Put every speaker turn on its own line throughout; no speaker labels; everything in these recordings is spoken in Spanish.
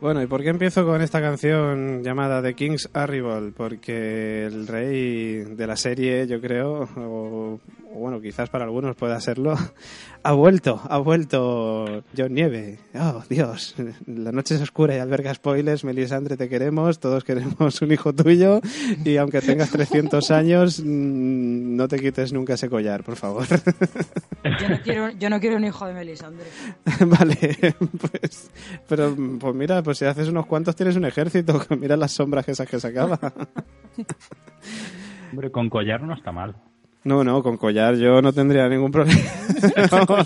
Bueno, ¿y por qué empiezo con esta canción llamada The King's Arrival? Porque el rey de la serie, yo creo, o, o bueno, quizás para algunos pueda serlo, ha vuelto, ha vuelto John Nieve. Oh, Dios, la noche es oscura y alberga spoilers, Melisandre, te queremos, todos queremos un hijo tuyo y aunque tengas 300 años, mm, no te quites nunca ese collar, por favor.
Yo no quiero, yo no quiero un hijo de Melisandre.
vale, pues, pero pues mira, pues si haces unos cuantos tienes un ejército, mira las sombras esas que sacaba.
Hombre, con collar no está mal.
No, no, con collar yo no tendría ningún problema. No.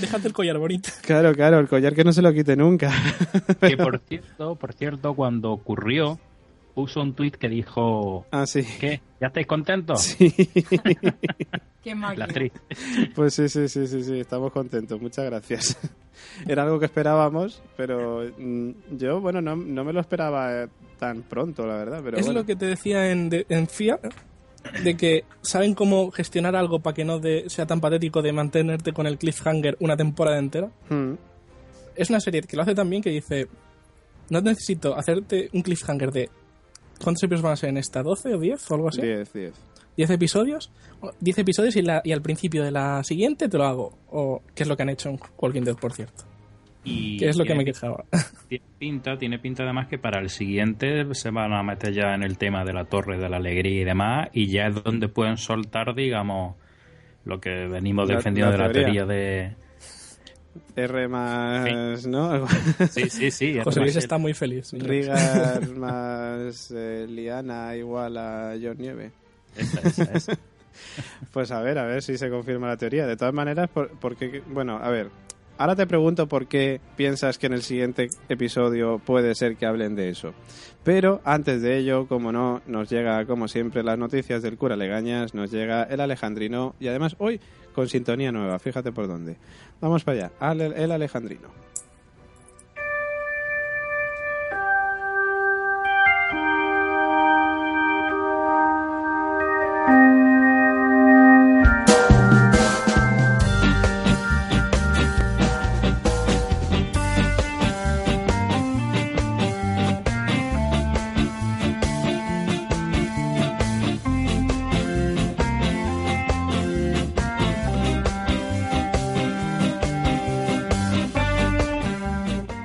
Déjate el collar bonito.
Claro, claro, el collar que no se lo quite nunca.
Que por cierto, por cierto, cuando ocurrió, puso un tuit que dijo...
Ah, sí.
¿Qué? ¿Ya estáis
Ah.
contentos?
Sí.
Qué
La
máquina.
actriz.
Pues sí, sí, sí, sí, sí, estamos contentos, muchas gracias. Era algo que esperábamos, pero mm, yo, bueno, no, no me lo esperaba eh, tan pronto, la verdad, pero
es
bueno.
lo que te decía en, de- en FIA, de que saben cómo gestionar algo para que no de- sea tan patético de mantenerte con el cliffhanger una temporada entera.
Mm,
Es una serie que lo hace tan bien que dice, no necesito hacerte un cliffhanger de... ¿Cuántos episodios van a ser en esta? ¿12 o 10 o algo así? 10,
Diez, diez.
episodios. 10 episodios y, la- y al principio de la siguiente te lo hago. O que es lo que han hecho en Walking Dead, por cierto.
Y
Que es lo que
tiene-
me quejaba.
Tiene pinta, tiene pinta además que para el siguiente se van a meter ya en el tema de la torre de la alegría y demás, y ya es donde pueden soltar, digamos, lo que venimos
La-
defendiendo
la
de la teoría de...
R más, ¿no? Algo-
Sí, sí, sí.
José
además
Luis
el-
está muy feliz.
Rigar más eh, Liana igual a John Nieve.
esa, esa, esa.
Pues a ver, a ver si se confirma la teoría. De todas maneras, por- porque, bueno, a ver, ahora te pregunto por qué piensas que en el siguiente episodio puede ser que hablen de eso. Pero antes de ello, como no, nos llega, como siempre, las noticias del cura Legañas, nos llega el Alejandrino y además hoy con sintonía nueva, fíjate por dónde. Vamos para allá, al- el Alejandrino.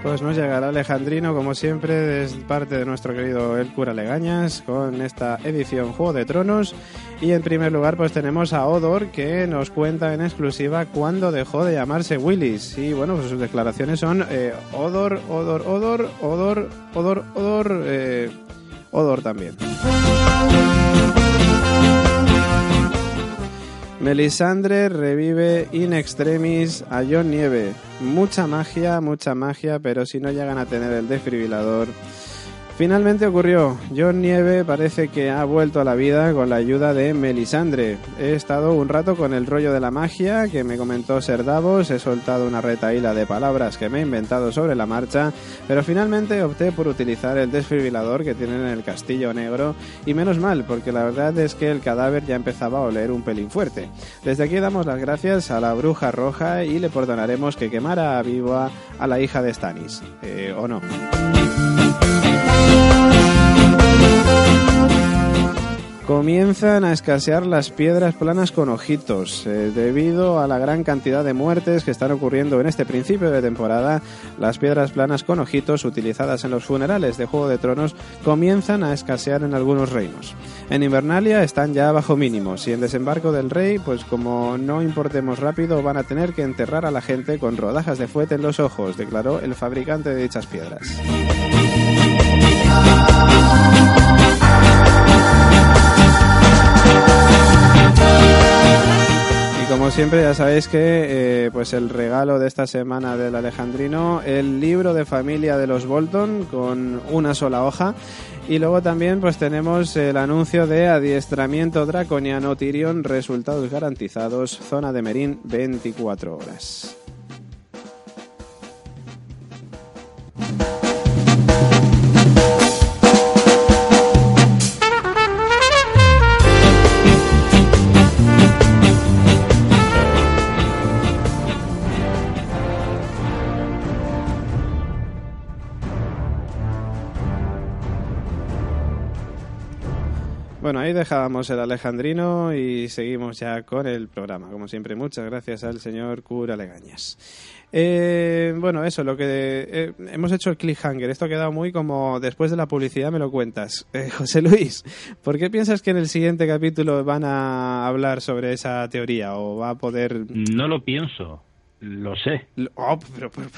Pues nos llegará Alejandrino, como siempre, desde parte de nuestro querido El Cura Legañas, con esta edición Juego de Tronos. Y en primer lugar, pues tenemos a Odor, que nos cuenta en exclusiva cuándo dejó de llamarse Willis. Y bueno, pues sus declaraciones son eh, Odor, Odor, Odor, Odor, Odor, Odor, eh, Odor también. Melisandre revive in extremis a John Nieve. Mucha magia, mucha magia, pero si no llegan a tener el desfibrilador. Finalmente ocurrió. John Nieve parece que ha vuelto a la vida con la ayuda de Melisandre. He estado un rato con el rollo de la magia que me comentó Ser Davos, he soltado una retaíla de palabras que me he inventado sobre la marcha, pero finalmente opté por utilizar el desfibrilador que tienen en el Castillo Negro y menos mal, porque la verdad es que el cadáver ya empezaba a oler un pelín fuerte. Desde aquí damos las gracias a la bruja roja y le perdonaremos que quemara viva a la hija de Stannis. Eh, ¿O no? Comienzan a escasear las piedras planas con ojitos. Eh, debido a la gran cantidad de muertes que están ocurriendo en este principio de temporada, las piedras planas con ojitos utilizadas en los funerales de Juego de Tronos comienzan a escasear en algunos reinos. En Invernalia están ya bajo mínimos y en Desembarco del Rey, pues como no importemos rápido, van a tener que enterrar a la gente con rodajas de fuete en los ojos, declaró el fabricante de dichas piedras. Y como siempre ya sabéis que eh, pues el regalo de esta semana del Alejandrino, el libro de familia de los Bolton con una sola hoja. Y luego también pues tenemos el anuncio de adiestramiento draconiano Tyrion, resultados garantizados, zona de Merín 24 horas. Bueno, ahí dejábamos el alejandrino y seguimos ya con el programa. Como siempre, muchas gracias al señor cura Legañas. Eh, bueno, eso, lo que eh, hemos hecho el cliffhanger. Esto ha quedado muy como después de la publicidad me lo cuentas. Eh, José Luis, ¿por qué piensas que en el siguiente capítulo van a hablar sobre esa teoría o va a poder...
No lo pienso, lo sé.
Oh, pero- pero-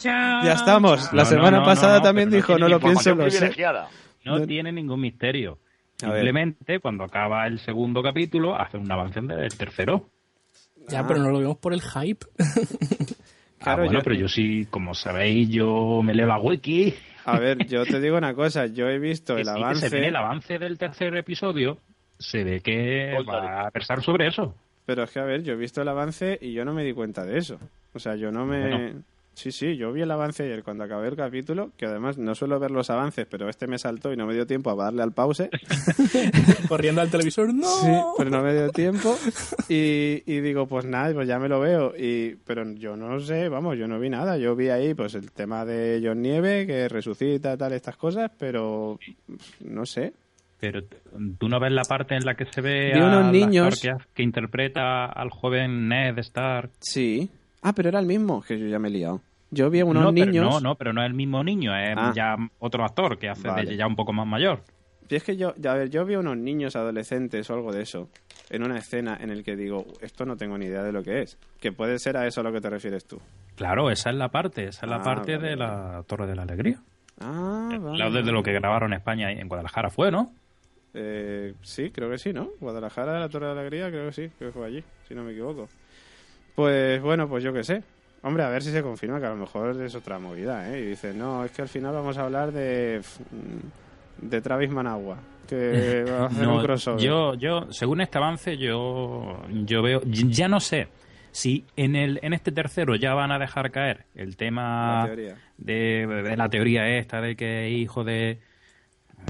ya estamos. La
No,
semana
no, no,
pasada
no,
también
pero no
dijo, no
tiene
lo pienso,
Información
lo sé.
privilegiada.
No
No-
tiene ningún misterio.
A ver.
Simplemente cuando acaba el segundo capítulo hacen un avance del tercero.
Ya,
Ah.
pero no lo vemos por el hype.
Claro,
ah, bueno,
yo-
pero yo sí, como sabéis, yo me leo la wiki.
A ver, yo te digo una cosa, yo he visto
Que
el
sí, que se ve
avance,
el avance del tercer episodio, se ve que
Cuéntale.
va a versar sobre eso.
pero es que a ver, yo he visto el avance y yo no me di cuenta de eso. O sea, yo no me... Sí, sí, yo vi el avance ayer cuando acabé el capítulo, que además no suelo ver los avances, pero este me saltó y no me dio tiempo a darle al pause.
Corriendo al televisor, ¡no!
Sí, pero no me dio tiempo. Y, y digo, pues nada, pues ya me lo veo. Y, pero yo no sé, vamos, yo no vi nada. Yo vi ahí pues el tema de John Nieve, que resucita, tal, estas cosas, pero pff, no sé.
Pero t- tú no ves la parte en la que se ve
Vi
a
unos
la
niños.
actor que, ha- que interpreta al joven Ned Stark.
Sí. Ah, pero era el mismo, que yo ya me he liado. Yo vi a unos
no, pero
niños...
no, no, pero no es el mismo niño, es
Ah.
ya otro actor que hace
Vale.
de ya un poco más mayor.
Si es que yo, ya, a ver, yo vi a unos niños adolescentes o algo de eso en una escena en el que digo, esto no tengo ni idea de lo que es. Que puede ser a eso a lo que te refieres tú.
Claro, esa es la parte, esa es la
Ah,
parte
vale,
de la Torre de la Alegría.
Ah, vale.
La- Desde Eh, lo que grabaron en España y en Guadalajara fue, ¿no?
Eh, sí, creo que sí, ¿no? Guadalajara, la Torre de la Alegría, creo que sí, creo que fue allí, si no me equivoco. Pues bueno, pues yo qué sé. Hombre, a ver si se confirma que a lo mejor es otra movida, ¿eh? Y dicen, no, es que al final vamos a hablar de. mm, de Travis Managua, que va a hacer un crossover.
yo, yo, según este avance, yo, yo veo, ya no sé si en el, en este tercero ya van a dejar caer el
la
tema
teoría.
de, de la teoría esta de que es hijo de,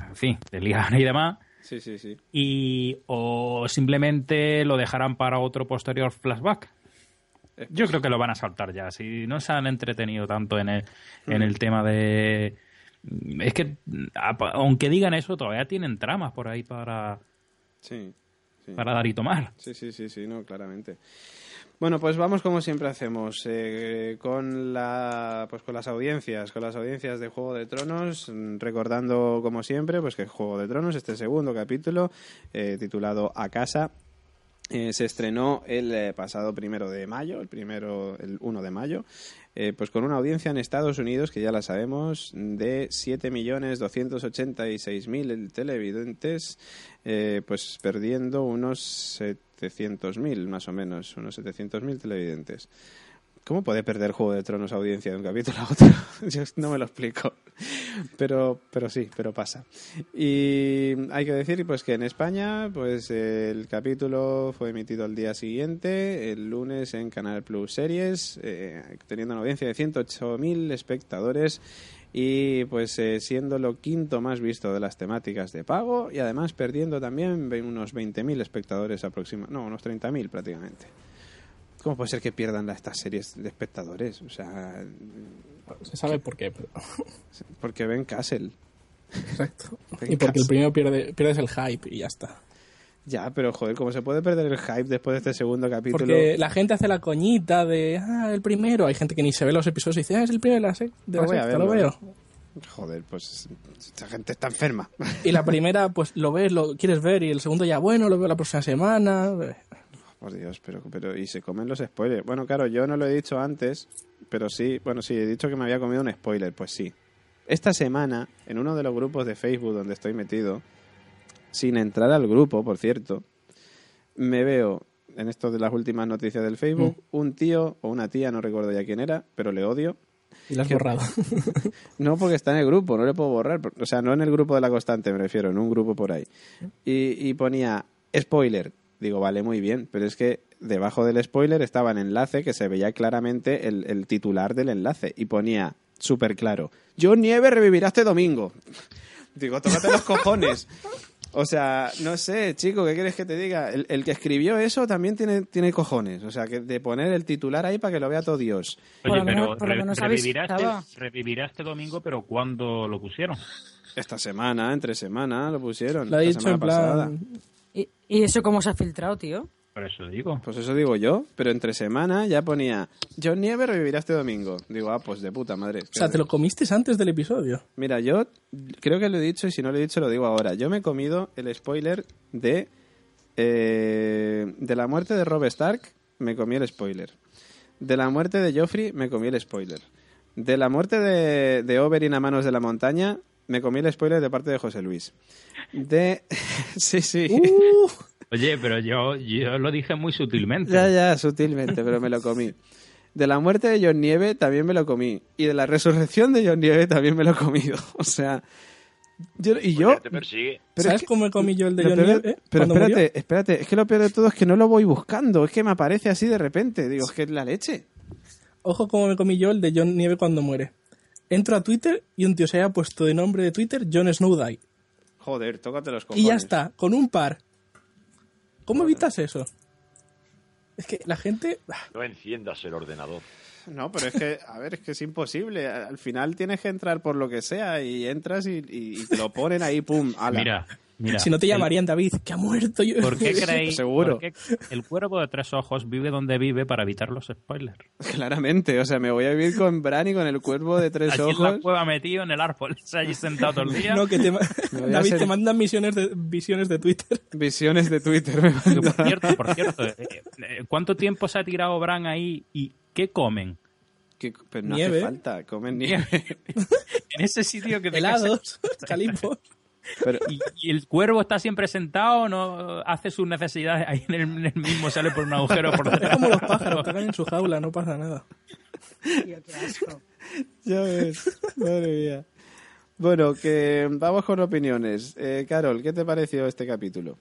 en fin, de Liana y demás,
Sí, sí, sí.
y o simplemente lo dejarán para otro posterior flashback.
Es
Yo creo que lo van a saltar ya, si no se han entretenido tanto en el, en el tema de... Es que, apa- aunque digan eso, todavía tienen tramas por ahí para,
Sí. sí.
para dar y tomar.
Sí, sí, sí, sí, no, claramente. Bueno, pues vamos como siempre hacemos, eh, con, la, pues con las audiencias, con las audiencias de Juego de Tronos, mm, recordando como siempre pues que Juego de Tronos, este segundo capítulo, eh, titulado A Casa, eh, se estrenó el eh, pasado primero de mayo, el primero, el 1 de mayo, eh, pues con una audiencia en Estados Unidos, que ya la sabemos, de 7.286.000 televidentes, eh, pues perdiendo unos 700.000, más o menos, unos 700.000 televidentes. ¿Cómo puede perder Juego de Tronos audiencia de un capítulo a otro? Yo no me lo explico. Pero, pero sí, pero pasa. Y hay que decir pues que en España, pues el capítulo fue emitido al día siguiente, el lunes en Canal Plus Series, eh, teniendo una audiencia de 108.000 espectadores y pues eh, siendo lo quinto más visto de las temáticas de pago y además perdiendo también ve- unos 20.000 espectadores aproximadamente, no, unos 30.000 prácticamente. ¿Cómo puede ser que pierdan la- estas series de espectadores? O sea,
Se sabe por qué, pero...
porque ven Castle.
Exacto.
Venga.
Y porque el primero pierde, pierdes el hype y ya está.
Ya, pero joder, ¿cómo se puede perder el hype después de este segundo capítulo?
Porque la gente hace la coñita de, ah, el primero. Hay gente que ni se ve los episodios y dice, ah, es el primero de la, sec- de
No
la
voy a
sexta, lo
verlo.
veo.
Joder, pues esta gente está enferma.
Y la primera, pues lo ves, lo quieres ver, y el segundo ya, bueno, lo veo la próxima semana.
Por Dios, pero, pero y se comen los spoilers. Bueno, claro, yo no lo he dicho antes, pero sí, bueno, sí, he dicho que me había comido un spoiler, pues sí. Esta semana, en uno de los grupos de Facebook donde estoy metido, sin entrar al grupo, por cierto, me veo en esto de las últimas noticias del Facebook, un tío o una tía, no recuerdo ya quién era, pero le odio,
Y lo has
¿Qué?
borrado.
No, porque está en el grupo, no le puedo borrar. por- O sea, no en el grupo de la constante, me refiero, en un grupo por ahí. Y, y ponía spoiler. Digo, vale, muy bien, pero es que debajo del spoiler estaba el enlace que se veía claramente el, el titular del enlace y ponía súper claro: John Nieve revivirá este domingo. Digo, tócate los cojones. O sea, no sé, chico, ¿qué quieres que te diga? El, el que escribió eso también tiene, tiene cojones. O sea, que de poner el titular ahí para que lo vea todo Dios.
Por
Oye,
lo
pero
menos- por lo
re-
menos
revivirás,
avisaba.
este, revivirás este domingo, pero ¿cuándo lo pusieron?
Esta semana, entre semana, lo pusieron.
Lo ha
esta
dicho
semana
en plan.
pasada.
¿Y, y eso cómo se ha filtrado, tío?
Por eso digo.
Pues eso digo yo, pero entre semana ya ponía John Nieve revivirá este domingo. Digo, ah, pues de puta madre.
O sea, te lo comiste antes del episodio.
Mira, yo creo que lo he dicho y si no lo he dicho lo digo ahora. Yo me he comido el spoiler de eh, de la muerte de Rob Stark, me comí el spoiler. De la muerte de Joffrey, me comí el spoiler. De la muerte de, de Oberyn a manos de la montaña, me comí el spoiler de parte de José Luis. De... sí, sí.
Uh,
Oye, pero yo, yo lo dije muy sutilmente.
Ya, ya, sutilmente, pero me lo comí. De la muerte de John Nieve también me lo comí. Y de la resurrección de John Nieve también me lo he comido. O sea. yo- y yo.
Porque te persigue.
Pero
¿Sabes
es que-
cómo me comí yo el de
lo
John
peor-
Nieve? eh,
Pero
cuando
espérate,
murió?
espérate. Es que lo peor de todo es que no lo voy buscando. Es que me aparece así de repente. Digo, es que es la leche.
Ojo cómo me comí yo el de John Nieve cuando muere. Entro a Twitter y un tío se ha puesto de nombre de Twitter John Snowdie.
Joder, tócate los cojones.
Y ya está, con un par. ¿Cómo evitas eso? Es que la gente. ah,
No enciendas el ordenador.
No, pero es que, a ver, es que es imposible. Al final tienes que entrar por lo que sea y entras y, y- y te lo ponen ahí, pum, ala.
Mira, mira.
Si no te
El-
llamarían David, que ha muerto yo.
¿Por qué creéis
Seguro.
por qué el cuervo de tres ojos vive donde vive para evitar los spoilers?
Claramente, o sea, me voy a vivir con Bran y con el cuervo de tres
Allí en la
ojos.
cueva metido en el árbol, se allí sentado todo el día.
No, que te ma-
Me voy a
David
hacer-
te mandan misiones de, visiones de Twitter.
Visiones de Twitter. me
Que, por
manda.
cierto, por cierto, eh, eh, ¿cuánto tiempo se ha tirado Bran ahí y qué comen?
Que- pero no
Nieve.
hace falta, comen nieve.
En ese sitio que te
Helados, calipos.
Pero,
Y, y el cuervo está siempre sentado, no hace sus necesidades ahí en el, en el mismo, sale por un agujero por
Es
detrás.
como los pájaros, cagan en su jaula, no pasa nada.
Tío, qué asco.
ya ves, madre mía. Bueno, que vamos con opiniones. Eh, Carol, ¿qué te pareció este capítulo?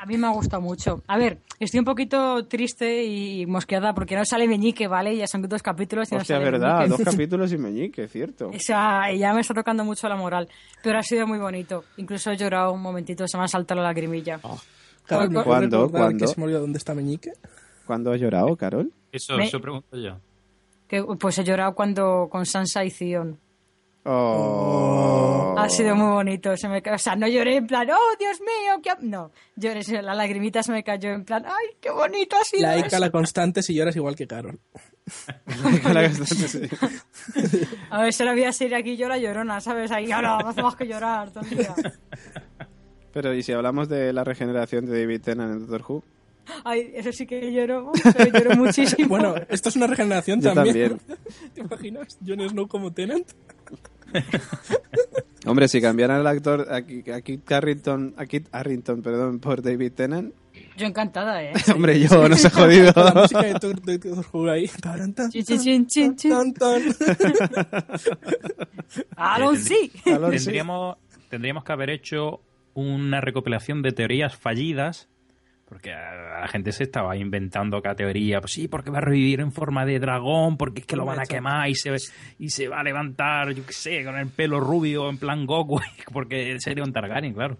A mí me ha gustado mucho. A ver, estoy un poquito triste y mosqueada porque no sale Meñique, ¿vale? Ya son dos capítulos y no
Hostia,
sale
verdad,
Meñique.
dos capítulos y meñique, cierto.
O sea, ya me está tocando mucho la moral, pero ha sido muy bonito. Incluso he llorado un momentito, se me ha saltado la lagrimilla.
Claro,
¿Cuándo?
¿Cuándo?
Que se me olvidó dónde está Meñique.
¿Cuándo has llorado, Carol?
Eso,
Me-
eso pregunto yo.
Que, pues he llorado cuando con Sansa y Zion.
Oh.
Ha sido muy bonito. Se me, ca- o sea, no lloré en plan, oh, Dios mío, qué... ha-". No, lloré, se- la lagrimita se me cayó en plan, ay, qué bonito ha sido.
La
esto".
Ica, la constante, si lloras igual que Carol.
A ver, se la voy a seguir aquí yo la llorona, ¿sabes? Ahí, ahora, no hace más que llorar, tonta.
Pero, ¿y si hablamos de la regeneración de David Tennant en Doctor Who?
Ay, eso sí que lloro, pero lloro muchísimo.
Bueno, esto es una regeneración
Yo
también. ¿Te imaginas? Jon Snow como Tenant.
Hombre, si cambiaran el actor a Ki- a Kit Harrington, a Kit Harrington, perdón, por David Tennant,
Yo encantada, ¿eh?
hombre, yo no se he jodido.
Con la música de Thor- de Thor Who ahí. Tan, tan,
Chin, chin, chin, chin, chin.
tan, tan.
¡Alon
Eh,
sí!
Alonso.
Tendríamos, tendríamos que haber hecho una recopilación de teorías fallidas, porque ah, la gente se estaba inventando cada teoría. Pues sí, porque va a revivir en forma de dragón, porque es que lo van a quemar y se, y se va a levantar, yo qué sé, con el pelo rubio en plan Goku, porque sería un Targaryen, claro.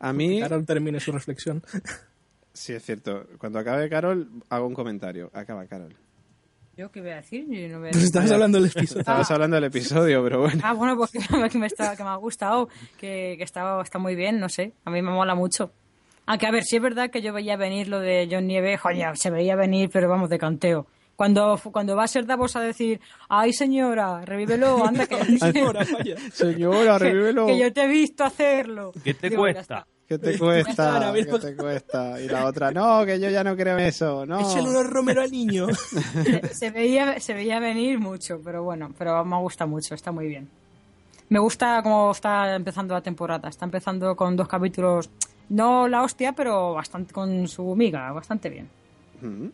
A mí,
Carol termine su reflexión.
sí es cierto, cuando acabe Carol, hago un comentario. Acaba Carol.
¿Yo qué voy a decir? Yo no voy a
Nos
decir
estabas
nada.
hablando del episodio.
Estabas hablando del episodio, pero bueno.
Ah, bueno, porque que me, está, que me ha gustado, que, que está, está muy bien, no sé, a mí me mola mucho. Aunque, a ver, sí es verdad que yo veía venir lo de John Nieve, joña, se veía venir, pero vamos, de canteo. Cuando, cuando va a ser Davos a decir, ay señora, revívelo, anda, que,
Ahora, vaya.
Señora,
que,
revívelo.
que yo te he visto hacerlo.
¿Qué te
Digo, ya
cuesta?
está.
¿Qué te
Ahora
cuesta? ¿Qué
mismo.
te cuesta? Y la otra, no, que yo ya no creo en eso, no.
Es el honor Romero al niño.
Se, se veía, se veía venir mucho, pero bueno, pero me gusta mucho, está muy bien. Me gusta cómo está empezando la temporada. Está empezando con dos capítulos, no la hostia, pero bastante con su miga, bastante bien.
Mm.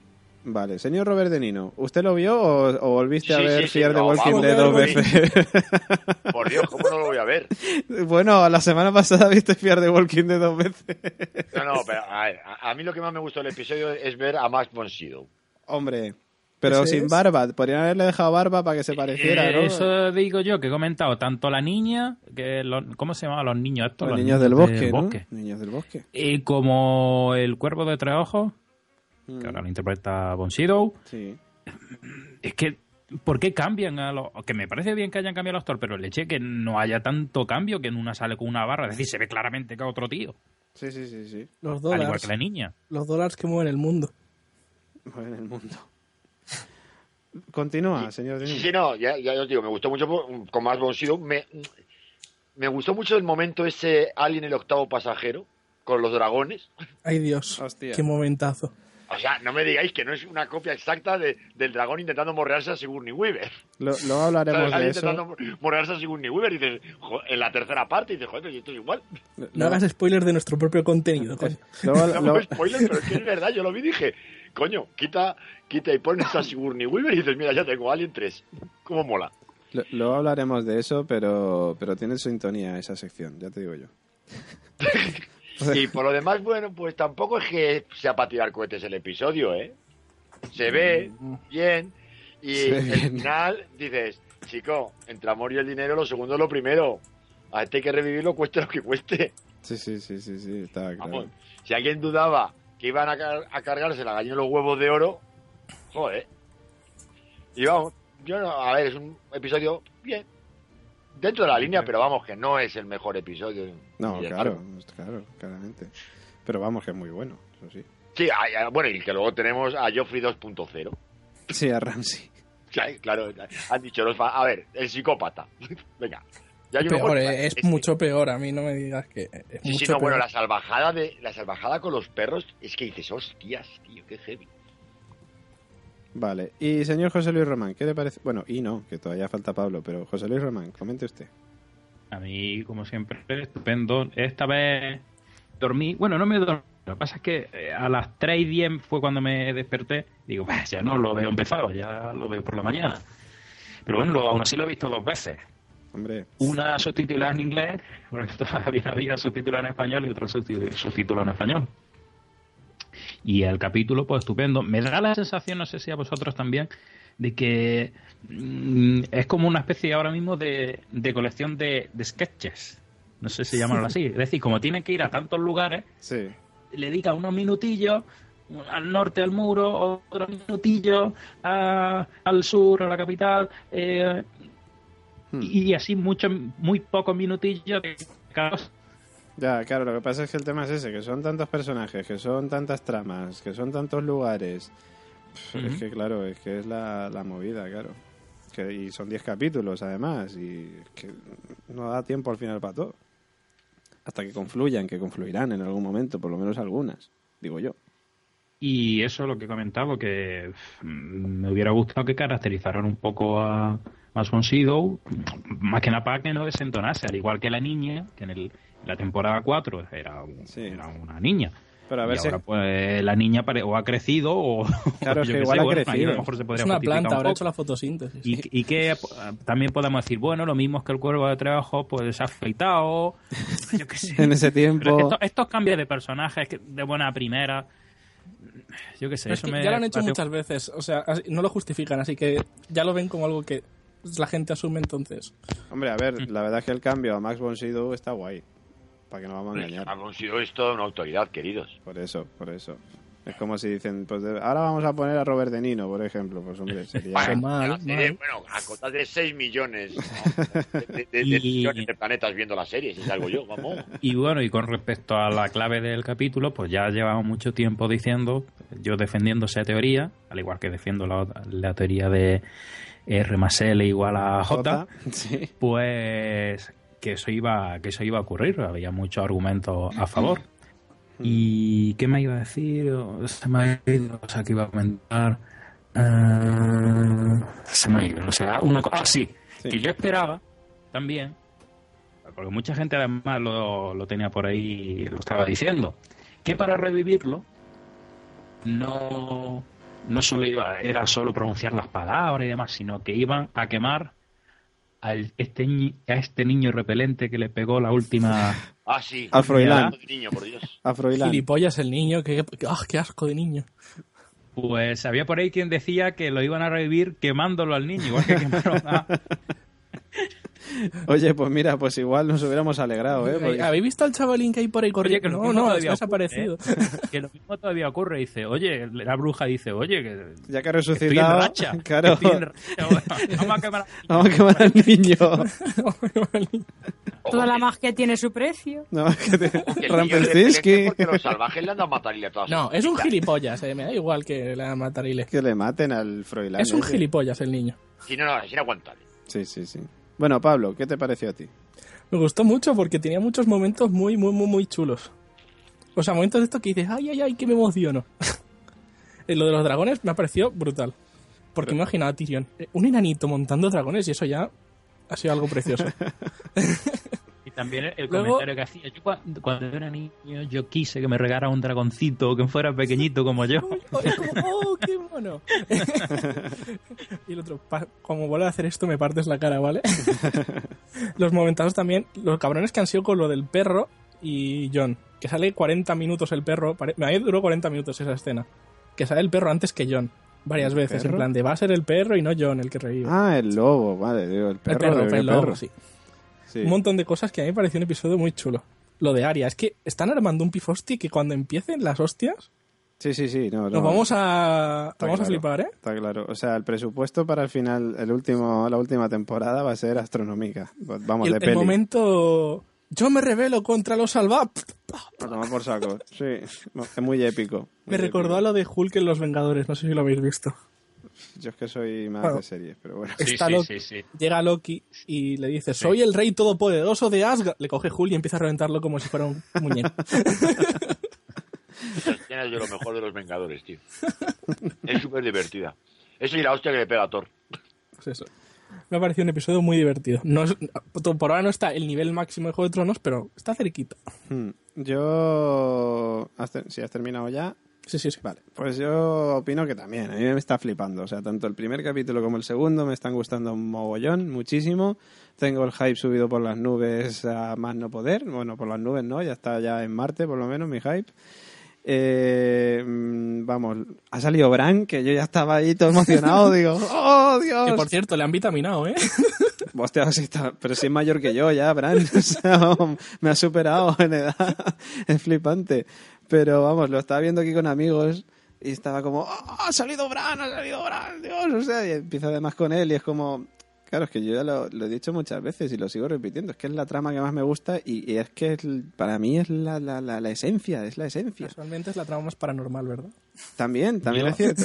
Vale, señor Robert De Nino, ¿usted lo vio o, o volviste a
Sí,
ver
sí, sí,
Fear the
no,
Walking
vamos,
Dead dos
vamos,
veces?
Por Dios, ¿cómo no lo voy a ver?
bueno, la semana pasada viste Fear the Walking Dead dos veces.
No, no, pero a, ver, a- a mí lo que más me gustó del episodio es ver a Max von Sydow.
Hombre, Pero
Ese
sin
es.
barba. Podrían haberle dejado barba para que se pareciera,
Eh,
¿no?
Eso digo yo, que he comentado tanto la niña, que los- ¿cómo se llamaban los niños estos?
Los niños del bosque, ¿no?
bosque.
Niños del bosque.
Y como el cuervo de tres ojos,
Mm,
que ahora lo interpreta Bon Sido,
Sí.
es que ¿por qué cambian a los que me parece bien que hayan cambiado al actor, pero leche que no haya tanto cambio que en una sale con una barra, es decir, se ve claramente que es otro tío,
Sí, sí, sí, sí.
Los
al igual
dólares.
que la niña.
Los dólares que mueven el mundo.
en el mundo. Continúa, señor
Sí,
Denis.
sí, no, ya, ya os digo, me gustó mucho por- con más Bonsido. Me, me gustó mucho el momento ese Alien el octavo pasajero con los dragones.
Ay Dios,
Hostia.
qué momentazo.
O sea, no me digáis que no es una copia exacta de- del dragón intentando morrearse a Sigourney Weaver.
Lo- Luego hablaremos
¿Sabes?
de
Alguien
eso.
intentando morrearse a Sigourney Weaver y dices, jo, en la tercera parte y dices, joder, pero esto es igual.
Lo-
No hagas spoilers de nuestro propio contenido, coño.
luego-
No,
lo-
spoiler, pero es que es verdad, yo lo vi y dije, coño, quita, quita y pones a Sigourney Weaver y dices, mira, ya tengo Alien 3. ¿Cómo mola?
lo- luego hablaremos de eso, pero, pero tiene sintonía esa sección, ya te digo yo.
Y por lo demás, bueno, pues tampoco es que sea para tirar cohetes el episodio, ¿eh? Se ve bien y
Mm. Se ve
al
bien.
final dices, chico, entre amor y el dinero, lo segundo es lo primero. A este hay que revivirlo, cueste lo que cueste.
Sí, sí, sí, sí, sí, está
Vamos,
claro.
si alguien dudaba que iban a, car- a cargarse la gallina de los huevos de oro, joder. Y vamos, yo no, a ver, es un episodio bien. Dentro de la línea, pero vamos, que no es el mejor episodio.
No,
Y ya
claro,
está.
claro, claramente. Pero vamos, que es muy bueno, eso sí.
Sí, hay- hay- bueno, y que luego tenemos a Joffrey 2.0.
Sí, a Ramsey.
Claro, Claro, han dicho los fa- A ver, el psicópata. Venga. Ya hay uno
Peor,
bueno,
eh, es
este.
mucho peor, a mí no me digas que es
Sí, sí,
mucho
no, bueno,
peor.
la salvajada, de, la salvajada con los perros es que dices, hostias, tío, qué heavy.
Vale, y señor José Luis Román, ¿qué le parece? Bueno, y no, que todavía falta Pablo, pero José Luis Román, comente usted.
A mí, como siempre, estupendo. Esta vez dormí. Bueno, no me dormí. Lo que pasa es que eh, a las 3 y 10 fue cuando me desperté. Digo, "Bah, ya no lo veo empezado, ya lo veo por la mañana. Pero bueno, lo- aún así lo he visto dos veces.
Hombre,
Una subtitulada en inglés, porque todavía había subtitulada en español y otra subtitu- subtitulada en español. Y el capítulo, pues estupendo. Me da la sensación, no sé si a vosotros también, de que mm, es como una especie ahora mismo de, de colección de, de sketches. No sé si llamarlo así. Es decir, como tienen que ir a tantos lugares,
sí,
le dedica unos minutillos al norte al muro, otros minutillos a- al sur, a la capital, eh,
Hmm.
y así mucho, muy pocos minutillos de caos.
Ya, claro, lo que pasa es que el tema es ese, que son tantos personajes, que son tantas tramas, que son tantos lugares. Pff, Es
Ujú.
que, claro, es que es la, la movida, claro. Que, y son 10 capítulos, además, y es que no da tiempo al final para todo. Hasta que confluyan, que confluirán en algún momento, por lo menos algunas, digo yo.
Y eso es lo que comentaba, que pff, me hubiera gustado que caracterizaran un poco a Mason Sido, más que nada para que no desentonase, al igual que la niña, que en el- la temporada 4 era, un-
Sí.
era una niña.
Pero a
Y
ver si...
ahora, pues la niña pare- o ha crecido o
Claro, es
yo
que
qué
igual ha
bueno, ahí
crecido.
a lo mejor se podría
Es una
justificar
planta,
un
ahora ha
poco.
hecho la fotosíntesis.
y, y que eh, también podemos decir, bueno, lo mismo es que el cuervo de trabajo, pues se ha afeitado. Yo qué sé.
En ese
Pero
tiempo...
estos, estos cambios de personajes que- de buena a primera, yo qué sé,
Pero es
eso
que
me.
ya lo han hecho
bate-
muchas veces, o sea, así- no lo justifican, así que ya lo ven como algo que la gente asume entonces.
Hombre, a ver, la verdad es que el cambio a Max von Sydow está guay. Para que no vamos a engañar.
Hemos sido esto una autoridad, queridos.
Por eso, por eso. Es como si dicen, pues de- ahora vamos a poner a Robert De Nino, por ejemplo. Pues hombre, sería...
Vale. mal,
la serie,
mal.
Bueno, a cotas de 6 millones ¿no? de, de- de
Y-
millones de planetas viendo la serie, si salgo yo, vamos.
Y bueno, y con respecto a la clave del capítulo, pues ya llevamos mucho tiempo diciendo, yo defendiendo esa teoría, al igual que defiendo la, otra- la teoría de R más L igual a J.
Sí.
pues que eso iba que eso iba a ocurrir había muchos argumentos a favor y qué me iba a decir O se me ha ido o sea que iba a comentar Eh, se me ha ido o sea una cosa así
Sí.
que yo esperaba también porque mucha gente además lo, lo tenía por ahí lo estaba diciendo que para revivirlo no no solo iba era solo pronunciar las palabras y demás sino que iban a quemar al este ñi- a este niño repelente que le pegó la última
Ah, sí.
Al Froilán.
Niño, por Dios.
A Froilán.
Gilipollas el niño, que, que- ah, qué asco de niño.
Pues había por ahí quien decía que lo iban a revivir quemándolo al niño, igual que quemaron a...
Oye, pues mira, pues igual nos hubiéramos alegrado, ¿eh? Porque-
¿Habéis visto al chavalín que hay por ahí
Oye,
corriendo?
que lo
No,
mismo
no,
todavía
ha desaparecido.
ocurre, ¿eh? Que lo mismo todavía ocurre. Dice, oye, la bruja dice, oye, que
ya que ha
estoy en
resucitado.
racha.
Claro.
estoy en racha. Bueno, vamos a quemar.
Vamos a quemar al niño.
¿eh?
Toda la magia tiene su precio.
No, que te...
O que el niño es repelente
Rampelsinski.
Porque los salvajes le han dado matarile a todas.
No,
sus
es un
crías.
gilipollas, eh, me da igual que la matarile.
Que le maten al Froilán.
Es un
ese.
gilipollas el niño.
Sí, no, no, es inaguantable.
Sí, sí, sí. Bueno, Pablo, ¿qué te pareció a ti?
Me gustó mucho porque tenía muchos momentos muy, muy, muy, muy chulos. O sea, momentos de estos que dices, ay, ay, ay, que me emociono. Eh, Lo de los dragones me ha parecido brutal. Porque imagina, Tyrion, eh, un enanito montando dragones y eso ya ha sido algo precioso.
Y también el
Luego-
comentario que hacía. Yo cua- cuando, era niño, yo quise que me regara un dragoncito, que fuera pequeñito como yo.
Uy, uy, como, ¡Oh, qué mono! y el otro, "Pa- como vuelvo a hacer esto, me partes la cara, ¿vale? los momentazos también, los cabrones que han sido con lo del perro y John, que sale 40 minutos el perro, pare- a mí duró 40 minutos esa escena, que sale el perro antes que John, varias
¿El
veces,
perro?
en plan de va a ser el perro y no John el que revive.
Ah, el lobo, vale, digo, el perro.
el perro,
digo, ¿qué
el lobo,
perro?
sí.
Sí.
Un montón de cosas que a mí me pareció un episodio muy chulo. Lo de Aria, es que están armando un pifosti que cuando empiecen las hostias,
sí, sí, sí, no, no,
nos vamos a, nos vamos
claro.
a flipar, ¿eh?
Está claro. O sea, el presupuesto para el final, el último, la última temporada va a ser astronómica. Pues Vamos,
Y el,
de
el
peli.
momento. Yo me rebelo contra los salva.
A tomar por saco. Sí, es muy épico.
Me recordó a lo de Hulk en Los Vengadores, no sé si lo habéis visto.
Yo es que soy más
Claro.
de series, pero bueno.
Sí,
Está
sí, sí,
Loki.
sí.
Llega Loki y le dice, soy el rey todopoderoso de Asgard. Le coge Hulk y empieza a reventarlo como si fuera un muñeco.
Esa escena es de lo mejor de los Vengadores, tío. Es súper divertida. Eso y la hostia que le pega a Thor.
Pues eso. Me ha parecido un episodio muy divertido. No es- por ahora no está el nivel máximo de Juego de Tronos, pero está cerquita.
Hmm. Yo... ¿has ter- Si has terminado ya,
Sí, sí, sí.
Vale, pues yo opino que también. A mí me está flipando. O sea, tanto el primer capítulo como el segundo me están gustando un mogollón, muchísimo. Tengo el hype subido por las nubes a más no poder. Bueno, por las nubes no, ya está ya en Marte, por lo menos, mi hype. Eh, mm, vamos, ha salido Bran, que yo ya estaba ahí todo emocionado. digo, ¡oh, Dios!
Que por cierto, le han vitaminado, ¿eh?
Hostia, sí está- pero si es mayor que yo ya, Bran. O sea, vamos, me ha superado en edad. Es flipante. Pero vamos, lo estaba viendo aquí con amigos y estaba como, "Oh, ha salido Bran, ha salido Bran, Dios. O sea, y empiezo además con él y es como, claro, es que yo ya lo, lo he dicho muchas veces y lo sigo repitiendo. Es que es la trama que más me gusta y, y es que es l- para mí es la, la, la, la esencia, es la esencia.
Casualmente es la trama más paranormal, ¿verdad?
También, también
Yo-
es cierto.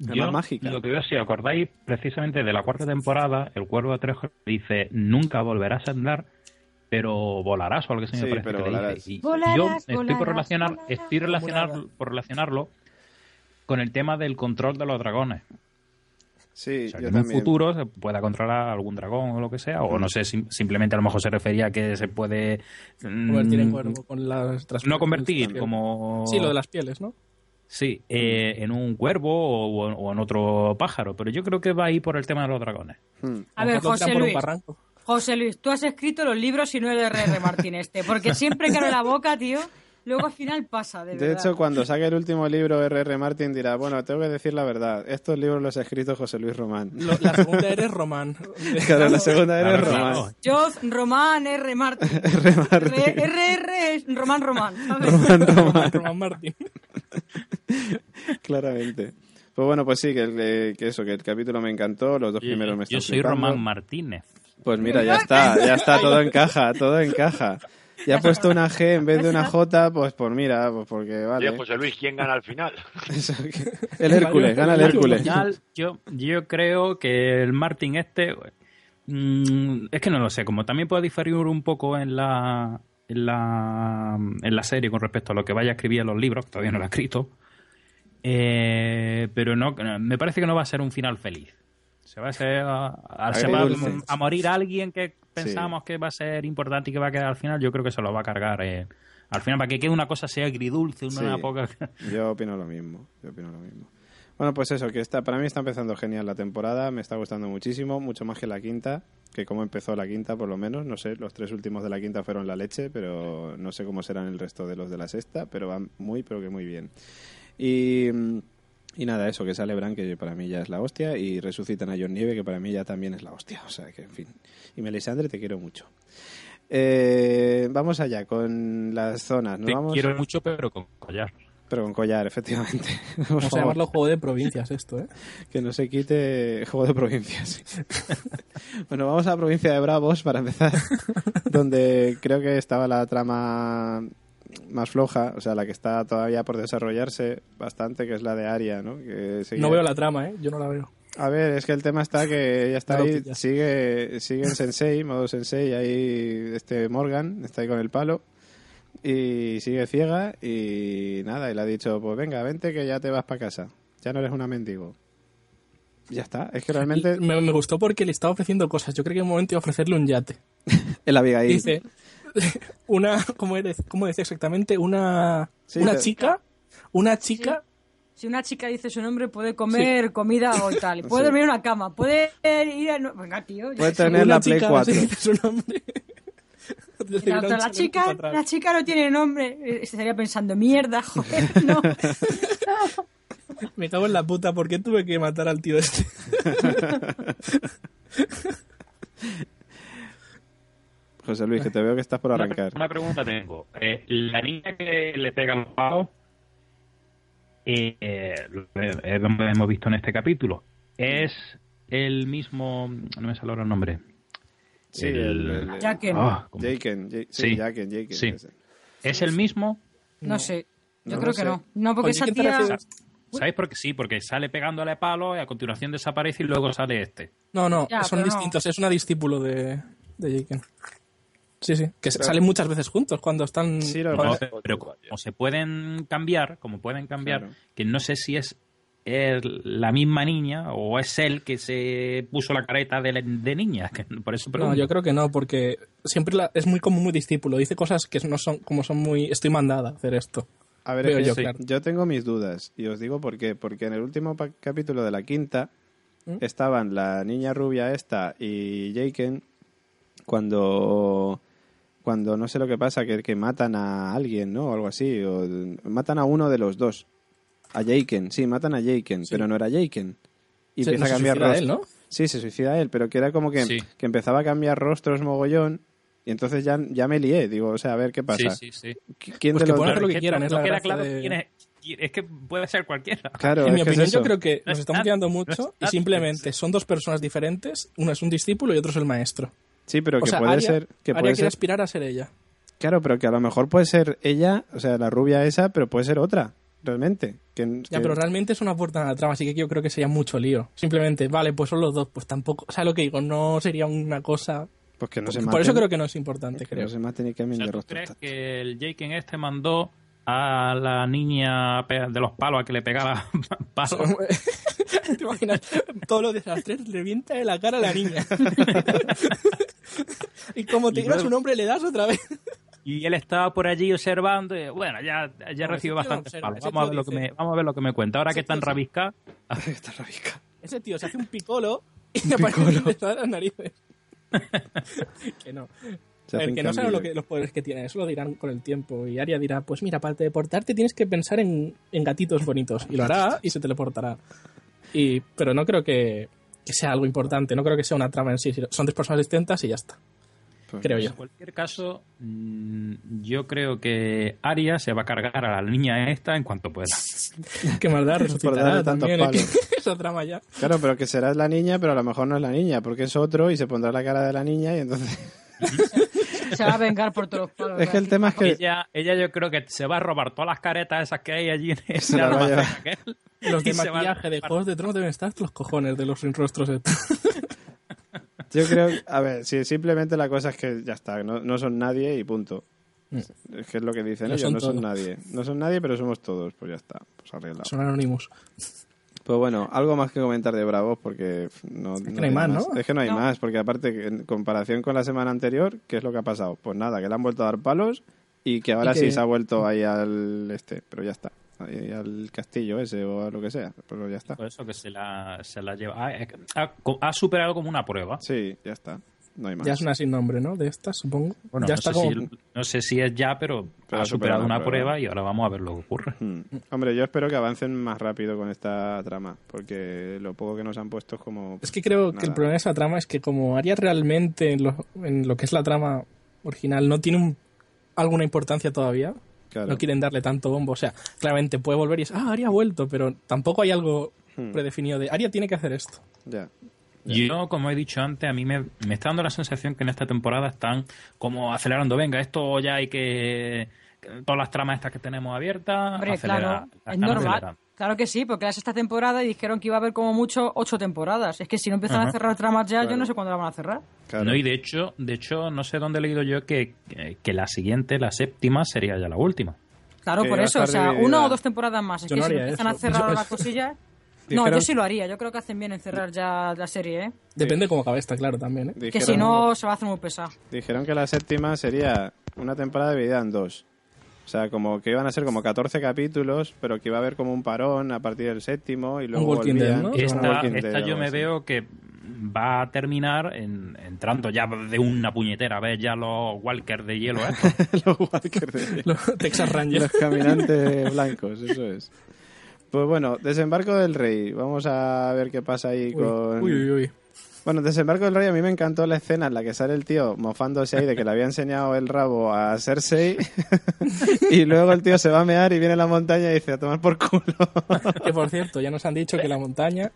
La
Yo,
más mágica.
Lo que veo, si acordáis, precisamente de la cuarta temporada, el cuervo Atrejo dice: Nunca volverás a andar, pero volarás, o algo que se
Sí,
me parece
pero
que le dice.
volarás.
Y
Volarás,
yo estoy por
volarás,
relacionar,
volarás.
estoy relacionar, por relacionarlo con el tema del control de los dragones.
Sí,
O sea, que
yo
en un
también.
futuro se pueda controlar algún dragón o lo que sea, o no sé, sim- simplemente a lo mejor se refería a que se puede mm,
Convertir en cuervo con las trans-
No convertir,
trans-
como.
Sí, lo de las pieles, ¿no?
Sí, eh, en un cuervo o, o en otro pájaro, pero yo creo que va ahí por el tema de los dragones.
Hmm.
A ver,
Lo tiran
José
por un
Luis.
barranco.
José Luis, tú has escrito los libros y no el R.R. Martín este. Porque siempre que abre la boca, tío, luego al final pasa, de
De
verdad.
hecho, cuando saque el último libro, R.R. Martin dirá, bueno, tengo que decir la verdad, estos libros los ha escrito José Luis Román.
Lo- la segunda R es Román.
Claro, la segunda era
Claro,
Román.
claro.
Joz Román R. Martín.
R. Martin.
R- R.R. es Román Román. ¿sabes?
Román, Román,
Román, Román Martín.
claramente. Pues bueno, pues sí, que, el- que- que eso, que el capítulo me encantó, los dos primeros me están
yo soy
flipando.
Román Martínez.
Pues mira, ya está, ya está, todo encaja, todo encaja. Ya ha puesto una G en vez de una J, pues por mira, pues porque
Oye,
vale.
José Luis, ¿quién gana al final?
Eso que- El Hércules, gana el
Al
Hércules.
final, yo, yo creo que el Martín este. mm, es que no lo sé, como también puede diferir un poco en la, en la en la serie con respecto a lo que vaya a escribir en los libros, que todavía no lo ha escrito. eh, pero no me parece que no va a ser un final feliz. Se va a, ser, a, a- se va
Agridulce.
a morir alguien que pensamos que va a ser importante y que va a quedar al final. Yo creo que se lo va a cargar. eh, al final, para que quede una cosa sea agridulce, una
Sí.
poca.
Yo opino lo mismo, yo opino lo mismo. Bueno, pues eso, que está, para mí está empezando genial la temporada, me está gustando muchísimo, mucho más que la quinta, que como empezó la quinta por lo menos, no sé, los tres últimos de la quinta fueron la leche, pero no sé cómo serán el resto de los de la sexta, pero van muy, pero que muy bien. Y mm, Y nada, eso, que sale Bran, que para mí ya es la hostia, y resucitan a John Nieve, que para mí ya también es la hostia. O sea, que en fin. Y Melisandre, te quiero mucho. Eh, vamos allá con las zonas. Nos
Te
vamos...
quiero mucho, pero con collar.
Pero con collar, efectivamente. Por
Vamos a
favor,
llamarlo juego de provincias esto, ¿eh?
que no se quite juego de provincias. bueno, vamos a la provincia de Bravos para empezar, donde creo que estaba la trama más floja, o sea, la que está todavía por desarrollarse bastante, que es la de Aria, ¿no? Que seguía-
No veo la trama, ¿eh? Yo no la veo.
A ver, es que el tema está que ella está
No lo
ahí,
pillas.
sigue, sigue en Sensei, modo Sensei, ahí este Morgan está ahí con el palo y sigue ciega y nada, y le ha dicho, pues venga, vente que ya te vas para casa, ya no eres una mendigo. Ya está, es que realmente
Me, me gustó porque le estaba ofreciendo cosas. Yo creo que en un momento iba a ofrecerle un yate.
el Abigail,
Dice, una, ¿cómo, eres? ¿cómo decía exactamente? Una,
Sí,
una
te-
chica, una chica,
Si una chica dice su nombre, puede comer comida o tal. Puede dormir en una cama. Puede ir a... no- Venga, tío. yo
puede
qué sé.
tener
una
la Play
chica, no
4.
sé dice su nombre.
Y La, otra, la chica, la chica no tiene nombre. Eh, Estaría pensando, mierda, joder, no.
Me cago en la puta, ¿por qué tuve que matar al tío este?
José Luis, que te veo que estás por
Una pre-
arrancar.
Una, pregunta tengo. Eh, la niña que le pega los palos, eh, eh, lo que hemos hemos visto en este capítulo, es el mismo. No me sale ahora el nombre.
Sí,
el-
el- el-
Ya que no.
Ah, ¿cómo?
Jaken, Ja- sí,
Sí.
Jaken, Jaken,
Sí.
ese.
¿Es el mismo?
No sé.
No
Yo creo
lo
que
sé.
no. No, porque
Oye,
esa
¿qué te
tía...
refieres?
¿Sabéis por qué? Sí, porque sale pegándole palos y a continuación desaparece y luego sale este.
No, no,
Ya,
son
pero no.
distintos. Es una discípulo de, de Jaken. Sí, sí, que se- salen muchas veces juntos cuando están...
Sí, lo
cuando-
No, pero como se pueden cambiar, como pueden cambiar,
Claro.
que no sé si es él la misma niña o es él que se puso la careta de, la- de niña. que Por eso
No,
pregunto.
yo creo que no, porque siempre la- es muy común, muy discípulo. Dice cosas que no son como son muy. Estoy mandada a hacer esto.
A ver,
Veo
es que
yo,
sí.
claro.
yo tengo mis dudas y os digo por qué. Porque en el último pa- capítulo de la quinta
¿Mm?
estaban la niña rubia esta y Jaken cuando cuando no sé lo que pasa, que, que matan a alguien, ¿no? O algo así. O, matan a uno de los dos. A Jaken, sí, matan a Jaken, pero no era Jaken. Y
Se-
empieza
no
a
se
cambiar
suicida
rostro.
él, ¿no?
Sí, se suicida él, pero que era como que,
Sí.
que empezaba a cambiar rostros mogollón. Y entonces ya, ya me lié, digo, o sea, a ver qué pasa.
Sí, sí, sí.
¿Qui- ¿Quién
Pues
de
que
los
pongan
dos?
hacer lo
es
que quieran,
no-
es
no
la
queda
gracia
claro
de-
quién es, quién- es que puede ser cualquiera.
Claro,
en mi
es que es
opinión, yo
eso.
creo que
No
nos
es
estamos
nada,
guiando
no es
mucho y
nada.
simplemente son dos personas diferentes. Uno es un discípulo y otro es el maestro.
Sí, pero
o
que
sea,
puede
Arya-
ser. Que puede
Arya quiere
ser
aspirar a ser ella.
Claro, pero que a lo mejor puede ser ella, o sea, la rubia esa, pero puede ser otra, realmente. Que,
Ya,
que-
pero realmente eso no aporta nada a la trama, así que yo creo que sería mucho lío. Simplemente, vale, pues son los dos, pues tampoco. O sea, lo que digo, no sería una cosa.
pues que no se
por
maten.
eso creo que no es importante,
que no
creo.
se maten y
O
cambien
sea,
de
¿tú
rostro.
crees que el Jake en este mandó a la niña pe- de los palos a que le pegara palos?
¿Te imaginas? Todos los desastres revienta de la cara a la niña. y como te
Y
digas
luego-
un hombre, le das otra vez.
Y él estaba por allí observando. y, bueno, ya, ya
No,
recibió
ese tío
bastantes
observa,
palos.
ese
Vamos a,
tío
ver lo que
dice-
me, vamos a ver lo que me cuenta. Ahora
Ese
que está en
tío-
Rabisca,
Está rabica.
Ese tío se hace un picolo y le aparece de todas las narices. que no.
Se
a ver,
hacen
que no saben
cambios.
lo que, los poderes que tiene, eso lo dirán con el tiempo. Y Aria dirá, pues mira, para teleportarte tienes que pensar en, en gatitos bonitos. Y lo hará y se teleportará. Y, pero no creo que, que sea algo importante, no creo que sea una trama en sí. sino- Son tres personas distintas y ya está,
Pues-
creo yo.
en cualquier caso, mm, yo creo que Aria se va a cargar a la niña esta en cuanto pueda.
Qué maldad resucitará
darle tantos
también. ¿eh?
palos.
Esa trama ya.
Claro, pero que será la niña, pero a lo mejor no es la niña, porque es otro y se pondrá la cara de la niña y entonces...
Se va a vengar por todos los palos.
es que el tema es que...
Ella, ella yo creo que se va a robar todas las caretas esas que hay allí en
Se
ese
la va a
almacén
llevar.
aquel.
Los de
Y se va a
maquillaje de
robar.
Juegos de Tronos deben estar hasta los cojones de los rostros. estos.
Yo creo, a ver, si simplemente la cosa es que ya está, no, no son nadie y punto.
Mm.
Es que es lo que dicen
No
ellos,
son
no son
todos.
nadie. No son nadie, pero somos todos, pues ya está, pues arreglado.
Son anónimos.
Pues bueno, algo más que comentar de Bravos porque pf, no,
que no hay
tiene
más, ¿no?
Es que no hay
No.
más, porque aparte, que en comparación con la semana anterior, ¿qué es lo que ha pasado? Pues nada, que le han vuelto a dar palos y que ahora
Y que-
sí se ha vuelto ahí al este, pero ya está. Ahí al castillo ese o a lo que sea, pero ya está.
eh, Por eso que se la, se la lleva. Ah, es que- ha, ha superado como una prueba.
Sí, ya está. No hay más.
Ya es una sin nombre, ¿no? De estas, supongo.
Bueno,
ya
no, sé
está como...
si, no sé si es ya, pero,
Pero
ha
ha superado
superado
la
una
prueba.
prueba. y ahora vamos a ver lo que ocurre.
Hmm. Hombre, yo espero que avancen más rápido con esta trama, porque lo poco que nos han puesto es como...
Es que creo que
Nada.
el problema de esa trama es que como Aria realmente en lo, en lo que es la trama original no tiene un- alguna importancia todavía,
Claro.
no quieren darle tanto bombo. O sea, claramente puede volver y es, ah, Aria ha vuelto, pero tampoco hay algo
Hmm.
predefinido de, Aria tiene que hacer esto.
Ya.
Yo, como he dicho antes, a mí me, me está dando la sensación que en esta temporada están como acelerando, venga, esto ya hay que... Todas las tramas estas que tenemos abiertas,
Hombre,
acelera-
claro,
las
es
están
normal.
acelerando.
Claro que sí, porque la sexta temporada y dijeron que iba a haber como mucho ocho temporadas. Es que si no empiezan
Ajá.
a cerrar tramas ya, yo
Claro.
no sé cuándo la van a cerrar.
Claro.
No, y de hecho, de hecho, no sé dónde he leído yo que, que, que la siguiente, la séptima, sería ya la última.
Claro,
Que
por
va a
eso, o
estar
sea,
dividida.
una o dos temporadas más. Es
Yo
que
no
si
haría
empiezan
eso.
a cerrar
Yo- pues,
las cosillas. No,
Dijeron-
yo sí lo haría. Yo creo que hacen bien en cerrar ya la serie, ¿eh?
Depende cómo acabe esta, claro, también. ¿eh?
Que
Dijeron,
si no, se va a hacer muy pesado.
dijeron que la séptima sería una temporada dividida en dos. O sea, como que iban a ser como 14 capítulos, pero que iba a haber como un parón a partir del séptimo y luego
Walking Dead,
volvían.
¿no? Pero
Esta,
Walking
esta
Dead,
yo
algo
me
así.
veo que va a terminar en- entrando ya de una puñetera vez ya los walkers de hielo ¿eh? estos.
Los Walker de-
Los Texas Rangers.
Los caminantes blancos, eso es. Pues bueno, Desembarco del Rey. Vamos a ver qué pasa ahí
Uy,
con...
uy, uy, uy.
Bueno, Desembarco del Rey a mí me encantó la escena en la que sale el tío mofándose ahí de que le había enseñado el rabo a Cersei y luego el tío se va a mear y viene a la montaña y dice a tomar por culo.
Que por cierto, ya nos han dicho que la montaña...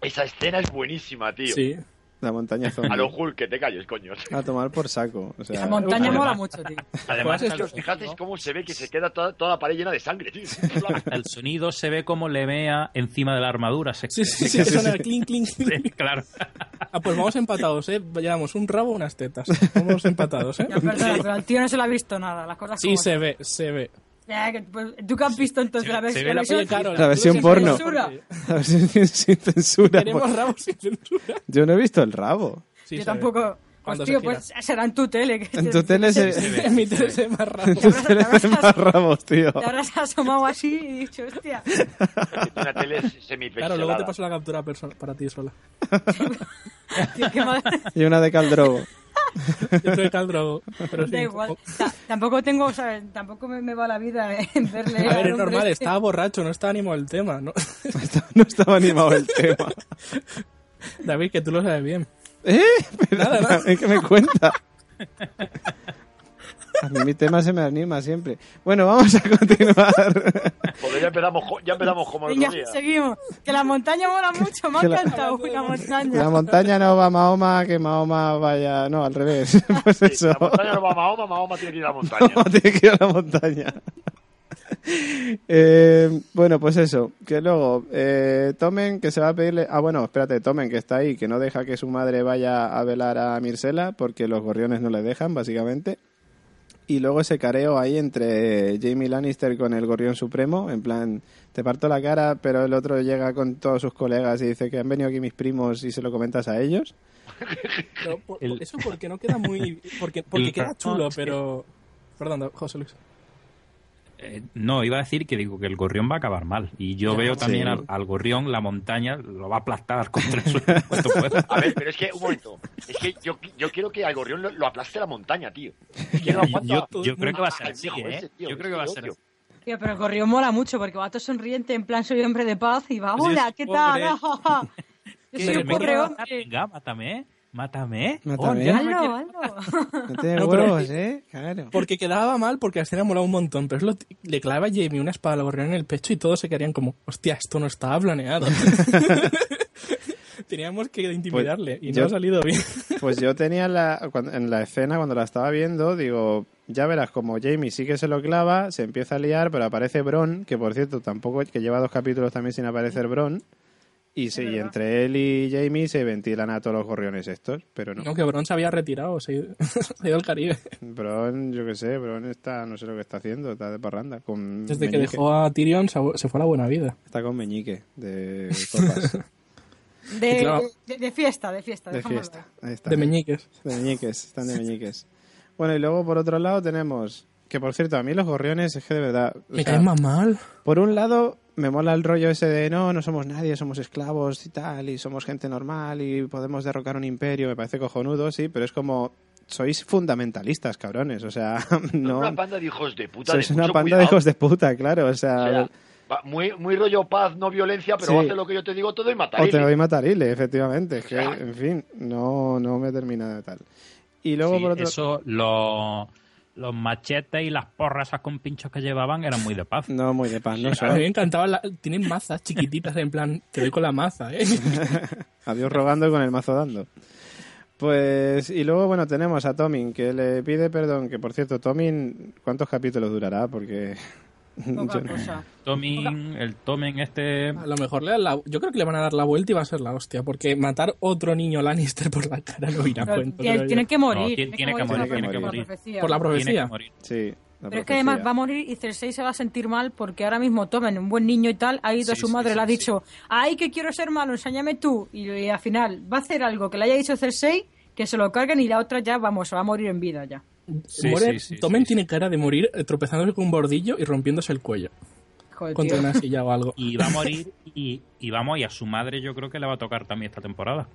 Esa escena es buenísima, tío.
Sí.
La montaña
A lo
zombie.
Hulk, que te calles, coño.
A tomar por saco. O sea,
La montaña
además-
mola mucho, tío.
Además,
Pues
Es que os fijasteis cómo se ve que se queda toda, toda la pared llena de sangre, tío.
hasta el sonido se ve como le vea encima de la armadura. Se,
Sí, sí, sí, suena clink, clink, clink.
Claro.
Ah, pues vamos empatados, ¿eh? Llevamos un rabo, unas tetas. Vamos empatados, ¿eh?
Ya, perdona, pero al tío no se le ha visto nada. Las cosas
Sí,
como
se ve, se ve.
Ya, que- pues, ¿Tú qué has visto entonces? la
se- se
versión,
ve la
versión-
Oye, Carol,
La versión
tú eres
porno.
censura.
A ver si sin, sin censura.
Tenemos rabos sin censura.
Yo no he visto el rabo.
Sí,
Yo
se ve.
tampoco. Pues
Cuando
tío,
se
pues será en tu tele. Que
En tu tele se...
En mi tele se ve más rabo.
en tu tele se ven más rabos, tío.
Te habrás asomado así y dicho, hostia.
Es una tele semipixelada.
Claro, luego te paso la captura perso- para ti sola.
tío, qué madre-
Y una de Caldrogo.
Yo soy Caldrogo, pero sí.
Da igual. Ta- tampoco tengo, o sea, tampoco me, me va la vida eh, en verle.
A ver,
al
es
hombre
normal,
este.
estaba borracho, no está animado el tema. ¿no?
No estaba animado el tema.
David, que tú lo sabes bien.
¿Eh? Pero Es que me cuenta. A mí mi tema se me anima siempre. Bueno, vamos a continuar.
Joder, ya empezamos, jo- ya empezamos como el otro
Venga,
día.
seguimos. Que la montaña mola mucho. Me ha
Que la-
encantado la montaña.
La montaña no va a Mahoma, que Mahoma vaya... No, al revés. Pues
Sí,
eso.
La montaña no va a Mahoma, Mahoma tiene que ir a la montaña.
Mahoma tiene que ir a la montaña. Eh, bueno, pues eso. Que luego, eh, Tomen, que se va a pedirle... Ah, bueno, espérate, Tomen, que está ahí, que no deja que su madre vaya a velar a Mircela, porque los gorriones no le dejan, básicamente. Y luego ese careo ahí entre Jamie Lannister con el Gorrión Supremo, en plan, te parto la cara, pero el otro llega con todos sus colegas y dice que han venido aquí mis primos y se lo comentas a ellos.
Pero por- por-
El-
Eso porque no queda muy. Porque, porque
El-
queda
no,
chulo,
es que-
pero. Perdón, José Luis.
Eh, no, iba a decir que digo que el gorrión va a acabar mal. Y yo
Ya,
veo
sí.
también al, al gorrión, la montaña, lo va a aplastar contra el suelo en cuanto pueda.
A ver, pero es que, un momento. Es que yo, yo quiero que al gorrión lo, lo aplaste la montaña, tío. Es que no aguanto
Yo,
a-
yo creo que va a ser
al
así,
viejo
¿eh?
ese, tío,
Yo creo que va a ser
odio.
así.
Tío, pero corrió mola mucho porque va todo sonriente, en plan soy hombre de paz y va, hola, ¿qué tal? Ah,
pobre.
ja, ja. Yo soy
Pero
un
me
pobre
quiero matar,
hombre.
venga, mátame, ¿eh? mátame.
Mátame.
yo no
Hazlo,
me quiero-
hazlo.
No tiene
No, pero-
huevos, ¿eh? Claro.
Porque quedaba mal, porque la escena molaba un montón. Pero es lo, le clava Jamie una espada al gorrión en el pecho y todos se quedarían como: Hostia, esto no estaba planeado. Teníamos que intimidarle y no
yo-
ha salido bien.
Pues yo tenía la, cuando- en la escena, cuando la estaba viendo, digo, ya verás como Jamie sí que se lo clava, se empieza a liar, pero aparece Bron, que por cierto, tampoco, que lleva dos capítulos también sin aparecer Bron, y, sí, y entre él y Jamie se ventilan a todos los gorriones estos, pero no.
No, que Bron se había retirado, se ha ido, se ha ido al Caribe.
Bron, yo qué sé, Bron está, no sé lo que está haciendo, está de parranda, con
Desde que
Mm, Meñique.
dejó a Tyrion se, ha- se fue a la buena vida.
Está con Meñique, de copas,
De,
claro.
de- de fiesta, de fiesta.
de
dejémoslo.
fiesta. Ahí está.
De meñiques.
De meñiques, están de meñiques. Bueno, y luego por otro lado tenemos, que por cierto, a mí los gorriones es que de verdad... o
Me
sea,
caen más mal.
Por un lado, me mola el rollo ese de no, no somos nadie, somos esclavos y tal, y somos gente normal y podemos derrocar un imperio, me parece cojonudo, sí, pero es como, sois fundamentalistas, cabrones, o sea,
Son
no...
una panda de hijos de puta.
sois
de
una
mucho
panda de
cuidado.
hijos de puta, claro, o sea...
O sea, va- muy, muy rollo paz, no violencia, pero
Sí.
haces lo que yo te digo todo
O
y
te
mataré.
doy matarile, efectivamente. Es que,
Claro.
en fin, no, no me termina de tal. Y luego,
Sí,
por otro...
Eso, los, los machetes y las porras esas con pinchos que llevaban eran muy de paz.
No, muy de pan, no
A mí me
soy.
encantaba. la- Tienen mazas chiquititas, en plan, te doy con la maza, ¿eh?
Adiós rogando y con el mazo dando. Pues, y luego, bueno, tenemos a Tomin, que le pide perdón, que por cierto, Tomin, ¿cuántos capítulos durará? Porque...
Poca
yo no-
cosa.
Tomin, el Tomen este...
A lo mejor le dan la- yo creo que le van a dar la vuelta y va a ser la hostia, porque matar otro niño Lannister por la cara no irá
Pero
cuento.
tiene-
creo yo.
tiene que morir.
No, tiene- tiene que
por la
morir, tiene que
profecía.
morir.
Por la
Tiene que
profecía.
morir.
Sí. la
Pero es que además
profecía.
va a morir y Cersei se va a sentir mal porque ahora mismo tomen un buen niño y tal, ha ido a
Sí,
su
sí,
madre,
sí,
le ha
sí.
dicho, ay que quiero ser malo, ensáñame tú. Y, y al final va a hacer algo que le haya dicho Cersei, que se lo carguen y la otra ya, vamos, va a morir en vida ya.
Sí,
Muere-
sí, sí,
Tommen
sí, sí.
tiene cara de morir eh, tropezándose con un bordillo y rompiéndose el cuello
Joder,
contra
tío.
una silla o algo.
Y va a morir y, y vamos, y a su madre yo creo que le va a tocar también esta temporada.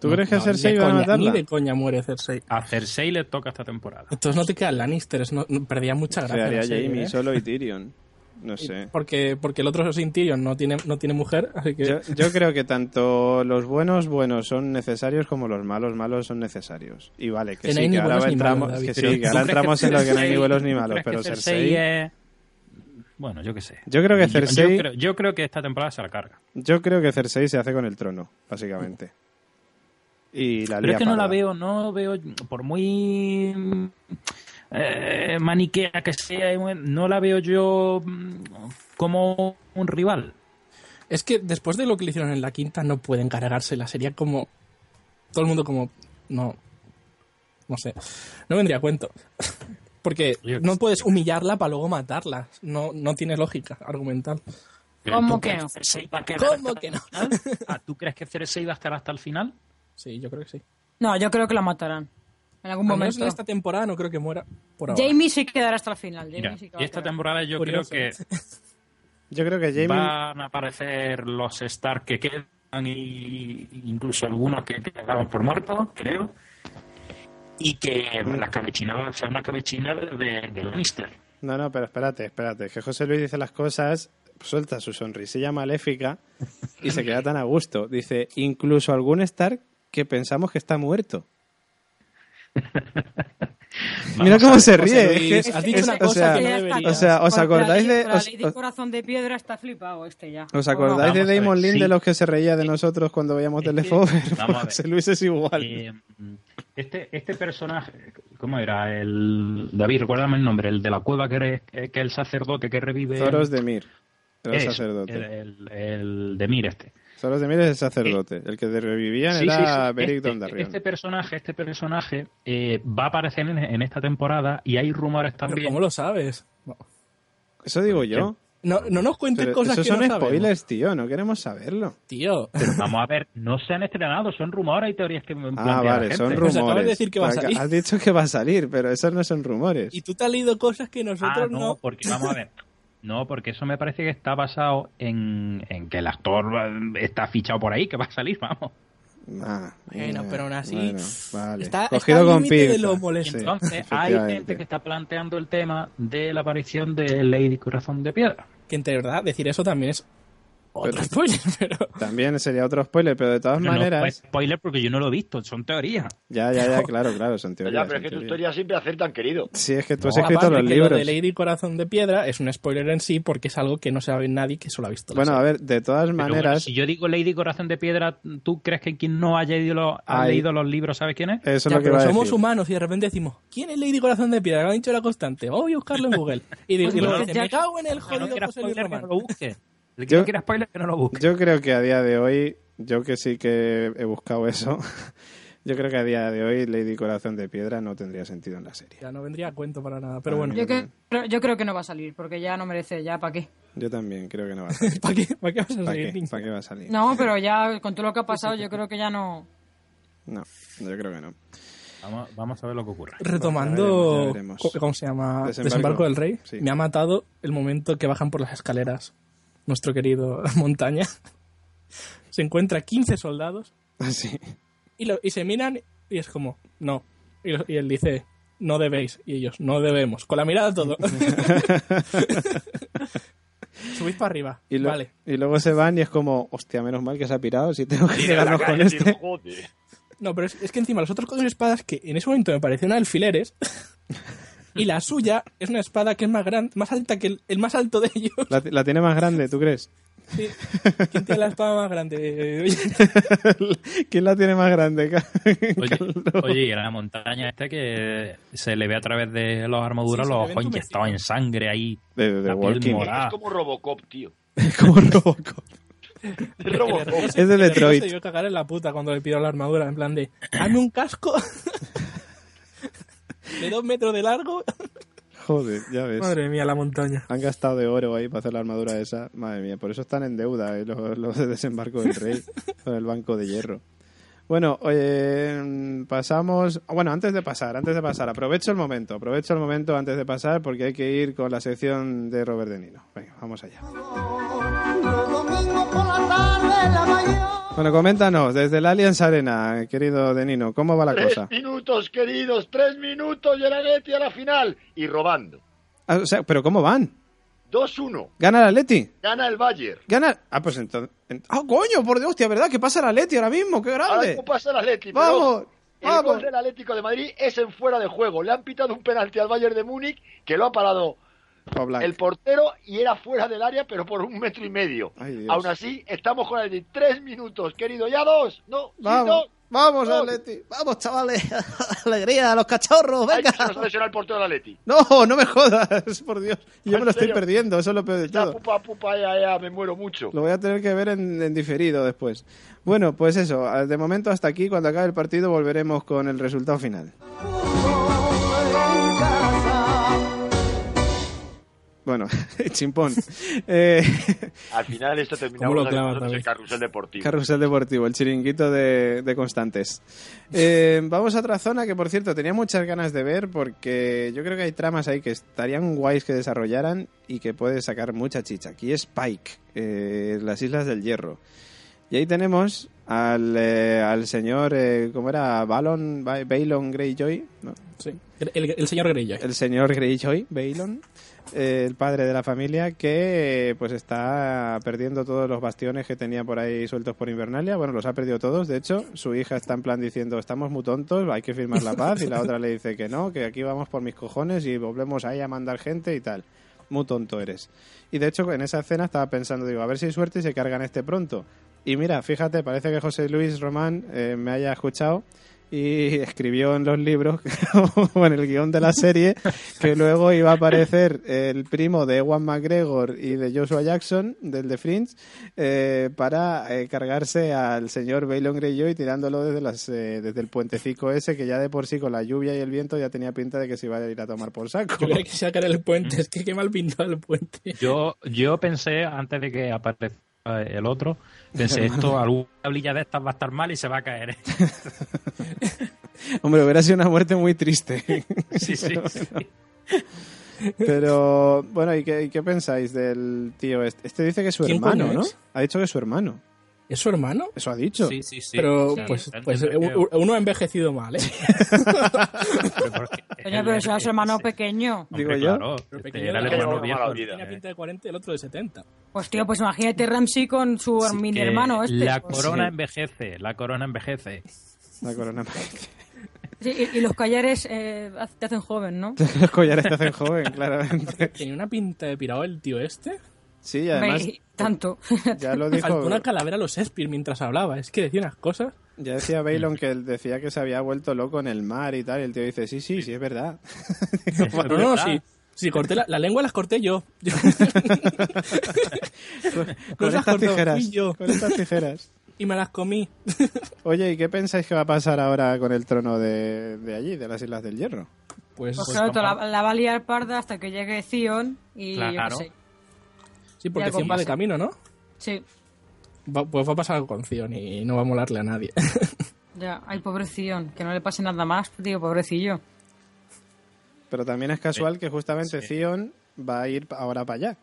¿Tú crees que
No,
a Cersei
ni de
van a
coña- Ni
matarla?
de coña muere Cersei.
A Cersei le toca esta temporada.
Entonces no te quedan Lannisters, no, no- perdía mucha gracia.
Quedaría
la serie,
Jamie
¿eh?
solo y Tyrion. No sé.
Porque, porque el otro sin Tyrion no tiene, no tiene mujer, así que
Yo, yo creo que tanto los buenos buenos son necesarios como los malos malos son necesarios. Y vale, que
Que no
sí,
hay
que
ni
ahora
buenos ni
entramos,
malos,
que
David.
sí,
Pero,
que
¿tú
ahora
crees
entramos en lo que no hay ni
Cersei-
buenos ni
tú
malos,
crees
pero
que
Cersei...
es- Bueno, yo qué sé.
Yo creo que
Yo- yo
Cersei-
creo- yo creo que esta temporada se la carga.
Yo creo que Cersei se hace con el trono, básicamente. Y la
Pero
lía
es que no la
parda.
veo, no veo, por muy mm, eh, maniquea que sea, y muy- no la veo yo mm, como un rival.
Es que después de lo que le hicieron en la quinta no pueden cargársela. Sería como... Todo el mundo como... No. No sé. No vendría a cuento. Porque
Yo-
no puedes humillarla para luego matarla. No, no tiene lógica argumental.
¿Cómo
¿Tú
que
crees
no?
Cersei va a quedar
¿Cómo
hasta
que
el
no?
final? Ah, ¿Tú crees que Cersei va a estar hasta el final?
Sí, yo creo que sí.
No, yo creo que la matarán. En algún
Un momento
momento.
en esta temporada no creo que muera por ahora.
Jamie sí quedará hasta el final. Jamie
Mira,
sí que va
y
a
esta
quedar.
temporada yo
Curioso.
creo que
Yo creo que Jamie.
van a aparecer los Stark que quedan y incluso algunos que quedaban por muertos, creo. Y que la cabechinada sea una cabechinada de, de Lannister.
No, no, pero espérate, espérate. Que José Luis dice las cosas, suelta su sonrisilla maléfica y se queda tan a gusto. Dice, incluso algún Stark que pensamos que está muerto. Mira cómo se
José
ríe.
Luis,
es que-
has dicho
es-
una
o
cosa
sea,
que no
Ya está.
debería.
o sea, ¿os
Por la
acordáis
ley-
de-
por la
os-
ley de
os-
Corazón de Piedra está flipado este ya.
¿Os
Bueno,
acordáis
Vamos a
de
ver,
Damon Lynn de
sí.
los que se reía de nosotros cuando veíamos
Es que-
Telefover?
vamos a ver.
José Luis es igual.
Eh, este, este personaje, ¿cómo era? El, David, recuérdame el nombre, el de la cueva que, re- eh, que que el sacerdote que revive.
Zoros de Mir. Era el
Eso,
sacerdote.
El, el- el de Mir este.
Zoros de Mir es el
Eh,
sacerdote. El que revivían
Sí, sí,
era
sí.
Beric
Este-
Dondarrion.
Este personaje, este personaje eh, va a aparecer en, en esta temporada y hay rumores
Pero
también.
¿Cómo lo sabes? No,
Eso digo yo.
no, no nos cuentes
Pero
cosas
esos
que
son
no sabemos.
spoilers, tío. No queremos saberlo.
Tío,
Pero vamos a ver, no se han estrenado, son rumores y teorías que me
Ah,
plantea la
vale,
gente.
son
Pues
rumores.
acabas de decir que va a
Pero
salir.
Has dicho que va a salir, pero esos no son rumores.
y tú te has leído cosas que nosotros
Ah, no,
no...
porque vamos a ver. No, porque eso me parece que está basado en, en que el actor eh, está fichado por ahí, que va a salir, vamos.
Ah,
Bueno,
eh,
pero aún así,
bueno, vale.
está- está
Cogido
al
con
límite de
pinzas.
lo molesto.
Sí,
Entonces, hay
Este,
gente
efectivamente.
que está planteando el tema de la aparición de Lady Corazón de Piedra.
Que entre verdad decir eso también es otro
Pero-
spoiler, pero...
También sería otro spoiler, pero de todas
Pero
maneras.
No, es spoiler porque yo no lo he visto, son teorías.
Ya, ya, ya, claro, claro, son
Ya,
teorías.
pero
son
es que tu
teorías.
historia siempre acertan, querido.
Sí, es que tú has
No,
escrito
aparte
los
que lo
libros.
de Lady Corazón de Piedra es un spoiler en sí porque es algo que no sabe nadie que solo ha visto. la
Bueno, a
serie.
ver, de todas
Pero bueno,
maneras,
si yo digo Lady Corazón de Piedra, ¿tú crees que quien no haya leído los, ha
Ay.
leído los libros sabe quién es?
eso es
Ya,
lo que
pero
va a
somos
decir.
humanos y de repente decimos, ¿quién es Lady Corazón de Piedra? Lo ha dicho la constante. "Oh, Voy a buscarlo en Google. Y, digo- y luego
Bueno,
dice,
ya-
me cago en el
Que no
jodido
quiera
José Luis
spoiler, que no
Román.
lo busque. El que
Yo-
no quiera spoiler, que no lo busque.
Yo creo que a día de hoy, yo que sí que he buscado eso, yo creo que a día de hoy Lady Corazón de Piedra no tendría sentido en la serie.
Ya no vendría a cuento para nada. Pero
Ah,
bueno,
mira.
Yo, que- pero yo creo que no va a salir, porque ya no merece, ya para qué.
Yo también creo que no va a salir.
¿para qué, para qué vas a
¿Para
seguir?
qué?
niño?
¿Para qué va a salir?
No, pero ya con todo lo que ha pasado, yo creo que ya no.
No, yo creo que no.
Vamos, vamos a ver lo que ocurre.
Bueno, ya
Retomando,
veremos, ya veremos.
co- ¿cómo se llama?
Desembarco.
Desembarco del Rey.
Sí.
Me ha matado el momento que bajan por las escaleras. nuestro querido Montaña, se encuentra 15 soldados
Así.
y, lo- y se miran y es como, no. Y, lo- y él dice, no debéis. Y ellos, no debemos. Con la mirada todo. Subid para arriba.
Y, lo-
Vale.
y luego se van y es como, hostia, menos mal que se ha pirado si tengo que
Tira la
quedarnos con
calle,
este.
tío, joder.
No, pero es, es que encima los otros con dos espadas que en ese momento me parecían alfileres. y la suya es una espada que es más grande, más alta que el, el más alto de ellos.
La, la tiene más grande, ¿tú crees?
Sí. ¿Quién tiene la espada más grande? Oye,
¿Quién la tiene más grande?
Oye, oye, y en la montaña esta que se le ve a través de las armaduras
Sí, se le
los
ve
ojos
entumecido.
inyectados en sangre ahí.
De, de- de
La piel
Walking.
morada. Ah.
Es como Robocop, tío.
Es como Robocop.
Es
el hermano
Robocop.
se-
Es de
el hermano
Detroit.
Se dio cagar en la puta cuando le pidió la armadura. En plan de, dame un casco de dos metros de largo.
Joder, ya ves.
Madre mía, la montaña.
Han gastado de oro ahí para hacer la armadura esa. Madre mía, por eso están en deuda eh, los, los de desembarco del rey con el banco de hierro. Bueno, eh, pasamos. Bueno, antes de pasar, antes de pasar, aprovecho el momento, aprovecho el momento antes de pasar porque hay que ir con la sección de Robert De Niro. Venga, vamos allá. Bueno, coméntanos desde la Allianz Arena, eh, querido De Niro, ¿cómo va la
Tres
cosa?
minutos, queridos, tres minutos, Leti a la final. Y robando.
Ah, o sea, pero ¿cómo van?
2-1,
¿Gana la Leti?
gana el Bayern.
Gana. Ah, pues entonces. en- ¡Ah, coño! Por Dios, hostia, ¿verdad? Que pasa la Leti ahora mismo, qué
Ahora
grande.
mismo pasa el Atleti, pero
¡Vamos!
El
¡Vamos!
gol del Atlético de Madrid es en fuera de juego. Le han pitado un penalti al Bayern de Múnich que lo ha parado
Pau Blanc.
el portero y era fuera del área, pero por un metro y medio.
Ay, Dios.
Aún así, estamos con el de tres minutos, querido. Ya dos, no, sí,
¡Vamos! ¡Vamos,
Vamos.
Atleti! ¡Vamos, chavales! ¡Alegría a los cachorros!
no. Ay, que
¡Venga!
se nos ha lesionado el portero del Atleti.
¡No, no me jodas! Por Dios. Yo
¿En
me lo estoy
serio?
perdiendo, eso es lo peor de
Ya,
todo.
pupa, pupa, ya, ya, me muero mucho.
Lo voy a tener que ver en, en diferido después. Bueno, pues eso. De momento hasta aquí. Cuando acabe el partido volveremos con el resultado final. Bueno, chimpón. Eh,
Al final esto
¿Cómo
terminamos
lo clavas,
haciendo el
David?
carrusel deportivo.
Carrusel deportivo, el chiringuito de, de Constantes. Eh, vamos a otra zona que, por cierto, tenía muchas ganas de ver porque yo creo que hay tramas ahí que estarían guays que desarrollaran y que puede sacar mucha chicha. Aquí es Pike, eh, las Islas del Hierro. Y ahí tenemos al, eh, al señor, eh, ¿cómo era? Balon, Ba- Balon Greyjoy, ¿no?
Sí. El, el- el señor Greyjoy.
el señor Greyjoy, Balon, eh, el padre de la familia, que eh, pues está perdiendo todos los bastiones que tenía por ahí sueltos por Invernalia. Bueno, los ha perdido todos. De hecho, su hija está en plan diciendo, estamos muy tontos, hay que firmar la paz. Y la otra le dice que no, que aquí vamos por mis cojones y volvemos ahí a mandar gente y tal. Muy tonto eres. Y de hecho, en esa escena estaba pensando, digo, a ver si hay suerte y se cargan este pronto. Y mira, fíjate, parece que José Luis Román eh, me haya escuchado y escribió en los libros o en el guión de la serie que luego iba a aparecer el primo de Ewan McGregor y de Joshua Jackson del The Fringe eh, para eh, cargarse al señor Bailon Greyjoy tirándolo desde, las, eh, desde el puentecico ese que ya de por sí con la lluvia y el viento ya tenía pinta de que se iba a ir a tomar por saco.
Yo creo que sacar el puente, es que qué mal pintado el puente.
Yo, yo pensé, antes de que aparezca el otro, pensé, esto, alguna tablilla de estas va a estar mal y se va a caer. ¿eh?".
Hombre, hubiera sido una muerte muy triste.
Sí, sí, sí.
Pero bueno, ¿y qué, y qué pensáis del tío este? Este dice que es su
¿Quién
hermano,
coño
¿no?
es?
Ha dicho que es su hermano.
¿Es su hermano?
Eso ha dicho.
Sí, sí, sí.
Pero
O sea,
pues,
está
pues
entendido.
u- u- uno ha envejecido mal, ¿eh?
Pero porque-
Coño,
er-
pero si es hermano pequeño.
Hombre,
Digo yo.
claro,
Pero
este
pequeño
era el
no,
hermano
no,
viejo.
mala vida.
Tiene ¿eh? pinta de 40 y el otro de 70.
Pues tío, pues imagínate Ramsey con su
Así
mini
que
hermano este.
La
Pues,
corona
Sí.
envejece, la corona envejece.
La corona mágica.
sí, y, y los collares eh, te hacen joven, ¿no?
Los collares te hacen joven, claramente.
Tenía una pinta de pirado el tío este.
Sí, y además, pues,
Ve- tanto.
ya lo
Me faltó
dijo.
una calavera a los Shakespeare mientras hablaba. Es que decía unas cosas.
Ya decía Bailon que él decía que se había vuelto loco en el mar y tal. Y el tío dice: Sí, sí, sí, es verdad.
No, no,
¿Verdad?
sí. Sí, corté la, la lengua las corté yo. Yo-
Con
las
estas
cortó,
tijeras.
fui yo.
Con estas tijeras.
y me las comí.
Oye, ¿y qué pensáis que va a pasar ahora con el trono de, de allí, de las Islas del Hierro?
Pues,
Pues
pues,
claro, la, la va a liar parda hasta que llegue Zion y yo qué
Claro.
sé.
sí, porque
ya algo
Zion va de
pasa.
camino, ¿no?
Sí,
Va- pues va a pasar algo con Zion y no va a molarle a nadie.
ya, ay, pobre Zion, que no le pase nada más, digo, pobrecillo.
Pero también es casual que justamente Zion va a ir ahora para allá.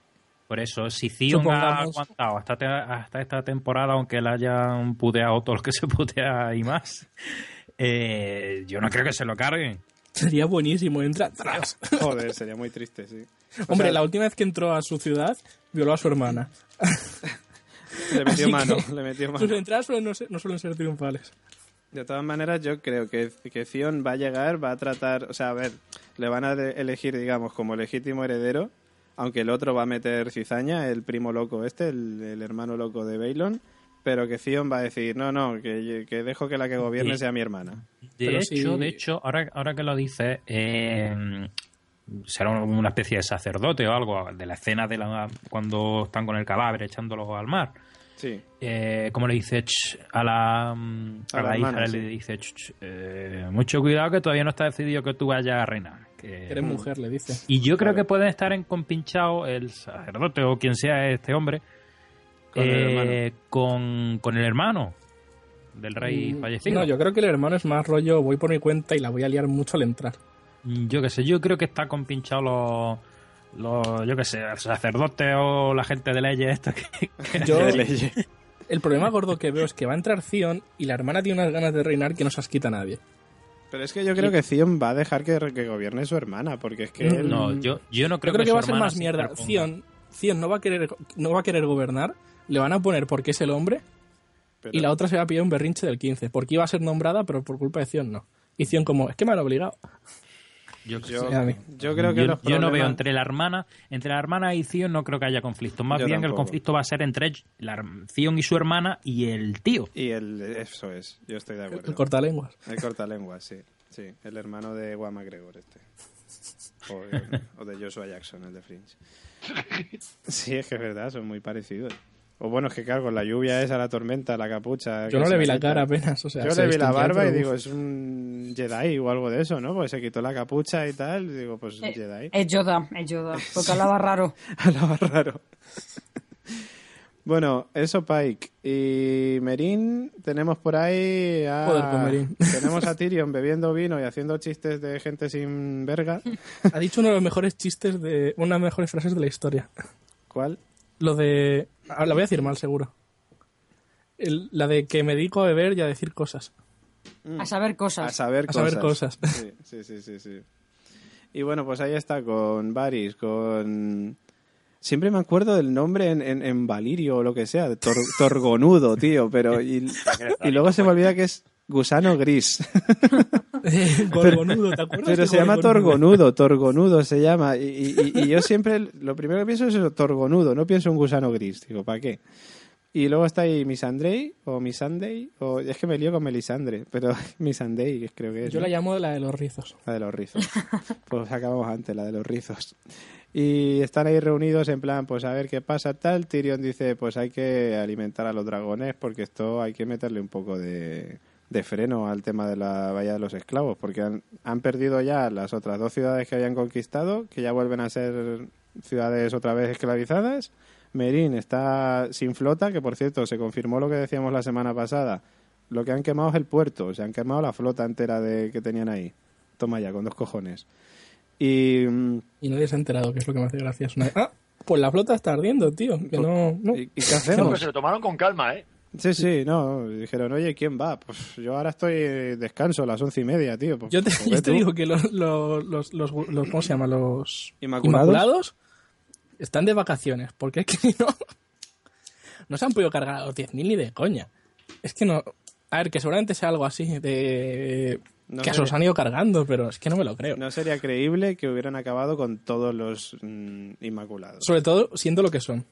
Por eso, si Zion ha
Supongamos.
aguantado hasta, te- hasta esta temporada, aunque la hayan puteado todo lo que se putea y más, eh, yo no creo que se lo carguen.
Sería buenísimo, entra. tras.
Joder, sería muy triste, sí. O
Hombre,
sea,
la última vez que entró a su ciudad, violó a su hermana.
le metió
Así
mano,
que-
le metió
Sus
mano.
entradas suelen no, ser- no suelen ser triunfales.
De todas maneras, yo creo que, que Zion va a llegar, va a tratar, o sea, a ver, le van a de- elegir, digamos, como legítimo heredero, aunque el otro va a meter cizaña, el primo loco este, el, el hermano loco de Bailon, pero que Zion va a decir, no, no, que, que dejo que la que gobierne
Sí.
sea mi hermana.
De
Pero
hecho,
si-
de hecho, ahora, ahora que lo dices, eh, será un- una especie de sacerdote o algo, de la escena de la, cuando están con el cadáver echándolo al mar.
Sí,
Eh, ¿Cómo le dice Ch, a la, mm, a
A la
la hija?
hermana,
le
sí.
dice, "Ch, ch, eh, mucho cuidado que todavía no está decidido que tú vayas a reinar. que-
Eres mujer, le dice.
y yo creo
Claro.
que pueden estar encompinchados el sacerdote o quien sea este hombre eh,
Con el
con, con el hermano del rey
Mm,
fallecido.
No, yo creo que el hermano es más rollo, voy por mi cuenta y la voy a liar mucho al entrar.
Mm, Yo qué sé, yo creo que está compinchado los, los yo qué sé, sacerdotes o la gente de leyes esto que, que-
Yo,
de ley.
el problema gordo que veo es que va a entrar Zion y la hermana tiene unas ganas de reinar que no se las quita a nadie.
Pero es que yo creo que Zion va a dejar que, que gobierne su hermana, porque es que él...
no, yo, yo no creo,
Yo creo que,
su
va a ser
hermana
más
se
mierda.
interponga.
Zion, Zion no, va a querer, no va a querer gobernar, le van a poner porque es el hombre
pero-
y la otra se va a pillar un berrinche del 15, porque iba a ser nombrada, pero por culpa de Zion no. Y Zion como, es que me han obligado.
Yo, qué
yo,
sé.
a mí.
yo creo que
Yo-
los
yo no veo
problemas-
entre la hermana, entre la hermana y Zion no creo que haya conflicto. Más
Yo
bien el
tampoco.
conflicto va a ser entre la, her- Zion y su hermana y el tío.
Y el... Eso es, yo estoy de acuerdo.
El cortalenguas.
El cortalenguas, sí. Sí, el hermano de Juan McGregor este. O, o de Joshua Jackson, el de Fringe. Sí, es que es verdad, son muy parecidos. O bueno, es que claro, con la lluvia esa, la tormenta, la capucha... que
Yo no
se
le vi la
quita.
cara apenas. O sea,
Yo
se
le vi la
distinguía,
barba y
pero,
digo,
uf,
es un Jedi o algo de eso, ¿no? Porque se quitó la capucha y tal, y digo, pues
Eh,
Jedi.
Es Yoda, es Yoda, porque hablaba raro.
Hablaba raro. bueno, eso Pike. Y Merín, tenemos por ahí a...
Joder, con Merín.
tenemos a Tyrion bebiendo vino y haciendo chistes de gente sin verga.
Ha dicho uno de los mejores chistes de. Una de las mejores frases de la historia.
¿Cuál?
Lo de. ah, La voy a decir mal, seguro. El- la de que me dedico a beber y a decir cosas.
A saber
Mm. A
cosas.
saber
A
cosas.
saber cosas.
Sí, sí, sí, sí, sí. Y bueno, pues ahí está con Varys, con... Siempre me acuerdo del nombre en, en, en Valirio o lo que sea, Tor- Torgonudo, tío, pero... Y, y luego se me olvida que es Gusano Gris.
Gorgonudo, ¿te acuerdas?
Pero
de
se llama Torgonudo,
Gorgonudo?
Torgonudo se llama. Y, y- y- y yo siempre lo primero que pienso es eso, Torgonudo, no pienso en gusano gris, digo, ¿para qué? Y luego está ahí Misandrei, o Misandei, o es que me lío con Melisandre, pero Misandei creo que es.
Yo la
¿no?
llamo la de los rizos.
La de los rizos. Pues acabamos antes, la de los rizos. Y están ahí reunidos en plan, pues a ver qué pasa, tal. Tyrion dice, pues hay que alimentar a los dragones porque esto hay que meterle un poco de, de freno al tema de la valla de los esclavos, porque han, han perdido ya las otras dos ciudades que habían conquistado, que ya vuelven a ser ciudades otra vez esclavizadas. Merín está sin flota, que por cierto se confirmó lo que decíamos la semana pasada. Lo que han quemado es el puerto, se han quemado la flota entera de, que tenían ahí. Toma ya, con dos cojones. Y, mm,
Y nadie se ha enterado, que es lo que me hace gracia. Es una- Ah, pues la flota está ardiendo, tío. Que no. no.
¿y- ¿y qué
No, pues, pero
hacemos?
se lo tomaron con calma, ¿eh?
Sí, sí, no. Dijeron, oye, ¿quién va? Pues yo ahora estoy eh, descanso a las once y media, tío. Pues,
Yo te,
pues
yo
ve
te
tú.
digo que los, los, los, los- los- ¿Cómo se llama? Los.
Inmaculados.
Inmaculados están de vacaciones, porque es que no. No se han podido cargar a los 10.000 ni de coña. Es que no. A ver, que seguramente sea algo así de.
No
que
sé.
se los han ido cargando, pero es que no me lo creo.
No sería creíble que hubieran acabado con todos los mm, inmaculados.
Sobre todo siendo lo que son.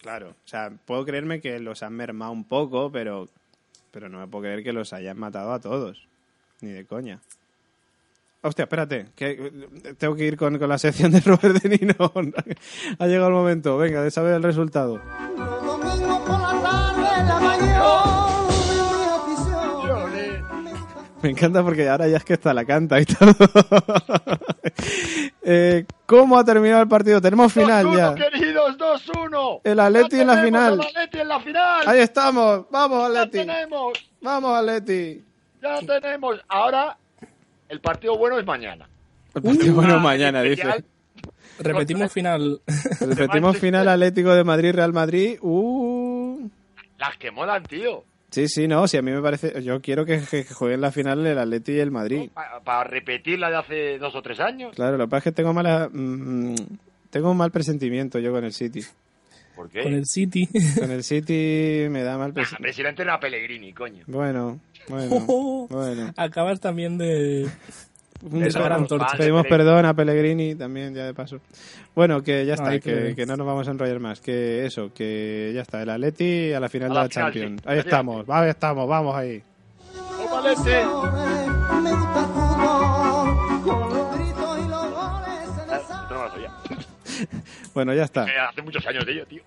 Claro. O sea, puedo creerme que los han mermado un poco, pero, pero no me puedo creer que los hayan matado a todos. Ni de coña. Hostia, espérate, que eh, tengo que ir con, con la sección de Robert De Nino. ha llegado el momento, venga, de saber el resultado.
Domingo por la tarde en la mañana. mi afición.
Me encanta porque ahora ya es que está la canta y todo. Eh, ¿Cómo ha terminado el partido? Tenemos final
2-1,
ya.
queridos, 2-1.
El Atleti
¡Ya
en la
tenemos
final!
al Atleti en la final.
Ahí estamos. Vamos,
ya
Atleti.
tenemos,
Vamos, Atleti.
ya tenemos. Ahora, el partido bueno es mañana.
El partido bueno
Ah,
mañana,
el
dice.
especial.
Repetimos final.
Repetimos final Atlético de Madrid, Real Madrid. Uh.
Las que molan, tío.
Sí, sí, no, si a mí me parece. Yo quiero que, que jueguen la final el Atleti y el Madrid.
Para repetir la de hace dos o tres años.
Claro, lo que pasa es que tengo mala. mm, tengo un mal presentimiento yo con el City.
¿Por
Con
qué?
el City.
Con el City me da mal
Ah,
presentimiento.
presidente era Pellegrini, coño.
Bueno, bueno, bueno.
Acabas también de.
Un
Esa
gran
gran
torta.
torta.
Pedimos perdón a Pellegrini también, ya de paso. Bueno, que ya está,
Ay, qué
que,
bien.
que no nos vamos a enrollar más. Que eso, que ya está. El Atleti a la final
A
de
la
la
final, sí.
Champions. Ahí estamos, ahí estamos, vamos ahí.
¡Oh, Valente!
Me gusta el fútbol, con los gritos y los goles se
Ah,
deshace.
esto no lo sabía.
Bueno, ya está.
Eh, Hace muchos años de ello, tío.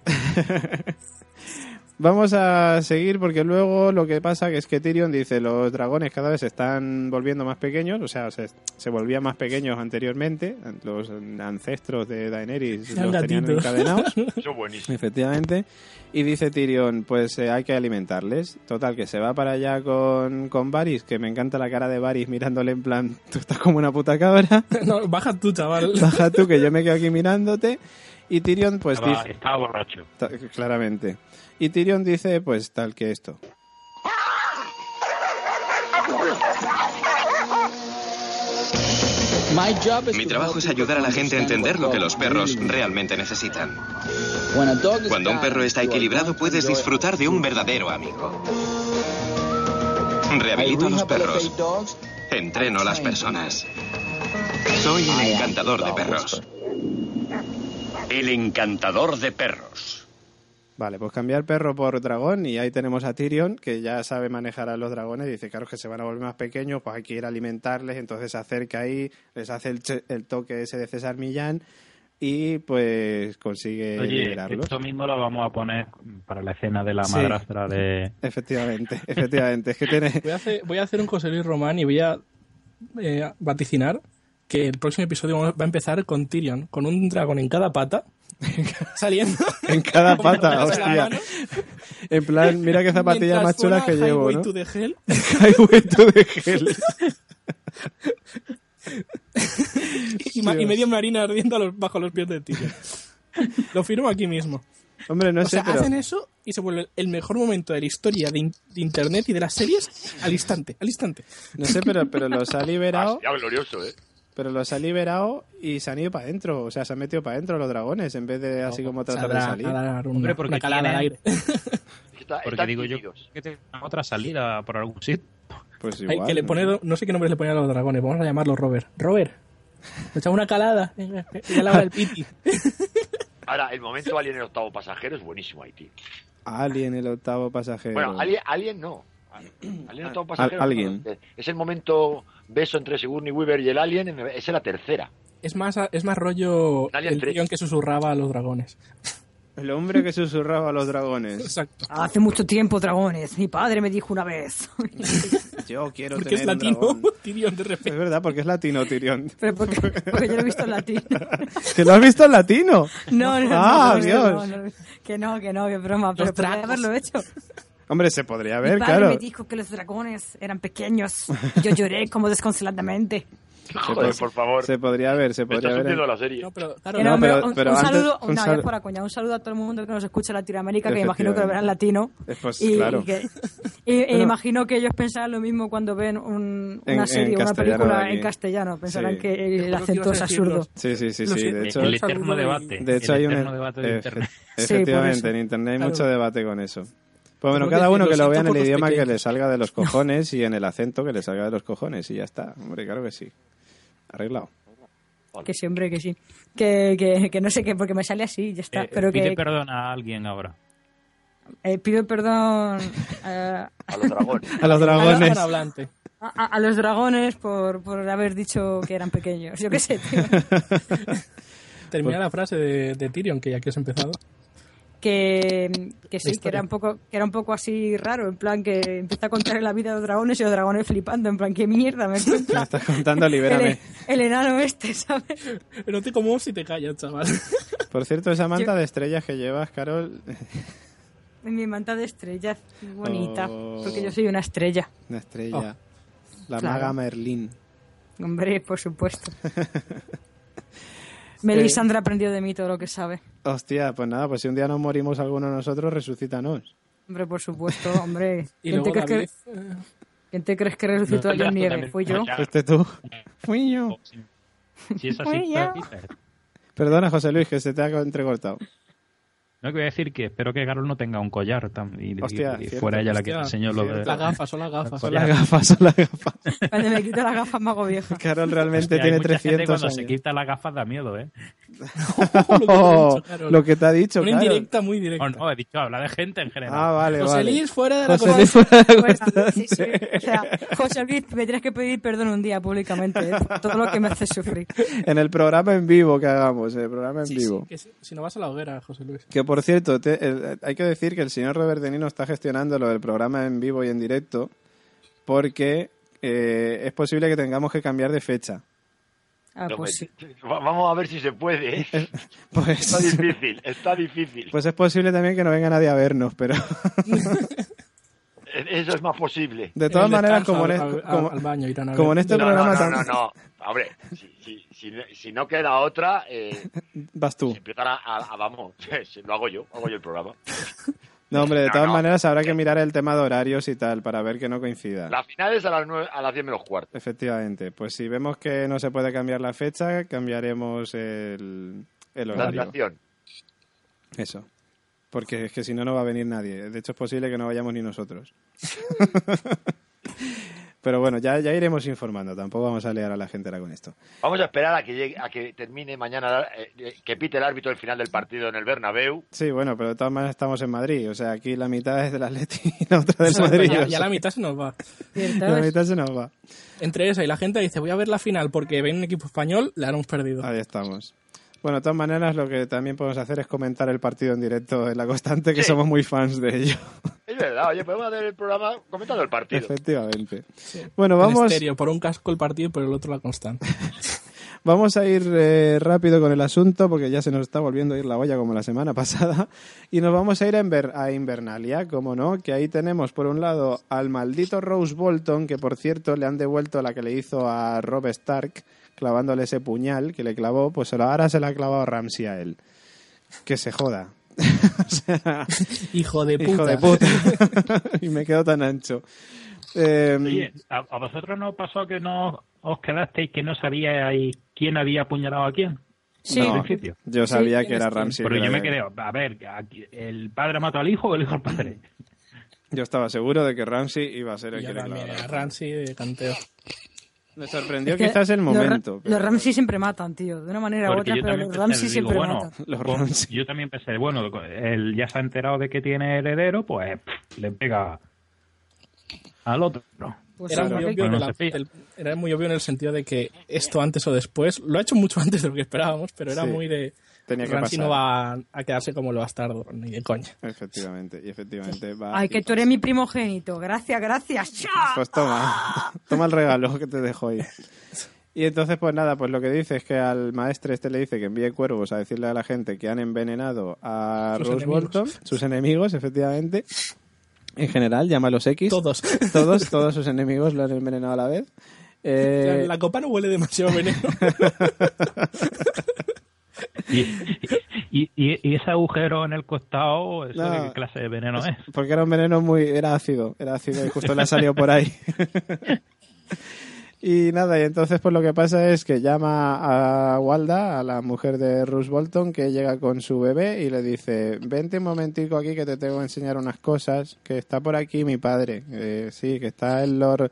Vamos a seguir porque luego lo que pasa que es que Tyrion dice los dragones cada vez se están volviendo más pequeños, o sea, se, se volvían más pequeños anteriormente, los ancestros de Daenerys
Eran
los tenían
gatitos.
encadenados,
Eso es buenísimo.
efectivamente, y dice Tyrion, pues eh, hay que alimentarles. Total, que se va para allá con, con Varys, que me encanta la cara de Varys mirándole en plan, tú estás como una puta cabra,
No, baja tú, chaval.
baja tú que yo me quedo aquí mirándote, y Tyrion pues
Estaba,
dice...
estaba borracho.
Ta- Claramente. Y Tyrion dice, pues tal que esto.
Mi trabajo es ayudar a la gente a entender lo que los perros realmente necesitan. Cuando un perro está equilibrado puedes disfrutar de un verdadero amigo. Rehabilito a los perros. Entreno a las personas. Soy un encantador de perros.
El encantador de perros.
Vale, pues cambiar perro por dragón y ahí tenemos a Tyrion, que ya sabe manejar a los dragones. Dice, claro, que se van a volver más pequeños, pues hay que ir a alimentarles. Entonces se acerca ahí, les hace el, che- el toque ese de César Millán y pues consigue
Oye,
liberarlos.
esto mismo lo vamos a poner para la escena de la
Sí.
madrastra de...
Efectivamente, efectivamente. es que tiene...
Voy a hacer, voy a hacer un José Luis Román y voy a eh, vaticinar que el próximo episodio va a empezar con Tyrion, con un dragón en cada pata, saliendo.
En cada
con una
pata,
pata en la
hostia.
mano,
En plan, mira qué zapatillas
mientras
más chulas
suena
que llevo,
Highway
¿no?
to the Hell.
Highway to the Hell.
y, ma- y
Dios.
media marina ardiendo a los- bajo los pies de Tyrion. Lo firmo aquí mismo.
Hombre, no
o
sé,
sea,
pero...
hacen eso y se vuelve el mejor momento de la historia de, in- de Internet y de las series al instante, al instante.
No sé, pero, pero los ha
Ah,
liberado.
sería glorioso, ¿eh?
Pero los ha liberado y se han ido para adentro. O sea, se han metido para adentro los dragones en vez de así como tratar de
Sabrá
salir.
a dar una,
Hombre, porque
una calada
tienen-
al aire.
Es que está-
Porque
están
digo yo
tímidos.
que tenemos otra salida por algún sitio.
Pues
Hay
igual.
que le
¿no?
pone, no sé qué nombre le ponen a los dragones, vamos a llamarlo Robert. Robert, le echamos una calada, venga, ya la hora del piti.
Ahora, el momento Alien el octavo pasajero es buenísimo ahí, tío.
Alien, el octavo pasajero.
Bueno, Alien, Alien no. Alien el octavo pasajero.
Alguien.
no. Es el momento beso entre Sigourney Weaver y el Alien. en- Esa es la tercera.
Es más, es más rollo
Alien
el
tres.
guión que susurraba a los dragones.
El hombre que susurraba a los dragones.
Exacto.
Hace mucho tiempo, dragones. Mi padre me dijo una vez.
Yo quiero
Porque es
tener un
latino,
dragón.
Tyrion, de repente.
Es verdad, porque es latino, Tirión.
Pero porque, porque yo lo he visto en latín.
¿Que lo has visto en latino?
No, no, no,
Ah,
no, lo he visto,
Dios.
no, no, que no, que no, que broma. Pero
Los
podría
trapos.
haberlo hecho.
Hombre, se podría
Mi
ver,
padre
claro.
me dijo que los dragones eran pequeños. Yo lloré como desconsoladamente.
Joder, por favor.
Se podría ver, se
Me
podría
estás
ver.
hundiendo la serie.
No, pero claro,
Que
No,
no, hombre,
pero-
un,
pero
un
antes-
saludo,
un
no,
sal-
ya fuera coña, un saludo a todo el mundo que nos escucha en Latinoamérica, que imagino que lo verán latino.
Eh, pues,
y,
claro.
y que- y- y imagino que ellos pensarán lo mismo cuando ven un-
En- en
una serie o una
castellano de
película
aquí.
en castellano. Pensarán
Sí.
que
Te
el
juro que ibas
acento
a
es
decir los-
absurdo.
Sí, sí, sí,
Lo
sí.
siento.
De hecho,
el
saludo
eterno
de-
debate.
de hecho
el
hay un. eh,
eterno debate de
efe-
internet.
eso.
Efectivamente, en internet hay
Claro.
mucho debate con eso. Pues bueno,
Tengo que
cada
decir,
uno
lo
que lo
siento
vea en el
por los
idioma que
pequeños.
le salga de los cojones y en el acento que le salga de los cojones y ya está. Hombre, claro que sí. Arreglado.
Que sí, hombre, que sí. Que, que- que no sé qué, porque me sale así, ya está.
Eh,
pero
pide
que
perdón a alguien ahora.
eh, pido perdón eh,
A los dragones.
A los dragones.
Ahora hablante.
a, a- a los dragones por, por haber dicho que eran pequeños. Yo qué sé, tío.
Termina
Pues
la frase de, de Tyrion, que ya que has empezado.
que, que sí, que
historia.
era, un poco, que era un poco así raro, en plan que empieza a contar la vida de los dragones y los dragones flipando, en plan, qué mierda me
Me
cuenta
estás contando,
el, e-,
libérame.
el enano este, ¿sabes?
Pero te como si te callas, chaval.
Por cierto, esa manta de estrellas que llevas, Carol,
En mi manta de estrellas, qué bonita,
Oh.
porque yo soy una estrella,
una estrella. La
Oh, claro.
maga Merlín.
hombre, por supuesto. Melisandre aprendió de mí todo lo que sabe.
Hostia, pues nada, pues si un día nos morimos alguno de nosotros, resucítanos.
Hombre, por supuesto, hombre.
Y
¿Quién,
luego
te crees que,
David,
quién te crees que resucitó a John Nieve? Fui yo.
Fuiste Este tú. Fui
Oh.
yo.
Si es así, pues
Oye.
Peter.
Perdona, José Luis, que se te ha entrecortado.
No, que voy a decir que espero que Carol no tenga un collar tam- y, y-
Hostia,
y
cierto,
fuera ella la que te
hostia,
enseñó lo de...
las gafas, son las gafas.
Son
Las gafas, son las gafas.
Cuando me quito las gafas me hago vieja.
Pues
Carol realmente
Hostia, hay
tiene
mucha gente
300
cuando
años.
se quita las gafas da miedo, ¿eh?
Lo que te he dicho, Carol.
lo que te ha dicho,
Una
Carol.
indirecta muy directa.
O no, he dicho, habla de gente en general.
Ah, vale,
José
vale.
Luis, fuera de la
José
cosa.
Luis fuera de la
Pues,
cuesta.
sí, sí. O sea, José Luis, me tienes que pedir perdón un día públicamente ¿eh? por todo lo que me hace sufrir.
En el programa en vivo que hagamos, en el programa en
Sí, sí,
vivo.
que sí, si no vas a la hoguera, José Luis.
Que por cierto, te- el- hay que decir que el señor Robert De Niro está gestionando lo del programa en vivo y en directo porque eh, es posible que tengamos que cambiar de fecha.
Ah,
No,
pues sí.
pues, va- Vamos a ver si se puede. ¿eh? Está
Pues,
difícil, está difícil.
pues es posible también que no venga nadie a vernos, pero
Eso es más posible.
de todas
En el
maneras,
descanso,
como en,
al-
este-
al-
como-
al baño irán a
como en
ver.
este
no,
programa
no,
tan-
no, no, no. Hombre, si, si- si no- si no queda otra, eh,
vas tú.
se empiezará a, a- vamos, si lo hago yo, hago yo el programa.
No, hombre, de
No,
todas
no.
maneras habrá que mirar el tema de horarios y tal para ver que no coincida.
La final es a las, nueve, a las 10 menos cuarto.
Efectivamente, pues si vemos que no se puede cambiar la fecha, cambiaremos el, el
La
horario.
estación.
Eso. Porque es que si no, no va a venir nadie. De hecho, es posible que no vayamos ni nosotros. Pero bueno, ya, ya iremos informando. Tampoco vamos a liar a la gente ahora con esto.
Vamos a esperar a que llegue, a que termine mañana, eh, eh, que pite el árbitro el final del partido en el Bernabéu.
Sí, bueno, pero de todas maneras estamos en Madrid. O sea, aquí la mitad es del Atleti y la otra del
Ya-
Madrid.
ya,
o sea,
la mitad se nos va.
Cierto,
la
es-
mitad se nos va.
Entre esa y la gente dice, voy a ver la final porque ven un equipo español, la hemos perdido.
Ahí estamos. Bueno, de todas maneras, lo que también podemos hacer es comentar el partido en directo en La Constante, que
Sí.
somos muy fans de ello.
Es verdad, oye, podemos hacer el programa comentando el partido.
Efectivamente. Bueno, vamos,
En estéreo, por un casco el partido y por el otro la constante.
Vamos a ir eh, rápido con el asunto porque ya se nos está volviendo a ir la olla como la semana pasada. Y nos vamos a ir a, Inver- a Invernalia, como no, que ahí tenemos por un lado al maldito Rose Bolton, que por cierto le han devuelto la que le hizo a Rob Stark, clavándole ese puñal que le clavó, pues se lo- ahora se la ha clavado Ramsey a él. Que se joda. O sea,
Hijo de puta.
hijo de puta. y me quedo tan ancho. Eh,
Oye, ¿a, a vosotros no os pasó que no os quedasteis que no sabíais quién había apuñalado a quién?
Sí,
Al
no,
principio.
yo sabía
Sí,
que era
tienes-
Ramsey.
Pero yo me quedé, a ver, aquí- ¿el padre mató al hijo o el hijo al padre?
Yo estaba seguro de que Ramsey iba a ser el
Y
que le
ahora, mira,
clavara.
Ramsey de canteo.
Me sorprendió
que
quizás el
los Ra-
momento.
Los,
pero-
Ramsey siempre matan, tío. De una manera u
Porque
otra,
yo
pero
también
los
pensé,
Ramsey
digo,
siempre
bueno,
matan.
Los
Pues,
Ramsey.
Yo también pensé, bueno, él ya se ha enterado de que tiene heredero, pues pff, le pega al otro.
Pues
Era
sí,
muy,
porque-
obvio
Bueno,
que
no se
la-
fía.
el- era muy obvio en el sentido de que esto antes o después, lo ha hecho mucho antes de lo que esperábamos, pero era
Sí.
muy de...
Tenía que
Ramsey
pasar.
no va a, a quedarse como lo bastardo, ni de coña.
Efectivamente, y efectivamente va.
Ay,
y
que tú
pasa.
eres mi primogénito. Gracias, gracias. ¡Cha!
Pues toma, toma el regalo que te dejo ahí. Y entonces, pues nada, pues lo que dice es que al maestre este le dice que envíe cuervos a decirle a la gente que han envenenado a
Sus
Rose
enemigos.
Bolton, sus enemigos, efectivamente. En general, llámalos X.
Todos.
Todos, todos sus enemigos lo han envenenado a la vez. Eh,
la copa no huele demasiado a veneno.
Y, y- y- y ese agujero en el costado, ¿eso
No.
de qué clase de veneno es?
Porque era un veneno muy. Era ácido, era ácido y justo le ha salido por ahí. y nada, y entonces, pues lo que pasa es que llama a Walda, a la mujer de Ruth Bolton, que llega con su bebé y le dice: Vente un momentico aquí que te tengo que enseñar unas cosas. Que está por aquí mi padre. Eh, sí, que está el Lord,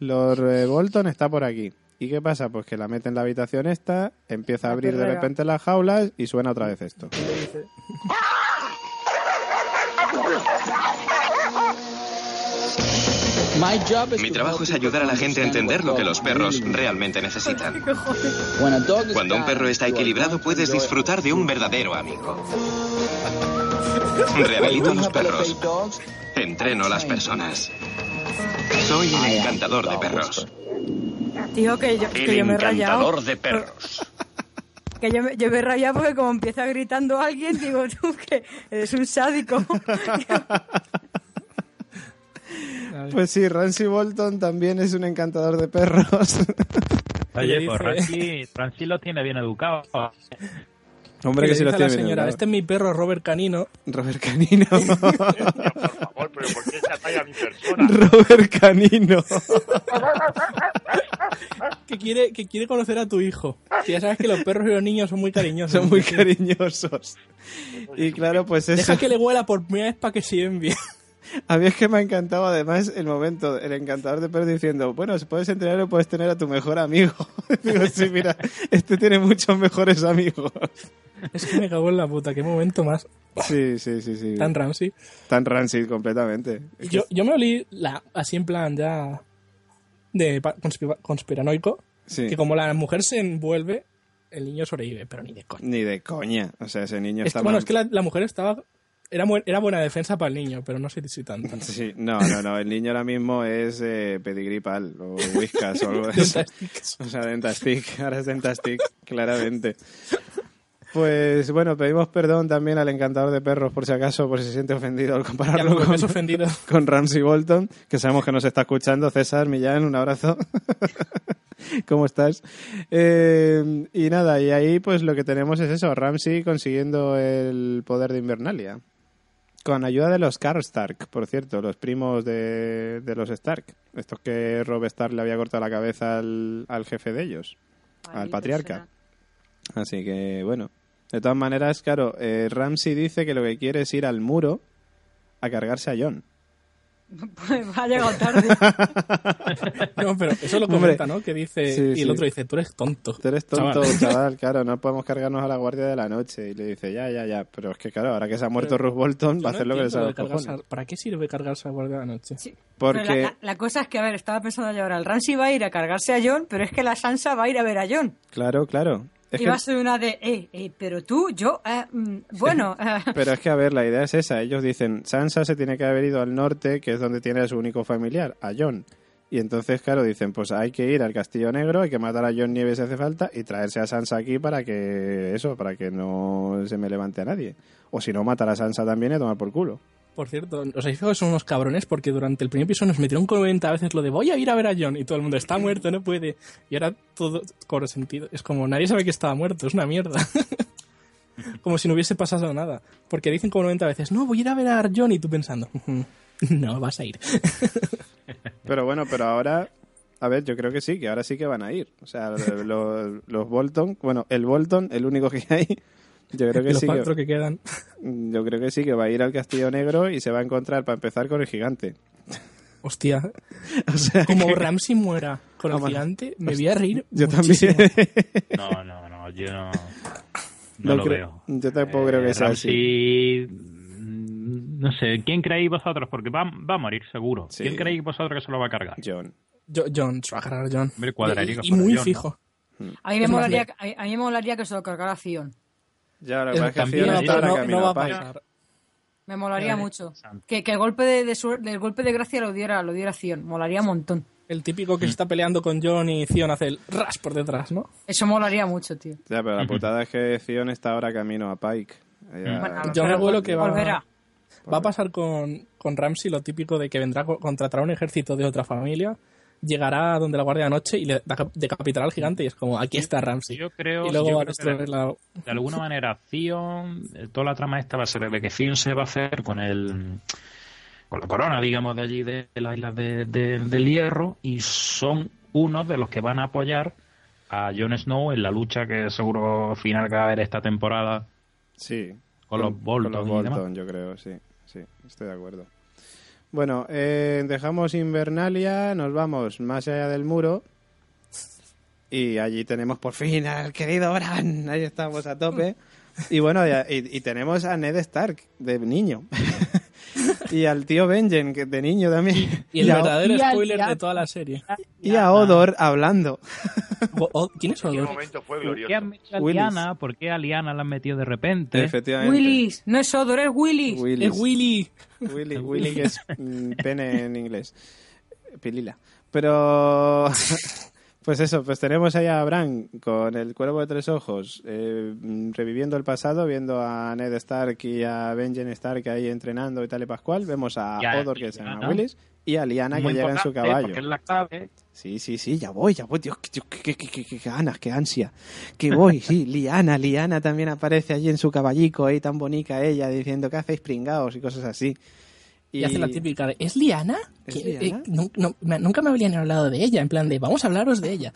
Lord eh, Bolton, está por aquí. ¿Y qué pasa? Pues que la mete en la habitación esta, empieza a
La
abrir de
perrera.
repente las jaulas y suena otra vez esto.
Mi trabajo es ayudar a la gente a entender lo que los perros realmente necesitan. Cuando un perro está equilibrado puedes disfrutar de un verdadero amigo. Rehabilito a los perros. Entreno a las personas. Soy el encantador de perros.
pues-
Tío, que yo, que
El
yo me he rayado.
encantador de perros.
Que yo me, yo me he rayado porque como empieza gritando alguien, digo tú que eres un sádico.
Pues sí, Ramsey Bolton también es un encantador de perros.
y le
Oye, pues
dice-
Francis, Francis los tiene bien educados.
Hombre, que
y le
si lo
dice
tiene.
a la
bien
señora,
educado.
este es mi perro Robert Canino.
Robert Canino.
Por favor, pero ¿por qué se ataca a mi persona?
Robert Canino.
que quiere, que quiere conocer a tu hijo. Que ya sabes que los perros y los niños son muy cariñosos.
Son muy
Sí.
cariñosos. Y claro, pues eso.
Deja que le huela por primera vez para que se envíe.
A mí es que me ha encantado además el momento, el encantador de perros diciendo, bueno, si puedes entrenar o puedes tener a tu mejor amigo. Digo, sí, mira, este tiene muchos mejores amigos.
Es que me cago en la puta, qué momento más
Sí, sí, sí, sí.
tan Ramsey.
Tan rancid completamente.
Y Yo, yo me olí la, así en plan ya de pa- conspi- conspiranoico,
Sí.
que como la mujer se envuelve, el niño sobrevive, pero ni de coña.
Ni de coña. O sea, ese niño
Es
está
que, bueno,
mal.
es que la, la mujer estaba... Era, mu- era buena defensa para el niño, pero no sé si tanto.
Sí, no, no, no. El niño ahora mismo es eh, pedigripal o whiskas o algo de eso.
Fantásticas.
O sea, Dentastic, ahora es Dentastic, claramente. Pues bueno, pedimos perdón también al encantador de perros por si acaso, por si se siente ofendido al
Ya me
compararlo con,
has ofendido.
con Ramsey Bolton, que sabemos que nos está escuchando. César Millán, un abrazo. ¿Cómo estás? Eh, y nada, y ahí pues lo que tenemos es eso, Ramsey consiguiendo el poder de Invernalia. Con ayuda de los Karstark, por cierto, los primos de, de los Stark. Estos que Rob Stark le había cortado la cabeza al, al jefe de ellos. al patriarca. Así que, bueno. De todas maneras, claro, eh, Ramsey dice que lo que quiere es ir al muro a cargarse a John.
Pues ha llegado tarde.
No, pero eso lo
Hombre.
comenta, ¿no? Que dice...
Sí,
y el
sí.
otro dice, tú eres tonto.
Tú eres tonto,
Chaval.
chaval. claro, no podemos cargarnos a la guardia de la noche. Y le dice, ya, ya, ya, pero es que claro, ahora que se ha muerto Ruth Bolton,
Yo
va a
no
hacer lo que le
entiendo
sale a los
lo de cargarse
cojones.
a- ¿Para qué sirve cargarse a la guardia de la noche?
Sí.
Porque-
Pero la, la- la cosa es que, a ver, estaba pensando yo ahora, el Ramsey va a ir a cargarse a John, pero es que la Sansa va a ir a ver a John.
Claro, claro. Es
y
que-
va a ser una de, eh, eh, pero tú, yo, eh, mm, bueno, eh,
Pero es que, a ver, la idea es esa. Ellos dicen, Sansa se tiene que haber ido al norte, que es donde tiene a su único familiar, a John. Y entonces, claro, dicen, pues hay que ir al Castillo Negro, hay que matar a John Nieves si hace falta y traerse a Sansa aquí para que eso, para que no se me levante a nadie. O si no, matar a Sansa también y a tomar por culo.
Por cierto, os habéis fijado que son unos cabrones porque durante el primer episodio nos metieron 90 veces lo de voy a ir a ver a John y todo el mundo está muerto, no puede. Y ahora todo corre sentido. Es como nadie sabe que estaba muerto, es una mierda. como si no hubiese pasado nada. Porque dicen como 90 veces, no, voy a ir a ver a John y tú pensando, "Ujú, no, vas a ir.
Pero bueno, pero ahora, a ver, yo creo que sí, que ahora sí que van a ir. O sea, lo- lo- los Bolton, bueno, el Bolton, el único que hay, yo creo que
los
sí.
cuatro
Que,
que quedan.
yo creo que sí, que va a ir al Castillo Negro y se va a encontrar, para empezar, con el gigante.
Hostia,
O sea,
como
que-
Ramsey muera con el
Vamos.
gigante, me voy a reír.
yo
muchísimo.
también.
No, no, no, yo no, no
No
lo
creo-
veo. Eh,
yo tampoco creo que sea
Ramsey, mm, No sé, ¿quién creéis vosotros? Porque va, va a morir seguro.
Sí.
¿Quién creéis vosotros que se lo va a cargar?
John.
Yo- John, se va a cargar a John.
Hombre, cuadrarico
Y- y
para
muy
John, ¿no?
fijo.
a, mí me
Es más,
molaría,
le-
a, mí- a mí me molaría que se lo cargara Cion.
Ya, lo
Eh,
que pasa es que
también
Fiona
ha
no,
está
dicho-
ahora
no-
camino
no va a
a Pai.
pasar.
Me molaría
Ya, eh.
mucho. Que, que el, golpe de, de suer- el golpe de gracia lo diera, lo diera Cion. Molaría un montón.
El típico que se está peleando con John y Zion hace el ras por detrás, ¿no?
Eso molaría mucho, tío.
Ya, pero la putada es que Fiona está ahora camino a Pike. Ella-
Bueno,
Yo
pero
recuerdo que va-
Volverá.
Va a pasar con, con Ramsey lo típico de que vendrá, co- contratará un ejército de otra familia, llegará donde la guardia de la noche y le deca- decapitará al gigante y es como, aquí está Ramsey.
Yo creo,
y luego
yo
va a
creo que
destruir la...
de alguna manera Zion, eh, toda la trama esta va a ser de que Zion se va a hacer con el con la corona, digamos, de allí de, de las islas de- de- del hierro y son unos de los que van a apoyar a Jon Snow en la lucha que seguro final que va a haber esta temporada
Sí.
con los Bolton,
los
y demás.
Bolton, yo creo, sí. Sí, estoy de acuerdo. Bueno, eh, dejamos Invernalia, nos vamos más allá del muro. Y allí tenemos por fin al querido Bran. Ahí estamos a tope. Y bueno, ya- y, y tenemos a Ned Stark de niño. y al tío Benjen, que de niño también.
Y el
a-
verdadero
y al
spoiler de
diablo.
toda la serie. oh,
y a Odor hablando.
O- o- ¿Quién es
Aquel
Odor?
momento fue
¿Por qué
glorioso.
han metido a
Willis.
Liana? ¿Por qué a Liana la han metido de repente?
Efectivamente.
Willis. No es Odor, es Willis.
¿Eh? Es Willy.
Willy, Willy que es mm, pene en inglés. Pilila. Pero. Pues eso, pues tenemos ahí a Bran con el cuervo de tres ojos, eh, reviviendo el pasado, viendo a Ned Stark y a Benjen Stark ahí entrenando y tal y Pascual. Vemos a
Y a
Hodor que se
Lyanna.
llama Willis y a Liana que
Muy
llega en su
importante,
caballo.
porque es la clave.
Sí, sí, sí, ya voy, ya voy, Dios, Dios, qué, qué- qué- qué- qué ganas, qué ansia, que voy, sí, Liana, Liana también aparece allí en su caballico, ahí tan bonita ella, diciendo que hacéis pringados y cosas así.
Y, hace la típica de, ¿es Liana?
¿Es
Que- eh,
Liana?
nun- no- me- nunca me habían hablado de ella, en plan de, vamos a hablaros de ella.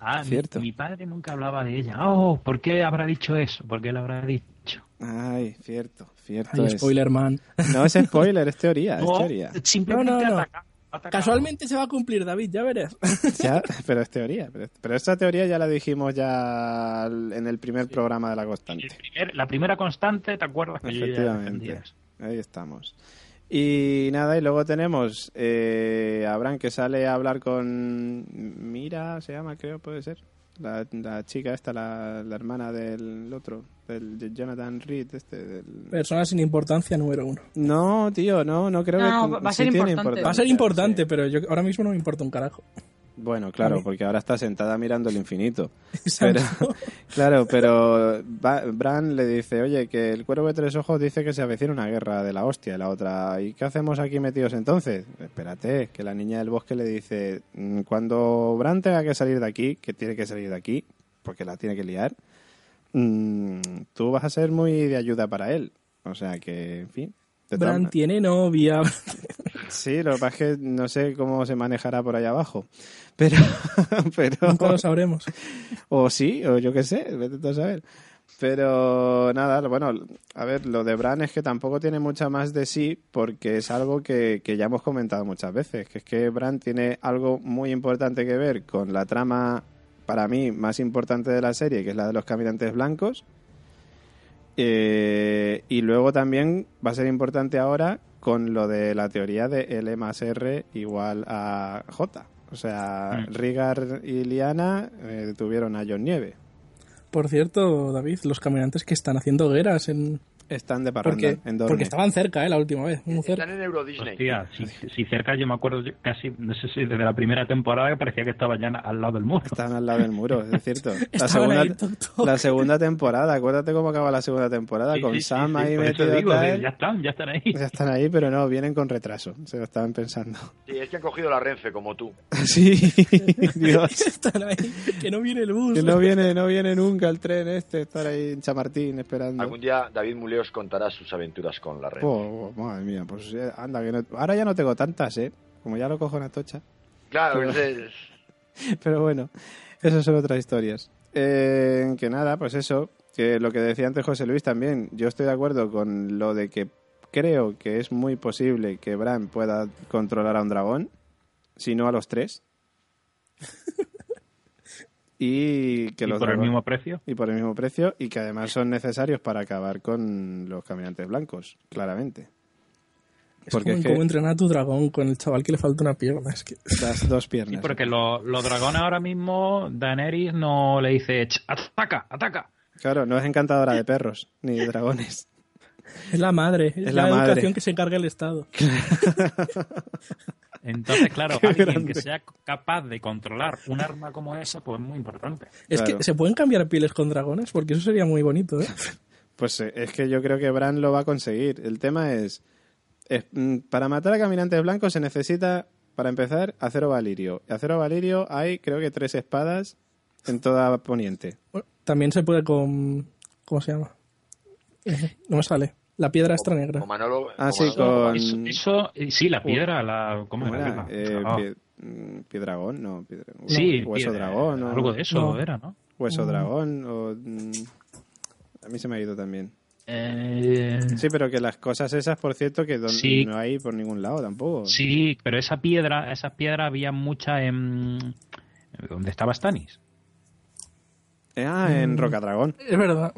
Ah, mi-
Cierto.
Mi, padre nunca hablaba de ella. Oh, ¿por qué habrá dicho eso? ¿Por qué lo habrá dicho?
Ay, cierto, cierto. es.
Ay, spoiler, man.
No es spoiler, es teoría, es
No,
teoría.
simplemente
No, no, no.
ataca- atacaba.
Casualmente se va a cumplir, David, ya verás.
Ya, pero es teoría. Pero, pero esa teoría ya la dijimos ya al- en el primer programa de La
El
Constante.
primer- la primera constante, ¿te acuerdas? Que yo ya defendí
Efectivamente.
eso?
Ahí estamos. Y nada, y luego tenemos eh, a Bran que sale a hablar con Mira, se llama, creo, puede ser. La, la chica esta, la, la hermana del otro, del Jonathan Reed, este. Del...
Persona sin importancia número uno.
No, tío, no, no creo
No,
que...
va a
sí
ser
tiene
importante.
Va a ser
importancia,
importante,
sí.
pero yo ahora mismo no me importa un carajo.
Bueno, claro, porque ahora está sentada mirando el infinito.
Exacto.
Claro, pero Ba- Bran le dice, oye, que el cuervo de tres ojos dice que se avecina una guerra de la hostia, la otra. ¿Y qué hacemos aquí metidos entonces? Espérate, que la niña del bosque le dice, "Mm, cuando Bran tenga que salir de aquí, que tiene que salir de aquí, porque la tiene que liar, mm, tú vas a ser muy de ayuda para él. O sea que, en fin. de todas
Bran
ma-
tiene novia.
Sí, lo que pasa es que no sé cómo se manejará por allá abajo. Pero, pero
Nunca lo sabremos.
o sí, o yo qué sé, vete tú a saber. Pero nada, bueno, a ver, lo de Bran es que tampoco tiene mucha más de sí porque es algo que, que ya hemos comentado muchas veces, que es que Bran tiene algo muy importante que ver con la trama, para mí, más importante de la serie, que es la de los caminantes blancos. Eh, y luego también va a ser importante ahora con lo de la teoría de L más R igual a J. O sea,
Mm.
Rigar y Liana eh, tuvieron a John Nieve.
Por cierto, David, los caminantes que están haciendo hogueras en...
Están de parranda
Porque,
en Dorne.
porque estaban cerca, ¿eh? La última vez. muy cerca.
Están en Euro Disney.
Hostia, si, si cerca yo me acuerdo yo casi, no sé si desde la primera temporada que parecía que estaba ya al lado del muro.
Están al lado del muro, es cierto. La
Estaban
segunda,
ahí, toc, toc.
la segunda temporada, acuérdate cómo acaba la segunda temporada
Sí,
con
sí, sí,
Sam
sí,
ahí
por eso
metido.
digo,
tal.
ya están, ya están ahí.
ya están ahí, pero no, vienen con retraso. Se lo estaban pensando.
Sí, es que han cogido la Renfe, como tú.
Sí, Dios.
Están ahí, que no viene el bus.
Que no viene, no viene nunca el tren este, estar ahí en Chamartín esperando.
Algún día David Muleos contará sus aventuras con la Renfe.
Po, madre mía, pues eh, anda, que no- ahora ya no tengo tantas, ¿eh? Como ya lo cojo en Atocha.
Claro, entonces,
Pero bueno, esas son otras historias. Eh, que nada, pues eso, que lo que decía antes José Luis también, yo estoy de acuerdo con lo de que creo que es muy posible que Bran pueda controlar a un dragón, si no a los tres. y que
Y
los
por el
dragones-
mismo precio.
y por el mismo precio y que además son necesarios para acabar con los caminantes blancos, claramente.
Es
Porque
como
es
en
que-
cómo entrenar a tu dragón con el chaval que le falta una pierna. Es que...
Las dos
Sí,
piernas.
porque lo- los dragones ahora mismo, Daenerys no le dice, "Ch, ataca, ataca.
Claro, no es encantadora de perros ni de dragones.
Es la madre, es,
Es
la,
la madre.
educación que se encarga el Estado.
Entonces, claro,
Qué
alguien
grande.
que sea capaz de controlar un arma como esa, pues es muy importante.
Es
Claro.
que se pueden cambiar pieles con dragones porque eso sería muy bonito, ¿eh?
Pues eh, es que yo creo que Bran lo va a conseguir. El tema es, es, mm, para matar a caminantes blancos se necesita, para empezar, acero valirio. Y Acero valirio hay creo que tres espadas en toda poniente.
Bueno, también se puede con... ¿Cómo se llama? Eh, No me sale. La piedra extra negra.
o Manolo.
Ah,
o
sí,
Manolo-
con-
Eso, eso- y sí, la piedra, la... ¿Cómo
¿Cómo
era?
era? Eh,
Ah,
pie- mm, piedragón, no. piedra-
sí,
hueso
piedra,
dragón. o-
Algo de eso
No.
era, ¿no?
Hueso dragón o... mm, A mí se me ha ido también.
Eh,
Sí, pero que las cosas esas, por cierto, que don-
Sí.
no hay por ningún lado tampoco.
Sí, pero esa piedra, esas piedras había muchas en donde estaba Stanis.
Eh, ah,
Mm.
en Rocadragón.
Es verdad.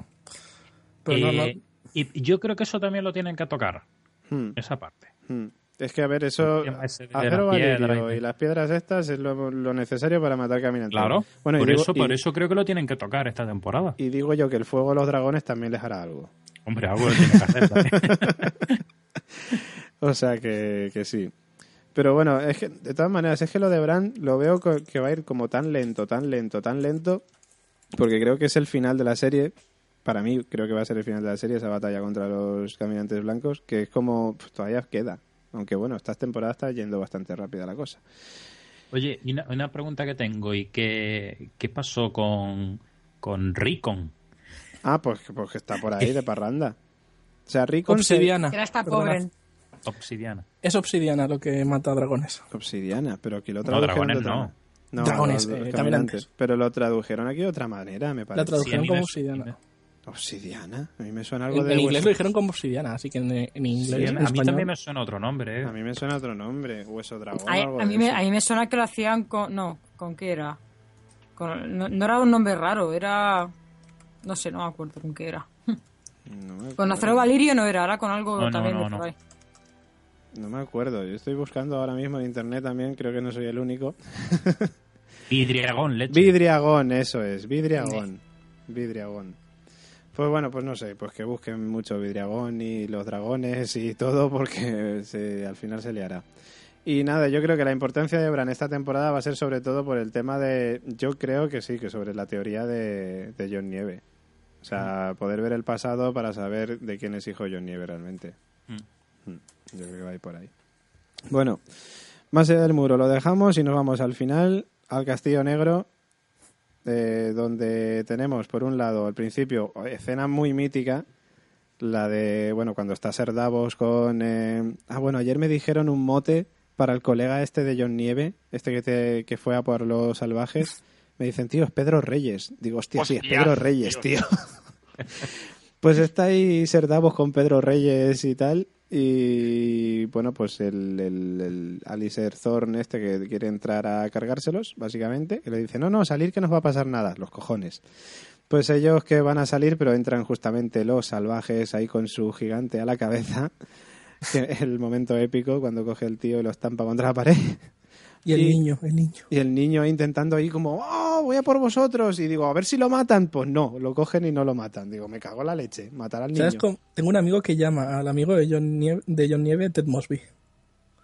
Pero no,
Eh,
Eh,
no.
Y yo creo que eso también lo tienen que tocar,
Hmm,
esa parte.
hmm. Es que, a ver, eso...
El tema ese de
Acero
la piedra
valirio
y-
y las piedras estas es lo, lo necesario para matar caminantes.
Claro.
Bueno, y
por
digo-
eso,
y-
por eso creo que lo tienen que tocar esta temporada.
Y digo yo que el fuego a los dragones también les hará algo.
Hombre, algo lo tienen que hacer. también.
O sea que, que sí. Pero bueno, es que de todas maneras, es que lo de Bran lo veo co- que va a ir como tan lento, tan lento, tan lento, porque creo que es el final de la serie. Para mí, creo que va a ser el final de la serie esa batalla contra los caminantes blancos, que es como pues, todavía queda. Aunque bueno, esta temporada está yendo bastante rápida la cosa.
Oye, y una, una pregunta que tengo, ¿y qué, qué pasó con, con Ricon?
Ah, pues, pues que está por ahí de parranda. O sea, Rico
Obsidiana.
Era esta
Perdonad.
pobre.
Obsidiana.
Es obsidiana lo que mata dragones.
Obsidiana, pero aquí lo
No,
tradujeron
dragones
de otra
no.
manera. No,
Dragones,
los- los
eh,
caminantes.
caminantes.
Pero lo tradujeron aquí de otra manera, me
La
parece.
tradu-
tradujeron
Sí, a mí
como
me-
obsidiana.
Obsidiana, a mí me suena algo
En,
de...
en inglés lo dijeron como obsidiana, así que en, en inglés.
Sí,
en
a mí- a mí
español-
también me suena otro nombre, ¿eh?
A mí me suena otro nombre, hueso dragón.
A,
o algo
a mí
de
me,
eso.
a mí me suena que lo hacían con. No, ¿con qué era? Con- no, no era un nombre raro, era. No sé, no me acuerdo con qué era.
No me
Con
acuerdo.
acero valirio no era, era con algo
No, no,
también
no,
de por
no.
ahí.
No me acuerdo, yo estoy buscando ahora mismo en internet también, creo que no soy el único.
Vidriagón, leche.
Vidriagón, eso es, Vidriagón. Vidriagón. Pues bueno, pues no sé, pues que busquen mucho Vidriagón y los dragones y todo porque se- al final se liará. Y nada, yo creo que la importancia de Bran esta temporada va a ser sobre todo por el tema de, yo creo que sí, que sobre la teoría de, de John Nieve. O sea, poder ver el pasado para saber de quién es hijo John Nieve realmente. Mm, Yo creo que va a ir por ahí. Bueno, más allá del muro lo dejamos y nos vamos al final, al Castillo Negro, eh, donde tenemos por un lado al principio escena muy mítica, la de, bueno, cuando está Ser Davos con... eh, ah, bueno, ayer me dijeron un mote para el colega este de John Nieve, este que, te- que fue a por los salvajes. Me dicen, tío, es Pedro Reyes. Digo, hostia, sí, es
Hostia,
Pedro Reyes, tío.
Dios.
Pues está ahí Ser Davos con Pedro Reyes y tal. Y bueno, pues el, el, el Alistair Thorne este que quiere entrar a cargárselos, básicamente, y le dice, no, no, salir que no os va a pasar nada, los cojones. Pues ellos que van a salir, pero entran justamente los salvajes ahí con su gigante a la cabeza. Que es El momento épico cuando coge el tío y lo estampa contra la pared.
Y el
Y-
niño, el niño.
Y el niño ahí intentando ahí como, ¡oh, voy a por vosotros! Y digo, a ver si lo matan. Pues no, lo cogen y no lo matan. Digo, me cago en la leche, matar al niño.
¿Sabes cómo? Tengo un amigo que llama al amigo de John Nieve, de John Nieve Ted Mosby.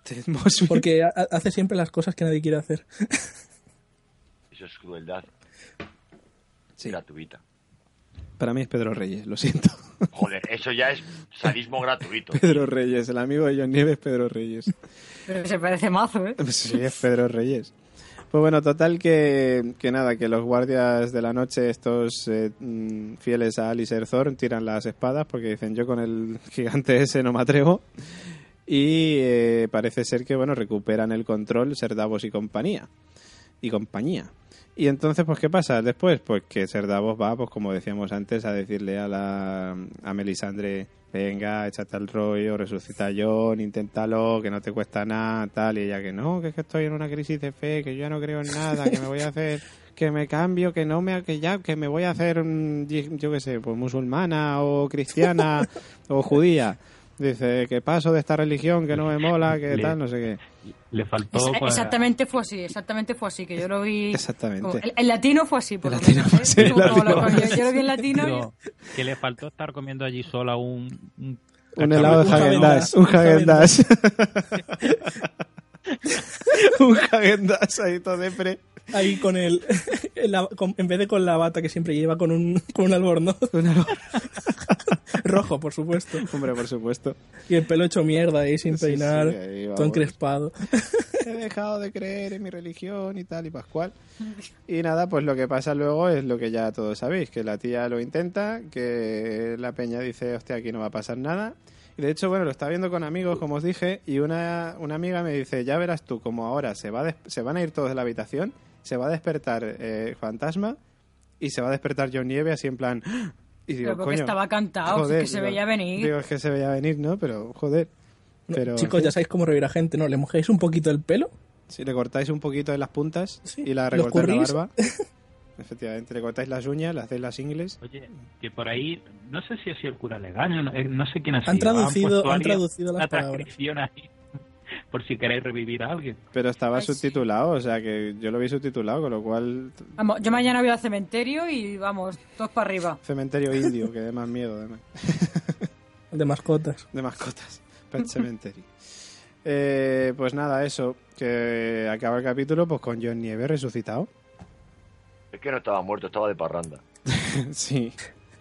Ted Mosby.
Porque ha- hace siempre las cosas que nadie quiere hacer.
Eso es crueldad
Sí,
gratuita.
para mí es Pedro Reyes, lo siento.
Joder, eso ya es sadismo gratuito.
Pedro Reyes, el amigo de John Nieves es Pedro Reyes.
Pero se parece mazo, ¿eh?
Sí, es Pedro Reyes. Pues bueno, total que, que nada, que los guardias de la noche, estos eh, mm, fieles a Alistair Thorne, tiran las espadas porque dicen yo con el gigante ese no me atrevo. Y eh, parece ser que, bueno, recuperan el control Ser Davos y compañía. Y compañía. Y entonces, pues, ¿qué pasa después? Pues que Ser Davos va, pues como decíamos antes, a decirle a la a Melisandre, venga, échate al rollo, resucita a John, inténtalo, que no te cuesta nada, tal, y ella que no, que es que estoy en una crisis de fe, que yo ya no creo en nada, que me voy a hacer, que me cambio, que no me, que ya, que me voy a hacer, mm, yo yo qué sé, pues musulmana o cristiana o judía. Dice, que paso de esta religión, que no me mola, que
Le-
tal, no sé qué.
Le faltó...
Esa-
pues,
exactamente fue así, exactamente fue así, que yo lo vi.
Exactamente.
como- el, el latino fue así, por
El
lo
latino
menos,
fue
¿eh?
así, el
Como
latino
lo-
fue
yo- yo lo vi en latino. y-
pero que le faltó estar comiendo allí sola un... un-
Un helado de
Un Häagen-Dazs,
Hagen Dazs. Un
un
Hagen Dazs. Un Hagen Dazs ahí todo de pre.
Ahí con el. la- con- en vez de con la bata que siempre lleva, con un, con un albornoz. Rojo, por supuesto.
Hombre, por supuesto.
Y el pelo hecho mierda ahí sin
Sí,
peinar.
sí, ahí
todo
vamos.
encrespado.
He dejado de creer en mi religión y tal y pascual. Y nada, pues lo que pasa luego es lo que ya todos sabéis, que la tía lo intenta, que la peña dice, hostia, aquí no va a pasar nada. Y de hecho, bueno, lo estaba viendo con amigos, como os dije, y una, una amiga me dice, ya verás tú, como ahora se, va a des- se van a ir todos de la habitación, se va a despertar eh, Fantasma y se va a despertar John Nieve así en plan... ¡Ah! Y digo,
pero porque
coño,
estaba cantado,
joder,
que se
digo-
veía venir.
Digo, es que se veía venir, ¿no? Pero, joder.
No,
Pero,
Chicos, ya sabéis cómo revivir a gente, ¿no? Le mojáis un poquito el pelo.
Si le cortáis un poquito de las puntas
Sí,
y la
los
recortáis la
curlis.
barba. Efectivamente, le cortáis las uñas, le hacéis las ingles.
Oye, que por ahí, no sé si ha sido el cura Legaño, no, eh, no sé quién ha sido.
Han traducido-
puesto
han
alguien,
traducido las
una
palabras.
transcripción ahí, por si queréis revivir a alguien.
Pero estaba
Ay, sí.
subtitulado, o sea que yo lo vi subtitulado, con lo cual.
Vamos, yo mañana voy al cementerio y vamos, todos para arriba.
Cementerio indio, que de más miedo, de, más-
De mascotas.
de mascotas. Pet cementerio. Eh, pues nada, eso. Que acaba el capítulo pues con John Nieve resucitado.
Es que no estaba muerto, estaba de parranda.
sí.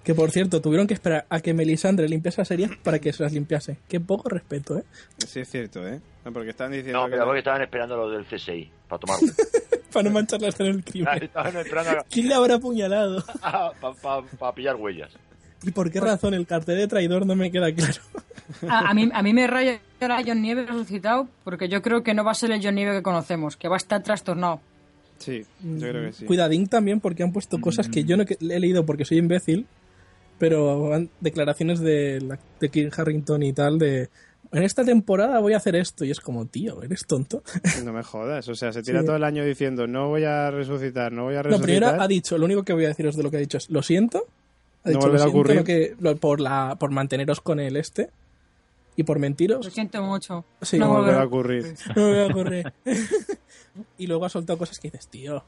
Que por cierto, tuvieron que esperar a que Melisandre limpiase las heridas para que se las limpiase. Qué poco respeto, ¿eh?
Sí, es cierto, ¿eh? No, porque están diciendo
No,
que
pero
la-
porque estaban esperando los del CSI para tomar.
Para no manchar la escena del crimen.
estaban esperando
¿Quién le habrá apuñalado?
para pillar huellas.
¿Y por qué razón el cartel de traidor no me queda claro?
A, a mí, a mí me raya ahora John Nieve resucitado porque yo creo que no va a ser el John Nieve que conocemos, que va a estar trastornado.
Sí, yo creo que sí. Mm.
Cuidadín también porque han puesto cosas que yo no que- he leído porque soy imbécil, pero han- declaraciones de, la- de Kim Harrington y tal de... En esta temporada voy a hacer esto y es como, tío, eres tonto.
No me jodas. O sea, se tira
Sí.
todo el año diciendo no voy a resucitar, no voy a
No, primero
resucitar.
ha dicho, lo único que voy a deciros de lo que ha dicho es, lo siento, ha
No
dicho,
volverá a
lo siento
ocurrir.
lo que, lo- por, la, por manteneros con el este y por mentiros.
Lo siento mucho.
Sí,
no
no volverá a
volverá.
ocurrir.
No me va a ocurrir. y luego ha soltado cosas que dices, tío.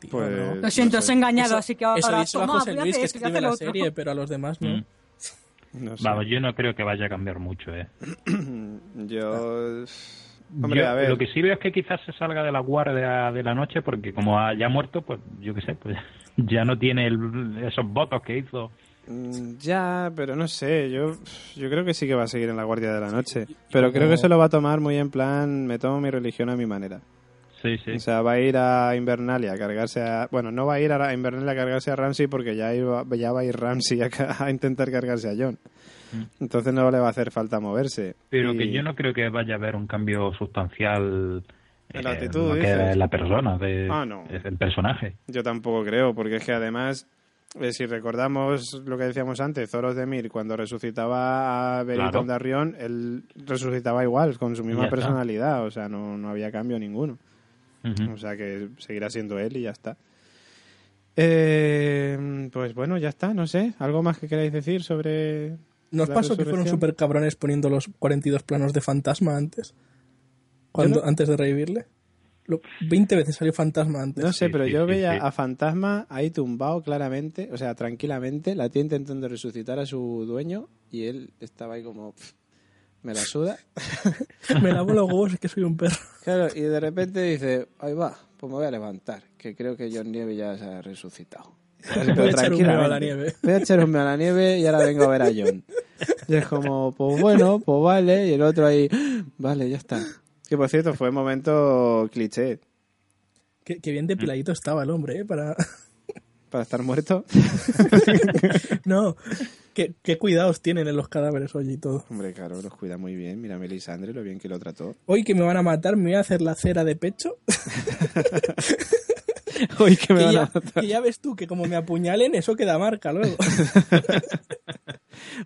tío,
Pues,
no.
Lo siento,
no
os
sé.
he engañado,
Eso-
así que ahora
Eso dice a
toma,
José
voy a
Luis,
hacer
que
esto, voy a
escribe
hacer
la
lo otro.
serie, pero a los demás no.
Mm.
No
Pues
sé.
Vamos, yo no creo que vaya a cambiar mucho, ¿eh?
Yo. Hombre,
Ah. Yo
a ver.
Lo que sí veo es que quizás se salga de la guardia de la noche porque como ha- ya ha muerto, pues yo qué sé, pues ya no tiene el- esos votos que hizo.
Mm, Ya, pero no sé. Yo, yo creo que sí que va a seguir en la Guardia de la Noche. Pero creo que se lo va a tomar muy en plan: me tomo mi religión a mi manera.
Sí, sí.
O sea, va a ir a Invernalia a cargarse a. Bueno, no va a ir a Ra- Invernalia a cargarse a Ramsey porque ya, iba, ya va a ir Ramsey a, ca- a intentar cargarse a John. Entonces no le va a hacer falta moverse.
Mm. Pero
Y-
que yo no creo que vaya a haber un cambio sustancial
En la actitud,
lo que
dices.
es la persona, de,
Ah, no.
es el personaje.
Yo tampoco creo, porque es que además, eh, si recordamos lo que decíamos antes, Zoros de Mir, cuando resucitaba a Beritón
Claro.
Darrión, él resucitaba igual, con su misma
ya está.
personalidad, o sea, no, no había cambio ninguno.
Ujú.
O sea, que seguirá siendo él y ya está. Eh, pues bueno, ya está, no sé. ¿Algo más que queráis decir sobre...?
¿Nos
la
pasó que fueron
resurrección?
súper cabrones poniendo los 42 planos de fantasma antes? Cuando, Antes de revivirle. Lo- 20 veces salió fantasma antes.
No sé,
Sí,
pero
sí,
yo
sí,
veía
sí.
a Fantasma ahí tumbado claramente, o sea, tranquilamente, la tía intentando resucitar a su dueño y él estaba ahí como, "Pff, me la suda.
Me lavo los huevos, es que soy un perro.
Claro, y de repente dice, ahí va, pues me voy a levantar, que creo que John Nieve ya se ha resucitado. Pero
Voy a echar un meo a la
tranquilamente.
nieve.
Voy a echar un meo a la nieve y ahora vengo a ver a John. Y es como, pues bueno, pues vale, y el otro ahí, vale, ya está. Que por cierto, fue momento cliché.
Qué, qué bien depiladito estaba el hombre, ¿eh? Para...
Para estar muerto.
No, qué, qué cuidados tienen en los cadáveres hoy y todo.
Hombre, claro, los cuida muy bien. Mira a Melisandre, lo bien que lo trató.
Hoy que me van a matar, me voy a hacer la cera de pecho.
Hoy que
y, ya, que ya ves tú que como me apuñalen, eso queda marca luego.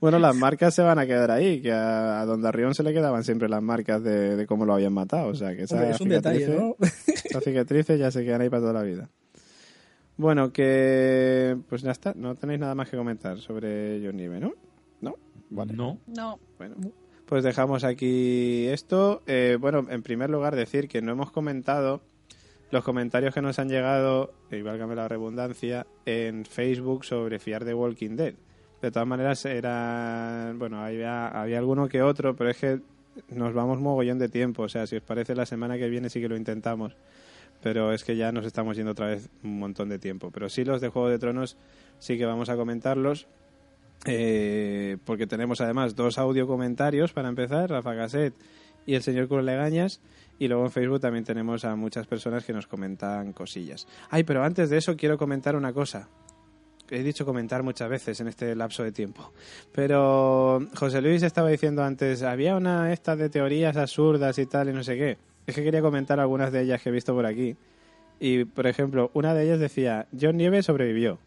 Bueno, las marcas se van a quedar ahí, que a, a Don Darrión se le quedaban siempre las marcas de, de cómo lo habían matado. O sea, que esas
Hombre, es un detalle,
cicatrices-
¿no?
esas cicatrices ya se quedan ahí para toda la vida. Bueno, que pues ya está, no tenéis nada más que comentar sobre John Nieve, ¿no? No, vale.
No.
No,
Bueno, pues dejamos aquí esto. Eh, bueno, en primer lugar decir que no hemos comentado los comentarios que nos han llegado, y válgame la redundancia, en Facebook sobre fiar de Walking Dead. De todas maneras, eran, bueno, había, había alguno que otro, pero es que nos vamos mogollón de tiempo. O sea, si os parece, la semana que viene sí que lo intentamos. Pero es que ya nos estamos yendo otra vez un montón de tiempo. Pero sí los de Juego de Tronos sí que vamos a comentarlos. Eh, porque tenemos además dos audio comentarios para empezar, Rafa Gasset y el señor Cruz Legañas, y luego en Facebook también tenemos a muchas personas que nos comentan cosillas. Ay, pero antes de eso quiero comentar una cosa. He dicho comentar muchas veces en este lapso de tiempo. Pero José Luis estaba diciendo antes, había una esta de teorías absurdas y tal y no sé qué. Es que quería comentar algunas de ellas que he visto por aquí. Y, por ejemplo, una de ellas decía, John Nieve sobrevivió.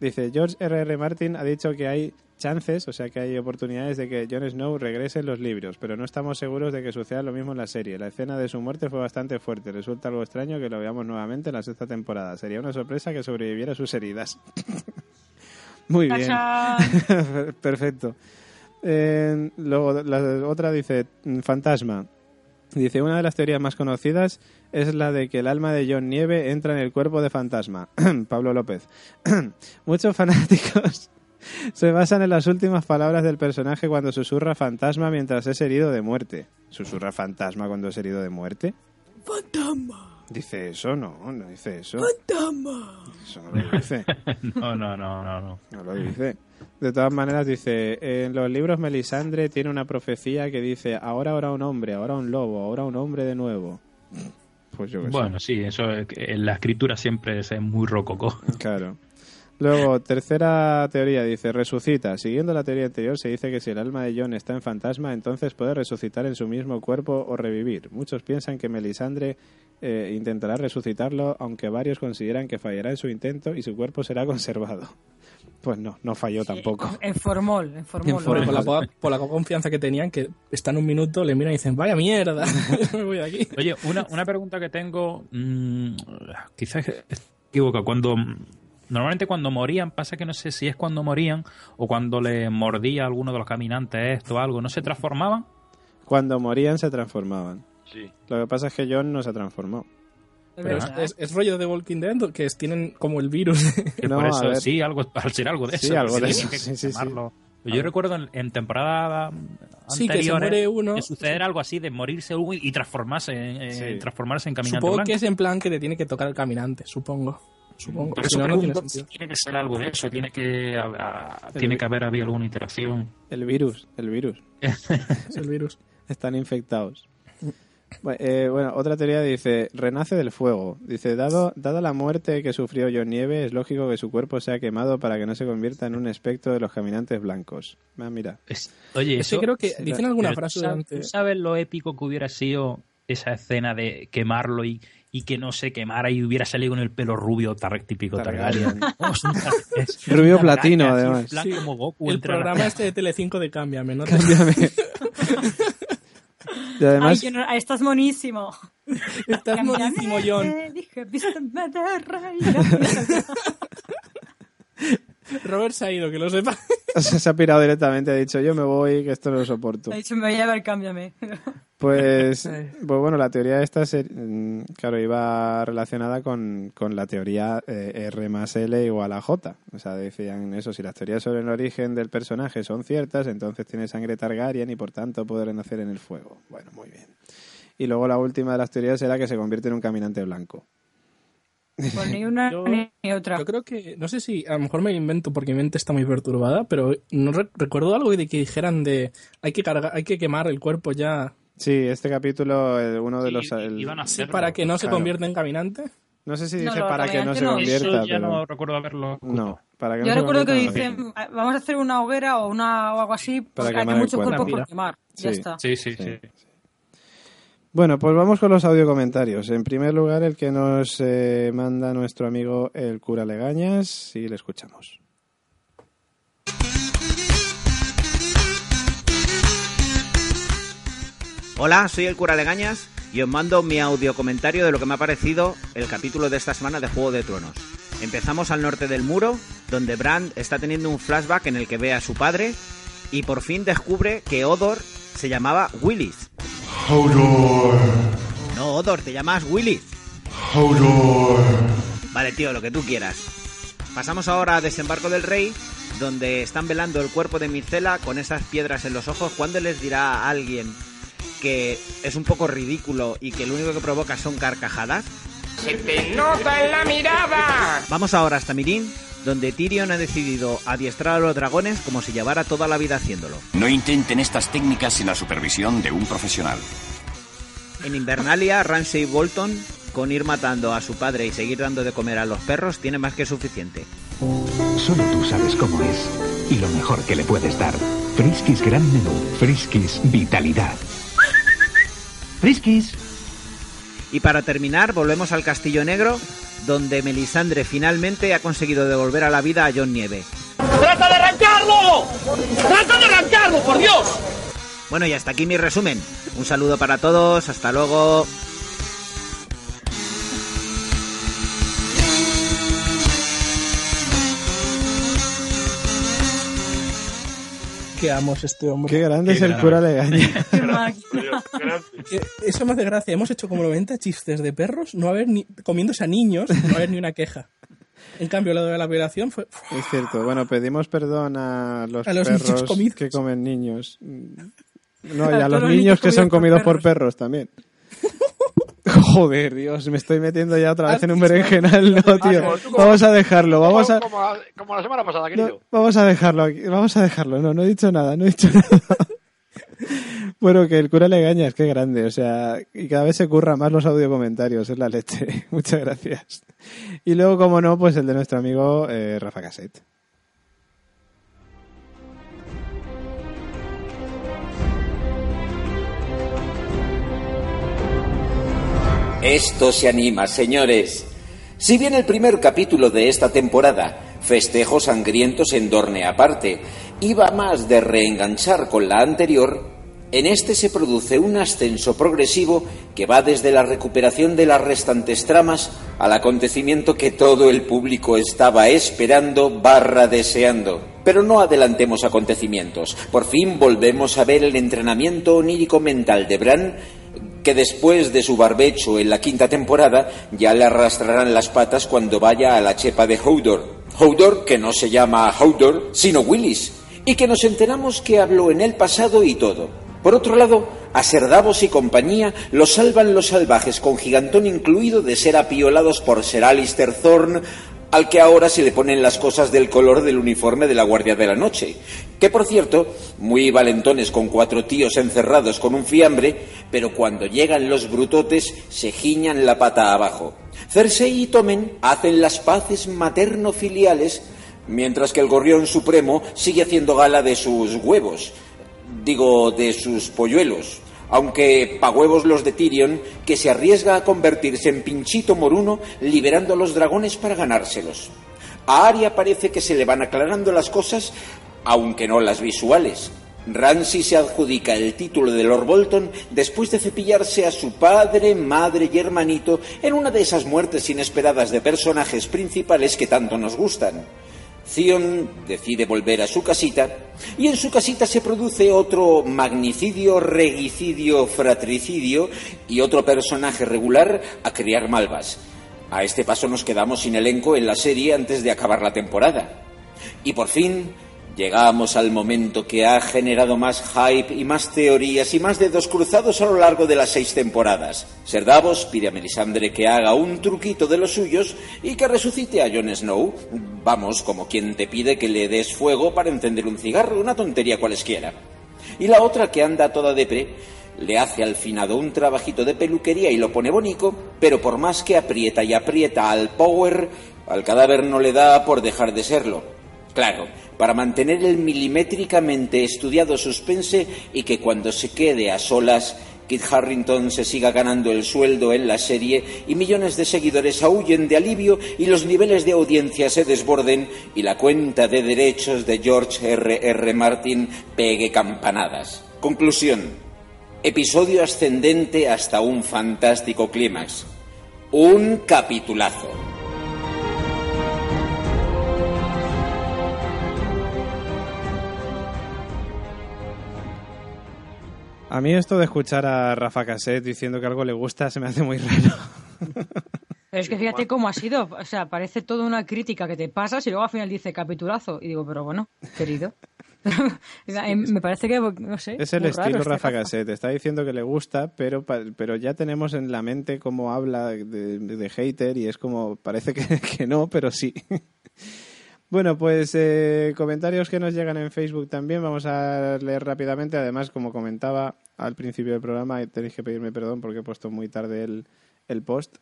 Dice, George R.R. Martin ha dicho que hay chances, o sea que hay oportunidades de que Jon Snow regrese en los libros, pero no estamos seguros de que suceda lo mismo en la serie. La escena de su muerte fue bastante fuerte. Resulta algo extraño que lo veamos nuevamente en la sexta temporada. Sería una sorpresa que sobreviviera a sus heridas. Muy bien.
¡Tachán!
Perfecto. Eh, luego, la otra dice, mm, fantasma. Dice, una de las teorías más conocidas es la de que el alma de John Nieve entra en el cuerpo de fantasma. Pablo López. Muchos fanáticos se basan en las últimas palabras del personaje cuando susurra fantasma mientras es herido de muerte. ¿Susurra fantasma cuando es herido de muerte?
¡Fantasma!
Dice eso, no, no dice eso.
¡Fantasma!
Eso no lo dice.
No, no, no, no, no.
No lo dice. De todas maneras, dice, en los libros Melisandre tiene una profecía que dice, ahora habrá un hombre, ahora un lobo, ahora un hombre de nuevo. Pues yo qué sé.
Bueno, sí, eso es que en la escritura siempre es es muy rococó.
Claro. Luego, tercera teoría dice, resucita. Siguiendo la teoría anterior, se dice que si el alma de John está en fantasma, entonces puede resucitar en su mismo cuerpo o revivir. Muchos piensan que Melisandre eh, intentará resucitarlo, aunque varios consideran que fallará en su intento y su cuerpo será conservado. Pues no, no falló tampoco.
En formol, en formol.
En formol.
Por la, poca- por la poca confianza que tenían, que están un minuto, le miran y dicen, vaya mierda, me voy de aquí.
Oye, una, una pregunta que tengo, mm, quizás equivoca, cuando normalmente cuando morían, pasa que no sé si es cuando morían o cuando le mordía a alguno de los caminantes esto o algo, ¿no se transformaban?
Cuando morían se transformaban.
Sí.
Lo que pasa es que John no se transformó.
Es
Pero
verdad.
es, es rollo de Walking Dead, que es- tienen como el virus.
Que
No,
por
a
eso
ver.
sí, algo, al ser algo de
Sí,
eso.
algo de
tiene
eso,
que
sí, sí, sí.
llamarlo. Yo recuerdo en, en temporada
Sí, que se
anteriores
muere uno.
que suceder algo así de morirse uno y transformarse en, en-
Sí.
transformarse en caminante
Supongo
blanco.
que es en plan que te tiene que tocar el caminante, supongo. Supongo.
Por
Si
eso
no, no tiene
pregunto,
sentido.
tiene que ser algo de eso, tiene que, ah, tiene que haber habido alguna interacción.
El virus, el virus.
Es el virus.
Están infectados. Bu- eh, bueno, otra teoría dice, renace del fuego. Dice, dado, dada la muerte que sufrió John Nieve, es lógico que su cuerpo sea quemado para que no se convierta en un espectro de los caminantes blancos. Ah, mira.
Es- Oye,
Ese
eso,
creo que
sí,
dicen
la-
alguna
pero
frase
¿tú sabes,
durante.
tú sabes lo épico que hubiera sido esa escena de quemarlo y, y que no se quemara y hubiera salido con el pelo rubio tar, típico
Targaryen.
Targaryen? Vamos, un tar- es un
Rubio
Targaryen,
platino,
así,
además.
blanco como Goku
El
entre las-
programa este de Telecinco de Cámbiame, ¿no?
Cámbiame. y además,
Ay, John, ah, estás monísimo.
Estás monísimo, John.
Te Dije, vísteme de rey.
Robert se ha ido, que lo sepa.
se, se ha pirado directamente, ha dicho, yo me voy, que esto no lo soporto.
Ha dicho, me voy a ver, cámbiame.
Pues, pues bueno, la teoría esta, se- mm, claro, iba relacionada con, con la teoría eh, R más L igual a J. O sea, decían eso, si las teorías sobre el origen del personaje son ciertas, entonces tiene sangre Targaryen y por tanto puede renacer en el fuego. Bueno, muy bien. Y luego la última de las teorías era que se convierte en un caminante blanco.
Pues ni una
Yo-
ni ni otra.
Yo creo que, no sé si, a lo mejor me lo invento porque mi mente está muy perturbada, pero no re- recuerdo algo de que dijeran de hay que cargar, hay que quemar el cuerpo ya
Sí, este capítulo, el- uno de
Sí,
los... el-
iban a hacerlo.
para que no se
claro.
convierta en caminante.
no sé si
No,
dice
lo-
para
lo
que no
vean
se
que no.
convierta,
Eso ya
pero-
no recuerdo haberlo.
No, para que no
Yo
se
recuerdo que
convierta, no.
dicen, "Ah, vamos a hacer una hoguera o, una, o algo así, porque hay
quemar el
muchos
cuerpo.
cuerpos
Mira.
por quemar. Ya
Sí.
está.
Sí, sí, sí.
Sí. Bueno, pues vamos con los audio comentarios. En primer lugar, el que nos eh, manda nuestro amigo el cura Legañas, y le escuchamos.
Hola, soy el cura Legañas y os mando mi audio comentario de lo que me ha parecido el capítulo de esta semana de Juego de Tronos. Empezamos al norte del muro, donde Bran está teniendo un flashback en el que ve a su padre y por fin descubre que Odor se llamaba Willis. Odor. No, Odor, te llamas Willis. Odor. Vale, tío, lo que tú quieras. Pasamos ahora a Desembarco del Rey, donde están velando el cuerpo de Mircela con esas piedras en los ojos. ¿Cuándo les dirá a alguien que es un poco ridículo y que lo único que provoca son carcajadas.
Se te nota en la mirada.
Vamos ahora hasta Mirin, donde Tyrion ha decidido adiestrar a los dragones como si llevara toda la vida haciéndolo.
No intenten estas técnicas sin la supervisión de un profesional.
En Invernalia, Ramsay Bolton, con ir matando a su padre y seguir dando de comer a los perros, tiene más que suficiente.
Solo tú sabes cómo es y lo mejor que le puedes dar. Friskies Gran Menú. Friskies Vitalidad. Friskies.
Y para terminar, volvemos al Castillo Negro, donde Melisandre finalmente ha conseguido devolver a la vida a John Nieve.
¡Trata de arrancarlo! ¡Trata de arrancarlo, por Dios!
Bueno, y hasta aquí mi resumen. Un saludo para todos, hasta luego.
Que amos este hombre.
Qué grande
Qué
es el
grande.
cura Legañas.
Qué máquina.
Eh, Eso me hace gracia. Hemos hecho como 90 chistes de perros, no haber ni comiéndose a niños, no haber ni una queja. En cambio, lo de la violación fue.
Es cierto. Bueno, pedimos perdón a los,
A los
perros
niños comidos.
que comen niños. No,
A
y a
todos
los
los
niños
niños
que son comidos
comidos
por
por
perros también. Joder, Dios, me estoy metiendo ya otra vez en un berenjenal, no, tío.
como- tú como-
Vamos a dejarlo,
Como-
vamos a,
Como, como la semana pasada,
no,
querido.
vamos a dejarlo aquí, vamos a dejarlo. No, no he dicho nada, no he dicho nada. bueno, que el cura Legaña es que grande, o sea, y cada vez se curra más los audio comentarios, es la leche. Muchas gracias. Y luego, como no, pues el de nuestro amigo eh, Rafa Cassette.
Esto se anima, señores. Si bien el primer capítulo de esta temporada, Festejos Sangrientos en Dorne aparte, iba más de reenganchar con la anterior, en este se produce un ascenso progresivo que va desde la recuperación de las restantes tramas al acontecimiento que todo el público estaba esperando barra deseando. Pero no adelantemos acontecimientos. Por fin volvemos a ver el entrenamiento onírico mental de Bran que después de su barbecho en la quinta temporada ya le arrastrarán las patas cuando vaya a la chepa de Hodor. Hodor que no se llama Hodor, sino Willis, y que nos enteramos que habló en el pasado y todo. Por otro lado, a Serdavos y compañía los salvan los salvajes, con Gigantón incluido de ser apiolados por Ser Alistair Thorne, al que ahora se le ponen las cosas del color del uniforme de la Guardia de la Noche. Que por cierto, muy valentones con cuatro tíos encerrados con un fiambre, pero cuando llegan los brutotes se giñan la pata abajo. Cersei y Tomen hacen las paces materno-filiales, mientras que el gorrión supremo sigue haciendo gala de sus huevos, digo, de sus polluelos. Aunque pa' huevos los de Tyrion, que se arriesga a convertirse en pinchito moruno liberando a los dragones para ganárselos. A Arya parece que se le van aclarando las cosas, aunque no las visuales. Ramsay se adjudica el título de Lord Bolton después de cepillarse a su padre, madre y hermanito en una de esas muertes inesperadas de personajes principales que tanto nos gustan. Theon decide volver a su casita y en su casita se produce otro magnicidio, regicidio, fratricidio y otro personaje regular a criar malvas. A este paso nos quedamos sin elenco en la serie antes de acabar la temporada. Y por fin llegamos al momento que ha generado más hype y más teorías y más dedos cruzados a lo largo de las seis temporadas. Ser Davos pide a Melisandre que haga un truquito de los suyos y que resucite a Jon Snow. Vamos, como quien te pide que le des fuego para encender un cigarro, una tontería cualesquiera. Y la otra que anda toda depre le hace al finado un trabajito de peluquería y lo pone bonito, pero por más que aprieta y aprieta al power, al cadáver no le da por dejar de serlo. Claro, para mantener el milimétricamente estudiado suspense y que cuando se quede a solas, Kit Harrington se siga ganando el sueldo en la serie y millones de seguidores aúllen de alivio y los niveles de audiencia se desborden y la cuenta de derechos de George R. R. Martin pegue campanadas. Conclusión. Episodio ascendente hasta un fantástico clímax. Un capitulazo.
A mí esto de escuchar a Rafa Cassette diciendo que algo le gusta se me hace muy raro.
Pero es que fíjate cómo ha sido. O sea, parece toda una crítica que te pasas y luego al final dice capitulazo. Y digo, pero bueno, querido. Em, me parece que, no sé.
Es el
muy raro
estilo
este
Rafa Cassette. Está diciendo que le gusta, pero, pa- pero ya tenemos en la mente cómo habla de, de hater y es como, parece que, que no, pero sí. Bueno, pues eh, comentarios que nos llegan en Facebook también. Vamos a leer rápidamente. Además, como comentaba al principio del programa, y tenéis que pedirme perdón porque he puesto muy tarde el, el post.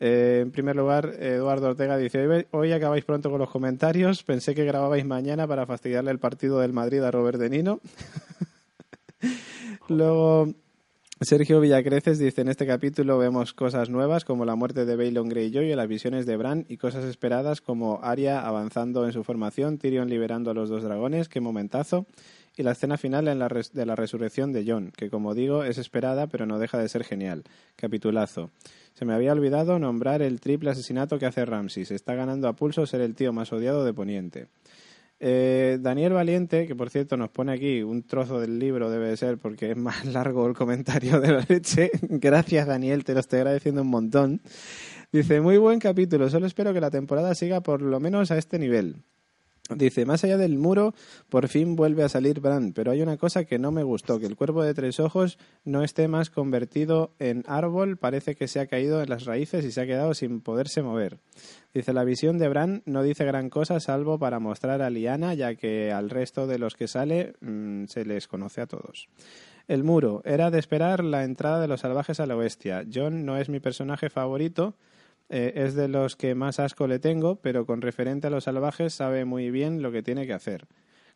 Eh, en primer lugar, Eduardo Ortega dice, "Hoy ve- hoy acabáis pronto con los comentarios. Pensé que grababais mañana para fastidiarle el partido del Madrid a Robert De Nino. Luego, Sergio Villacreces dice, en este capítulo vemos cosas nuevas como la muerte de Bailon Greyjoy y las visiones de Bran y cosas esperadas como Arya avanzando en su formación, Tyrion liberando a los dos dragones, qué momentazo, y la escena final en la res- de la resurrección de Jon, que como digo es esperada pero no deja de ser genial. Capitulazo. Se me había olvidado nombrar el triple asesinato que hace Ramsay. Se está ganando a pulso ser el tío más odiado de Poniente. Eh, Daniel Valiente, que por cierto nos pone aquí un trozo del libro, debe de ser, porque es más largo el comentario de la leche. Gracias, Daniel, te lo estoy agradeciendo un montón. Dice, muy buen capítulo, solo espero que la temporada siga por lo menos a este nivel. Dice, más allá del muro, por fin vuelve a salir Bran, pero hay una cosa que no me gustó, que el cuerpo de tres ojos no esté más convertido en árbol, parece que se ha caído en las raíces y se ha quedado sin poderse mover. Dice, la visión de Bran no dice gran cosa salvo para mostrar a Liana, ya que al resto de los que sale mm, se les conoce a todos. El muro era de esperar la entrada de los salvajes a la bestia. John no es mi personaje favorito, eh, es de los que más asco le tengo, pero con referente a los salvajes sabe muy bien lo que tiene que hacer.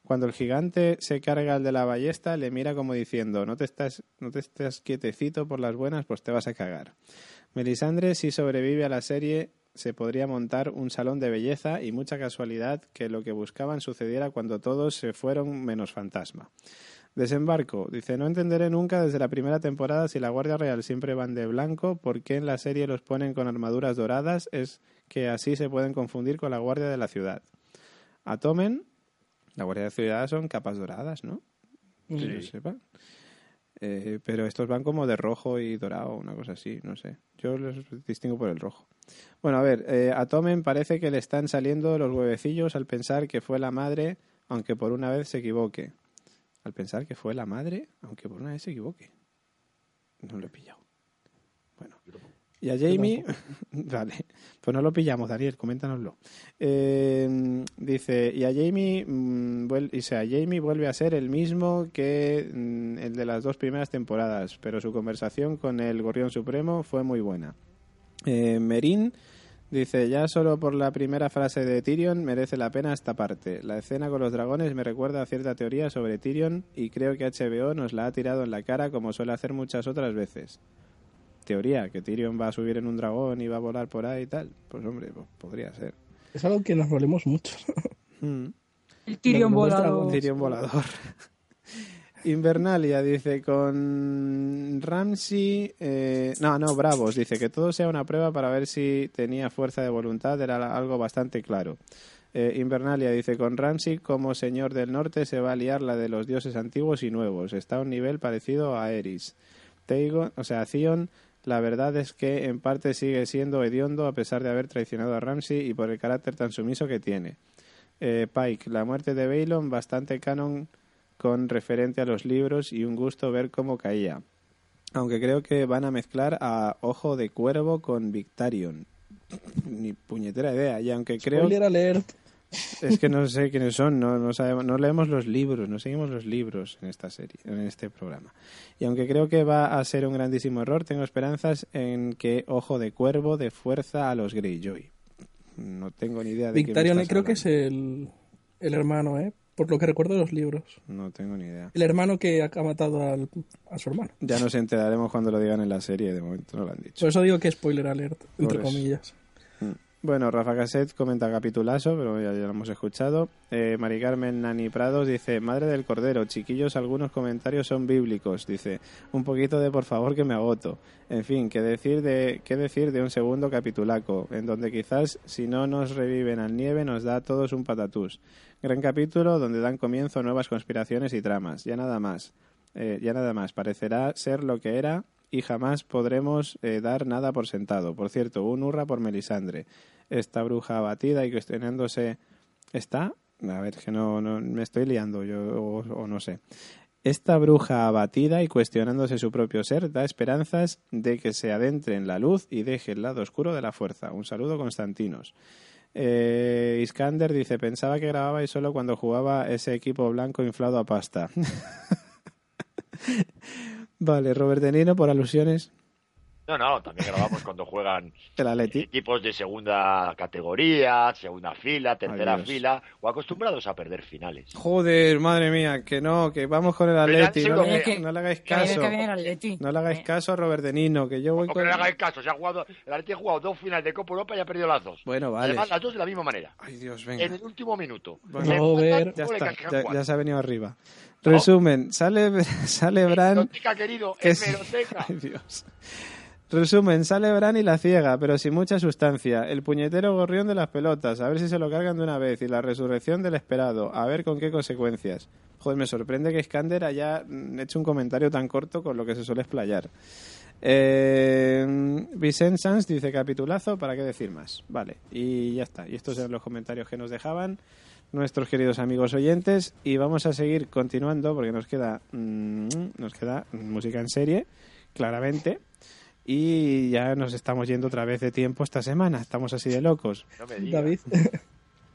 Cuando el gigante se carga al de la ballesta, le mira como diciendo no te estás, no te estás quietecito por las buenas, pues te vas a cagar. Melisandre, si sobrevive a la serie, se podría montar un salón de belleza y mucha casualidad que lo que buscaban sucediera cuando todos se fueron menos fantasma. Desembarco. Dice, no entenderé nunca desde la primera temporada si la Guardia Real siempre van de blanco, por qué en la serie los ponen con armaduras doradas, es que así se pueden confundir con la Guardia de la Ciudad. Atomen, la Guardia de la Ciudad son capas doradas, ¿no? Que
Sí.
yo sepa. Eh, pero estos van como de rojo y dorado, una cosa así, no sé. Yo los distingo por el rojo. Bueno, a ver, eh, a Tomen parece que le están saliendo los huevecillos al pensar que fue la madre, aunque por una vez se equivoque. Al pensar que fue la madre, aunque por una vez se equivoque. No lo he pillado. Y a
Yo
Jamie, vale, pues no lo pillamos, Daniel, coméntanoslo. Eh, dice, y a Jamie, mm, vuel- dice, a Jamie vuelve a ser el mismo que mm, el de las dos primeras temporadas, pero su conversación con el Gorrión Supremo fue muy buena. Eh, Merín dice, ya solo por la primera frase de Tyrion merece la pena esta parte. La escena con los dragones me recuerda a cierta teoría sobre Tyrion y creo que HBO nos la ha tirado en la cara como suele hacer muchas otras veces. Teoría, que Tyrion va a subir en un dragón y va a volar por ahí y tal. Pues hombre, pues podría ser.
Es algo que nos volvemos mucho.
El
Tyrion Los volador. dragones.
Tyrion Mm. volador. Invernalia dice con Ramsey. eh, no, no, Bravos dice que todo sea una prueba para ver si tenía fuerza de voluntad, era algo bastante claro. Eh, Invernalia dice con Ramsey como señor del norte se va a liar la de los dioses antiguos y nuevos. Está a un nivel parecido a Eris. Teigon, o sea, Theon, la verdad es que en parte sigue siendo hediondo a pesar de haber traicionado a Ramsey y por el carácter tan sumiso que tiene. Eh, Pike, la muerte de Bailon, bastante canon con referente a los libros y un gusto ver cómo caía. Aunque creo que van a mezclar a Ojo de Cuervo con Victarion. Ni puñetera idea. Y aunque creo...
Spoiler alert.
Es que no sé quiénes son, no, no, sabemos, no leemos los libros, no seguimos los libros en esta serie, en este programa. Y aunque creo que va a ser un grandísimo error, tengo esperanzas en que Ojo de Cuervo dé fuerza a los Greyjoy. No tengo ni idea de qué me
Victarion
estás
creo que es el, el hermano, ¿eh? Por lo que recuerdo de los libros.
hablando. No tengo ni idea.
El hermano que ha ha matado al- a su hermano.
Ya nos enteraremos cuando lo digan en la serie, de momento no lo han dicho.
Por eso digo que spoiler alert, entre
Por eso.
comillas.
Mm. Bueno, Rafa Caset comenta capitulazo, pero ya, ya lo hemos escuchado. Eh, Mari Carmen Nani Prados dice, Madre del Cordero, chiquillos, algunos comentarios son bíblicos. Dice, un poquito de por favor que me agoto. En fin, ¿qué decir de, qué decir de un segundo capitulaco? En donde quizás, si no nos reviven al nieve, nos da a todos un patatús. Gran capítulo donde dan comienzo a nuevas conspiraciones y tramas. Ya nada más. Eh, ya nada más. Parecerá ser lo que era y jamás podremos eh, dar nada por sentado. Por cierto, un hurra por Melisandre. Esta bruja abatida y cuestionándose... ¿Está? A ver, que no, no me estoy liando yo o, o no sé. Esta bruja abatida y cuestionándose su propio ser da esperanzas de que se adentre en la luz y deje el lado oscuro de la fuerza. Un saludo, Constantinos. Eh, Iskander dice, pensaba que grababais solo cuando jugaba ese equipo blanco inflado a pasta. vale, Robert De Niro, por alusiones,
No, no, también grabamos cuando juegan
el Atleti.
equipos de segunda categoría, segunda fila, tercera
Adiós.
fila, o acostumbrados a perder finales.
Joder, madre mía, que no, que vamos con el Atleti. No, le- no le hagáis caso. No le
Eh.
hagáis caso a Robert De Niro, que yo voy
No
con...
le hagáis caso, se ha jugado, el Atleti ha jugado dos finales de Copa Europa y ha perdido las dos.
Bueno, vale.
Además, las dos de la misma manera.
Ay, Dios, venga.
En el último minuto.
Bueno,
Le empatan,
ya,
gol de
está,
Cajigal
ya,
Juan.
ya se ha venido arriba. Resumen, sale, sale Bran...
Hemeroteca, querido,
que se-
hemeroteca.
Ay, Dios. Resumen, sale Bran y la ciega, pero sin mucha sustancia. El puñetero gorrión de las pelotas, a ver si se lo cargan de una vez. Y la resurrección del esperado, a ver con qué consecuencias. Joder, me sorprende que Skander haya mm, hecho un comentario tan corto con lo que se suele explayar. Eh, Vicent Sanz dice capitulazo, ¿para qué decir más? Vale, y ya está. Y estos eran los comentarios que nos dejaban nuestros queridos amigos oyentes y vamos a seguir continuando porque nos queda mm, nos queda música en serie claramente y ya nos estamos yendo otra vez de tiempo esta semana estamos así de locos
no me digas.
David,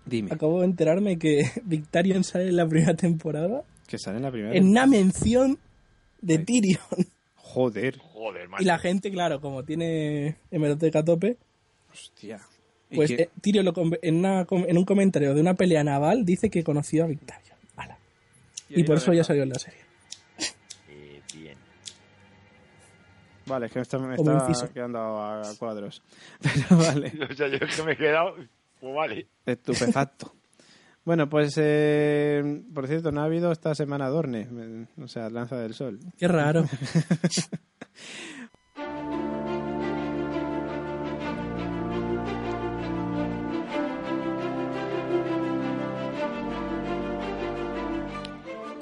dime
acabo de enterarme que Victarion sale en la primera temporada
que sale en la primera
en una mención de Tyrion.
joder
Joder, macho.
Y la gente, claro, como tiene hemeroteca a tope,
hostia ¿Y
pues
qué-
eh, Tyrion lo com- en, una com- en un comentario de una pelea naval dice que conoció a Victarion. Ala.
ahí
Y, por
lo
eso ya
deja.
salió en la serie.
Eh, bien.
vale es que esto me
Como
está
inciso.
quedando a a cuadros pero vale
O sea, yo que me he quedado. Pues vale.
Estupefacto. bueno, pues eh, por cierto, no ha habido esta semana Dorne, eh, o sea, Lanza del Sol.
Qué raro.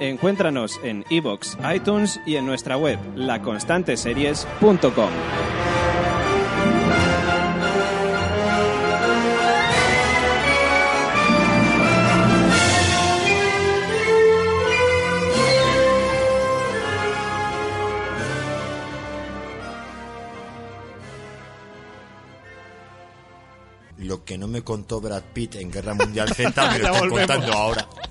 Encuéntranos en iBox, iTunes y en nuestra web, laconstanteseries.com.
Lo que no me contó Brad Pitt en Guerra Mundial Z me lo
Ya
están
volvemos.
contando ahora.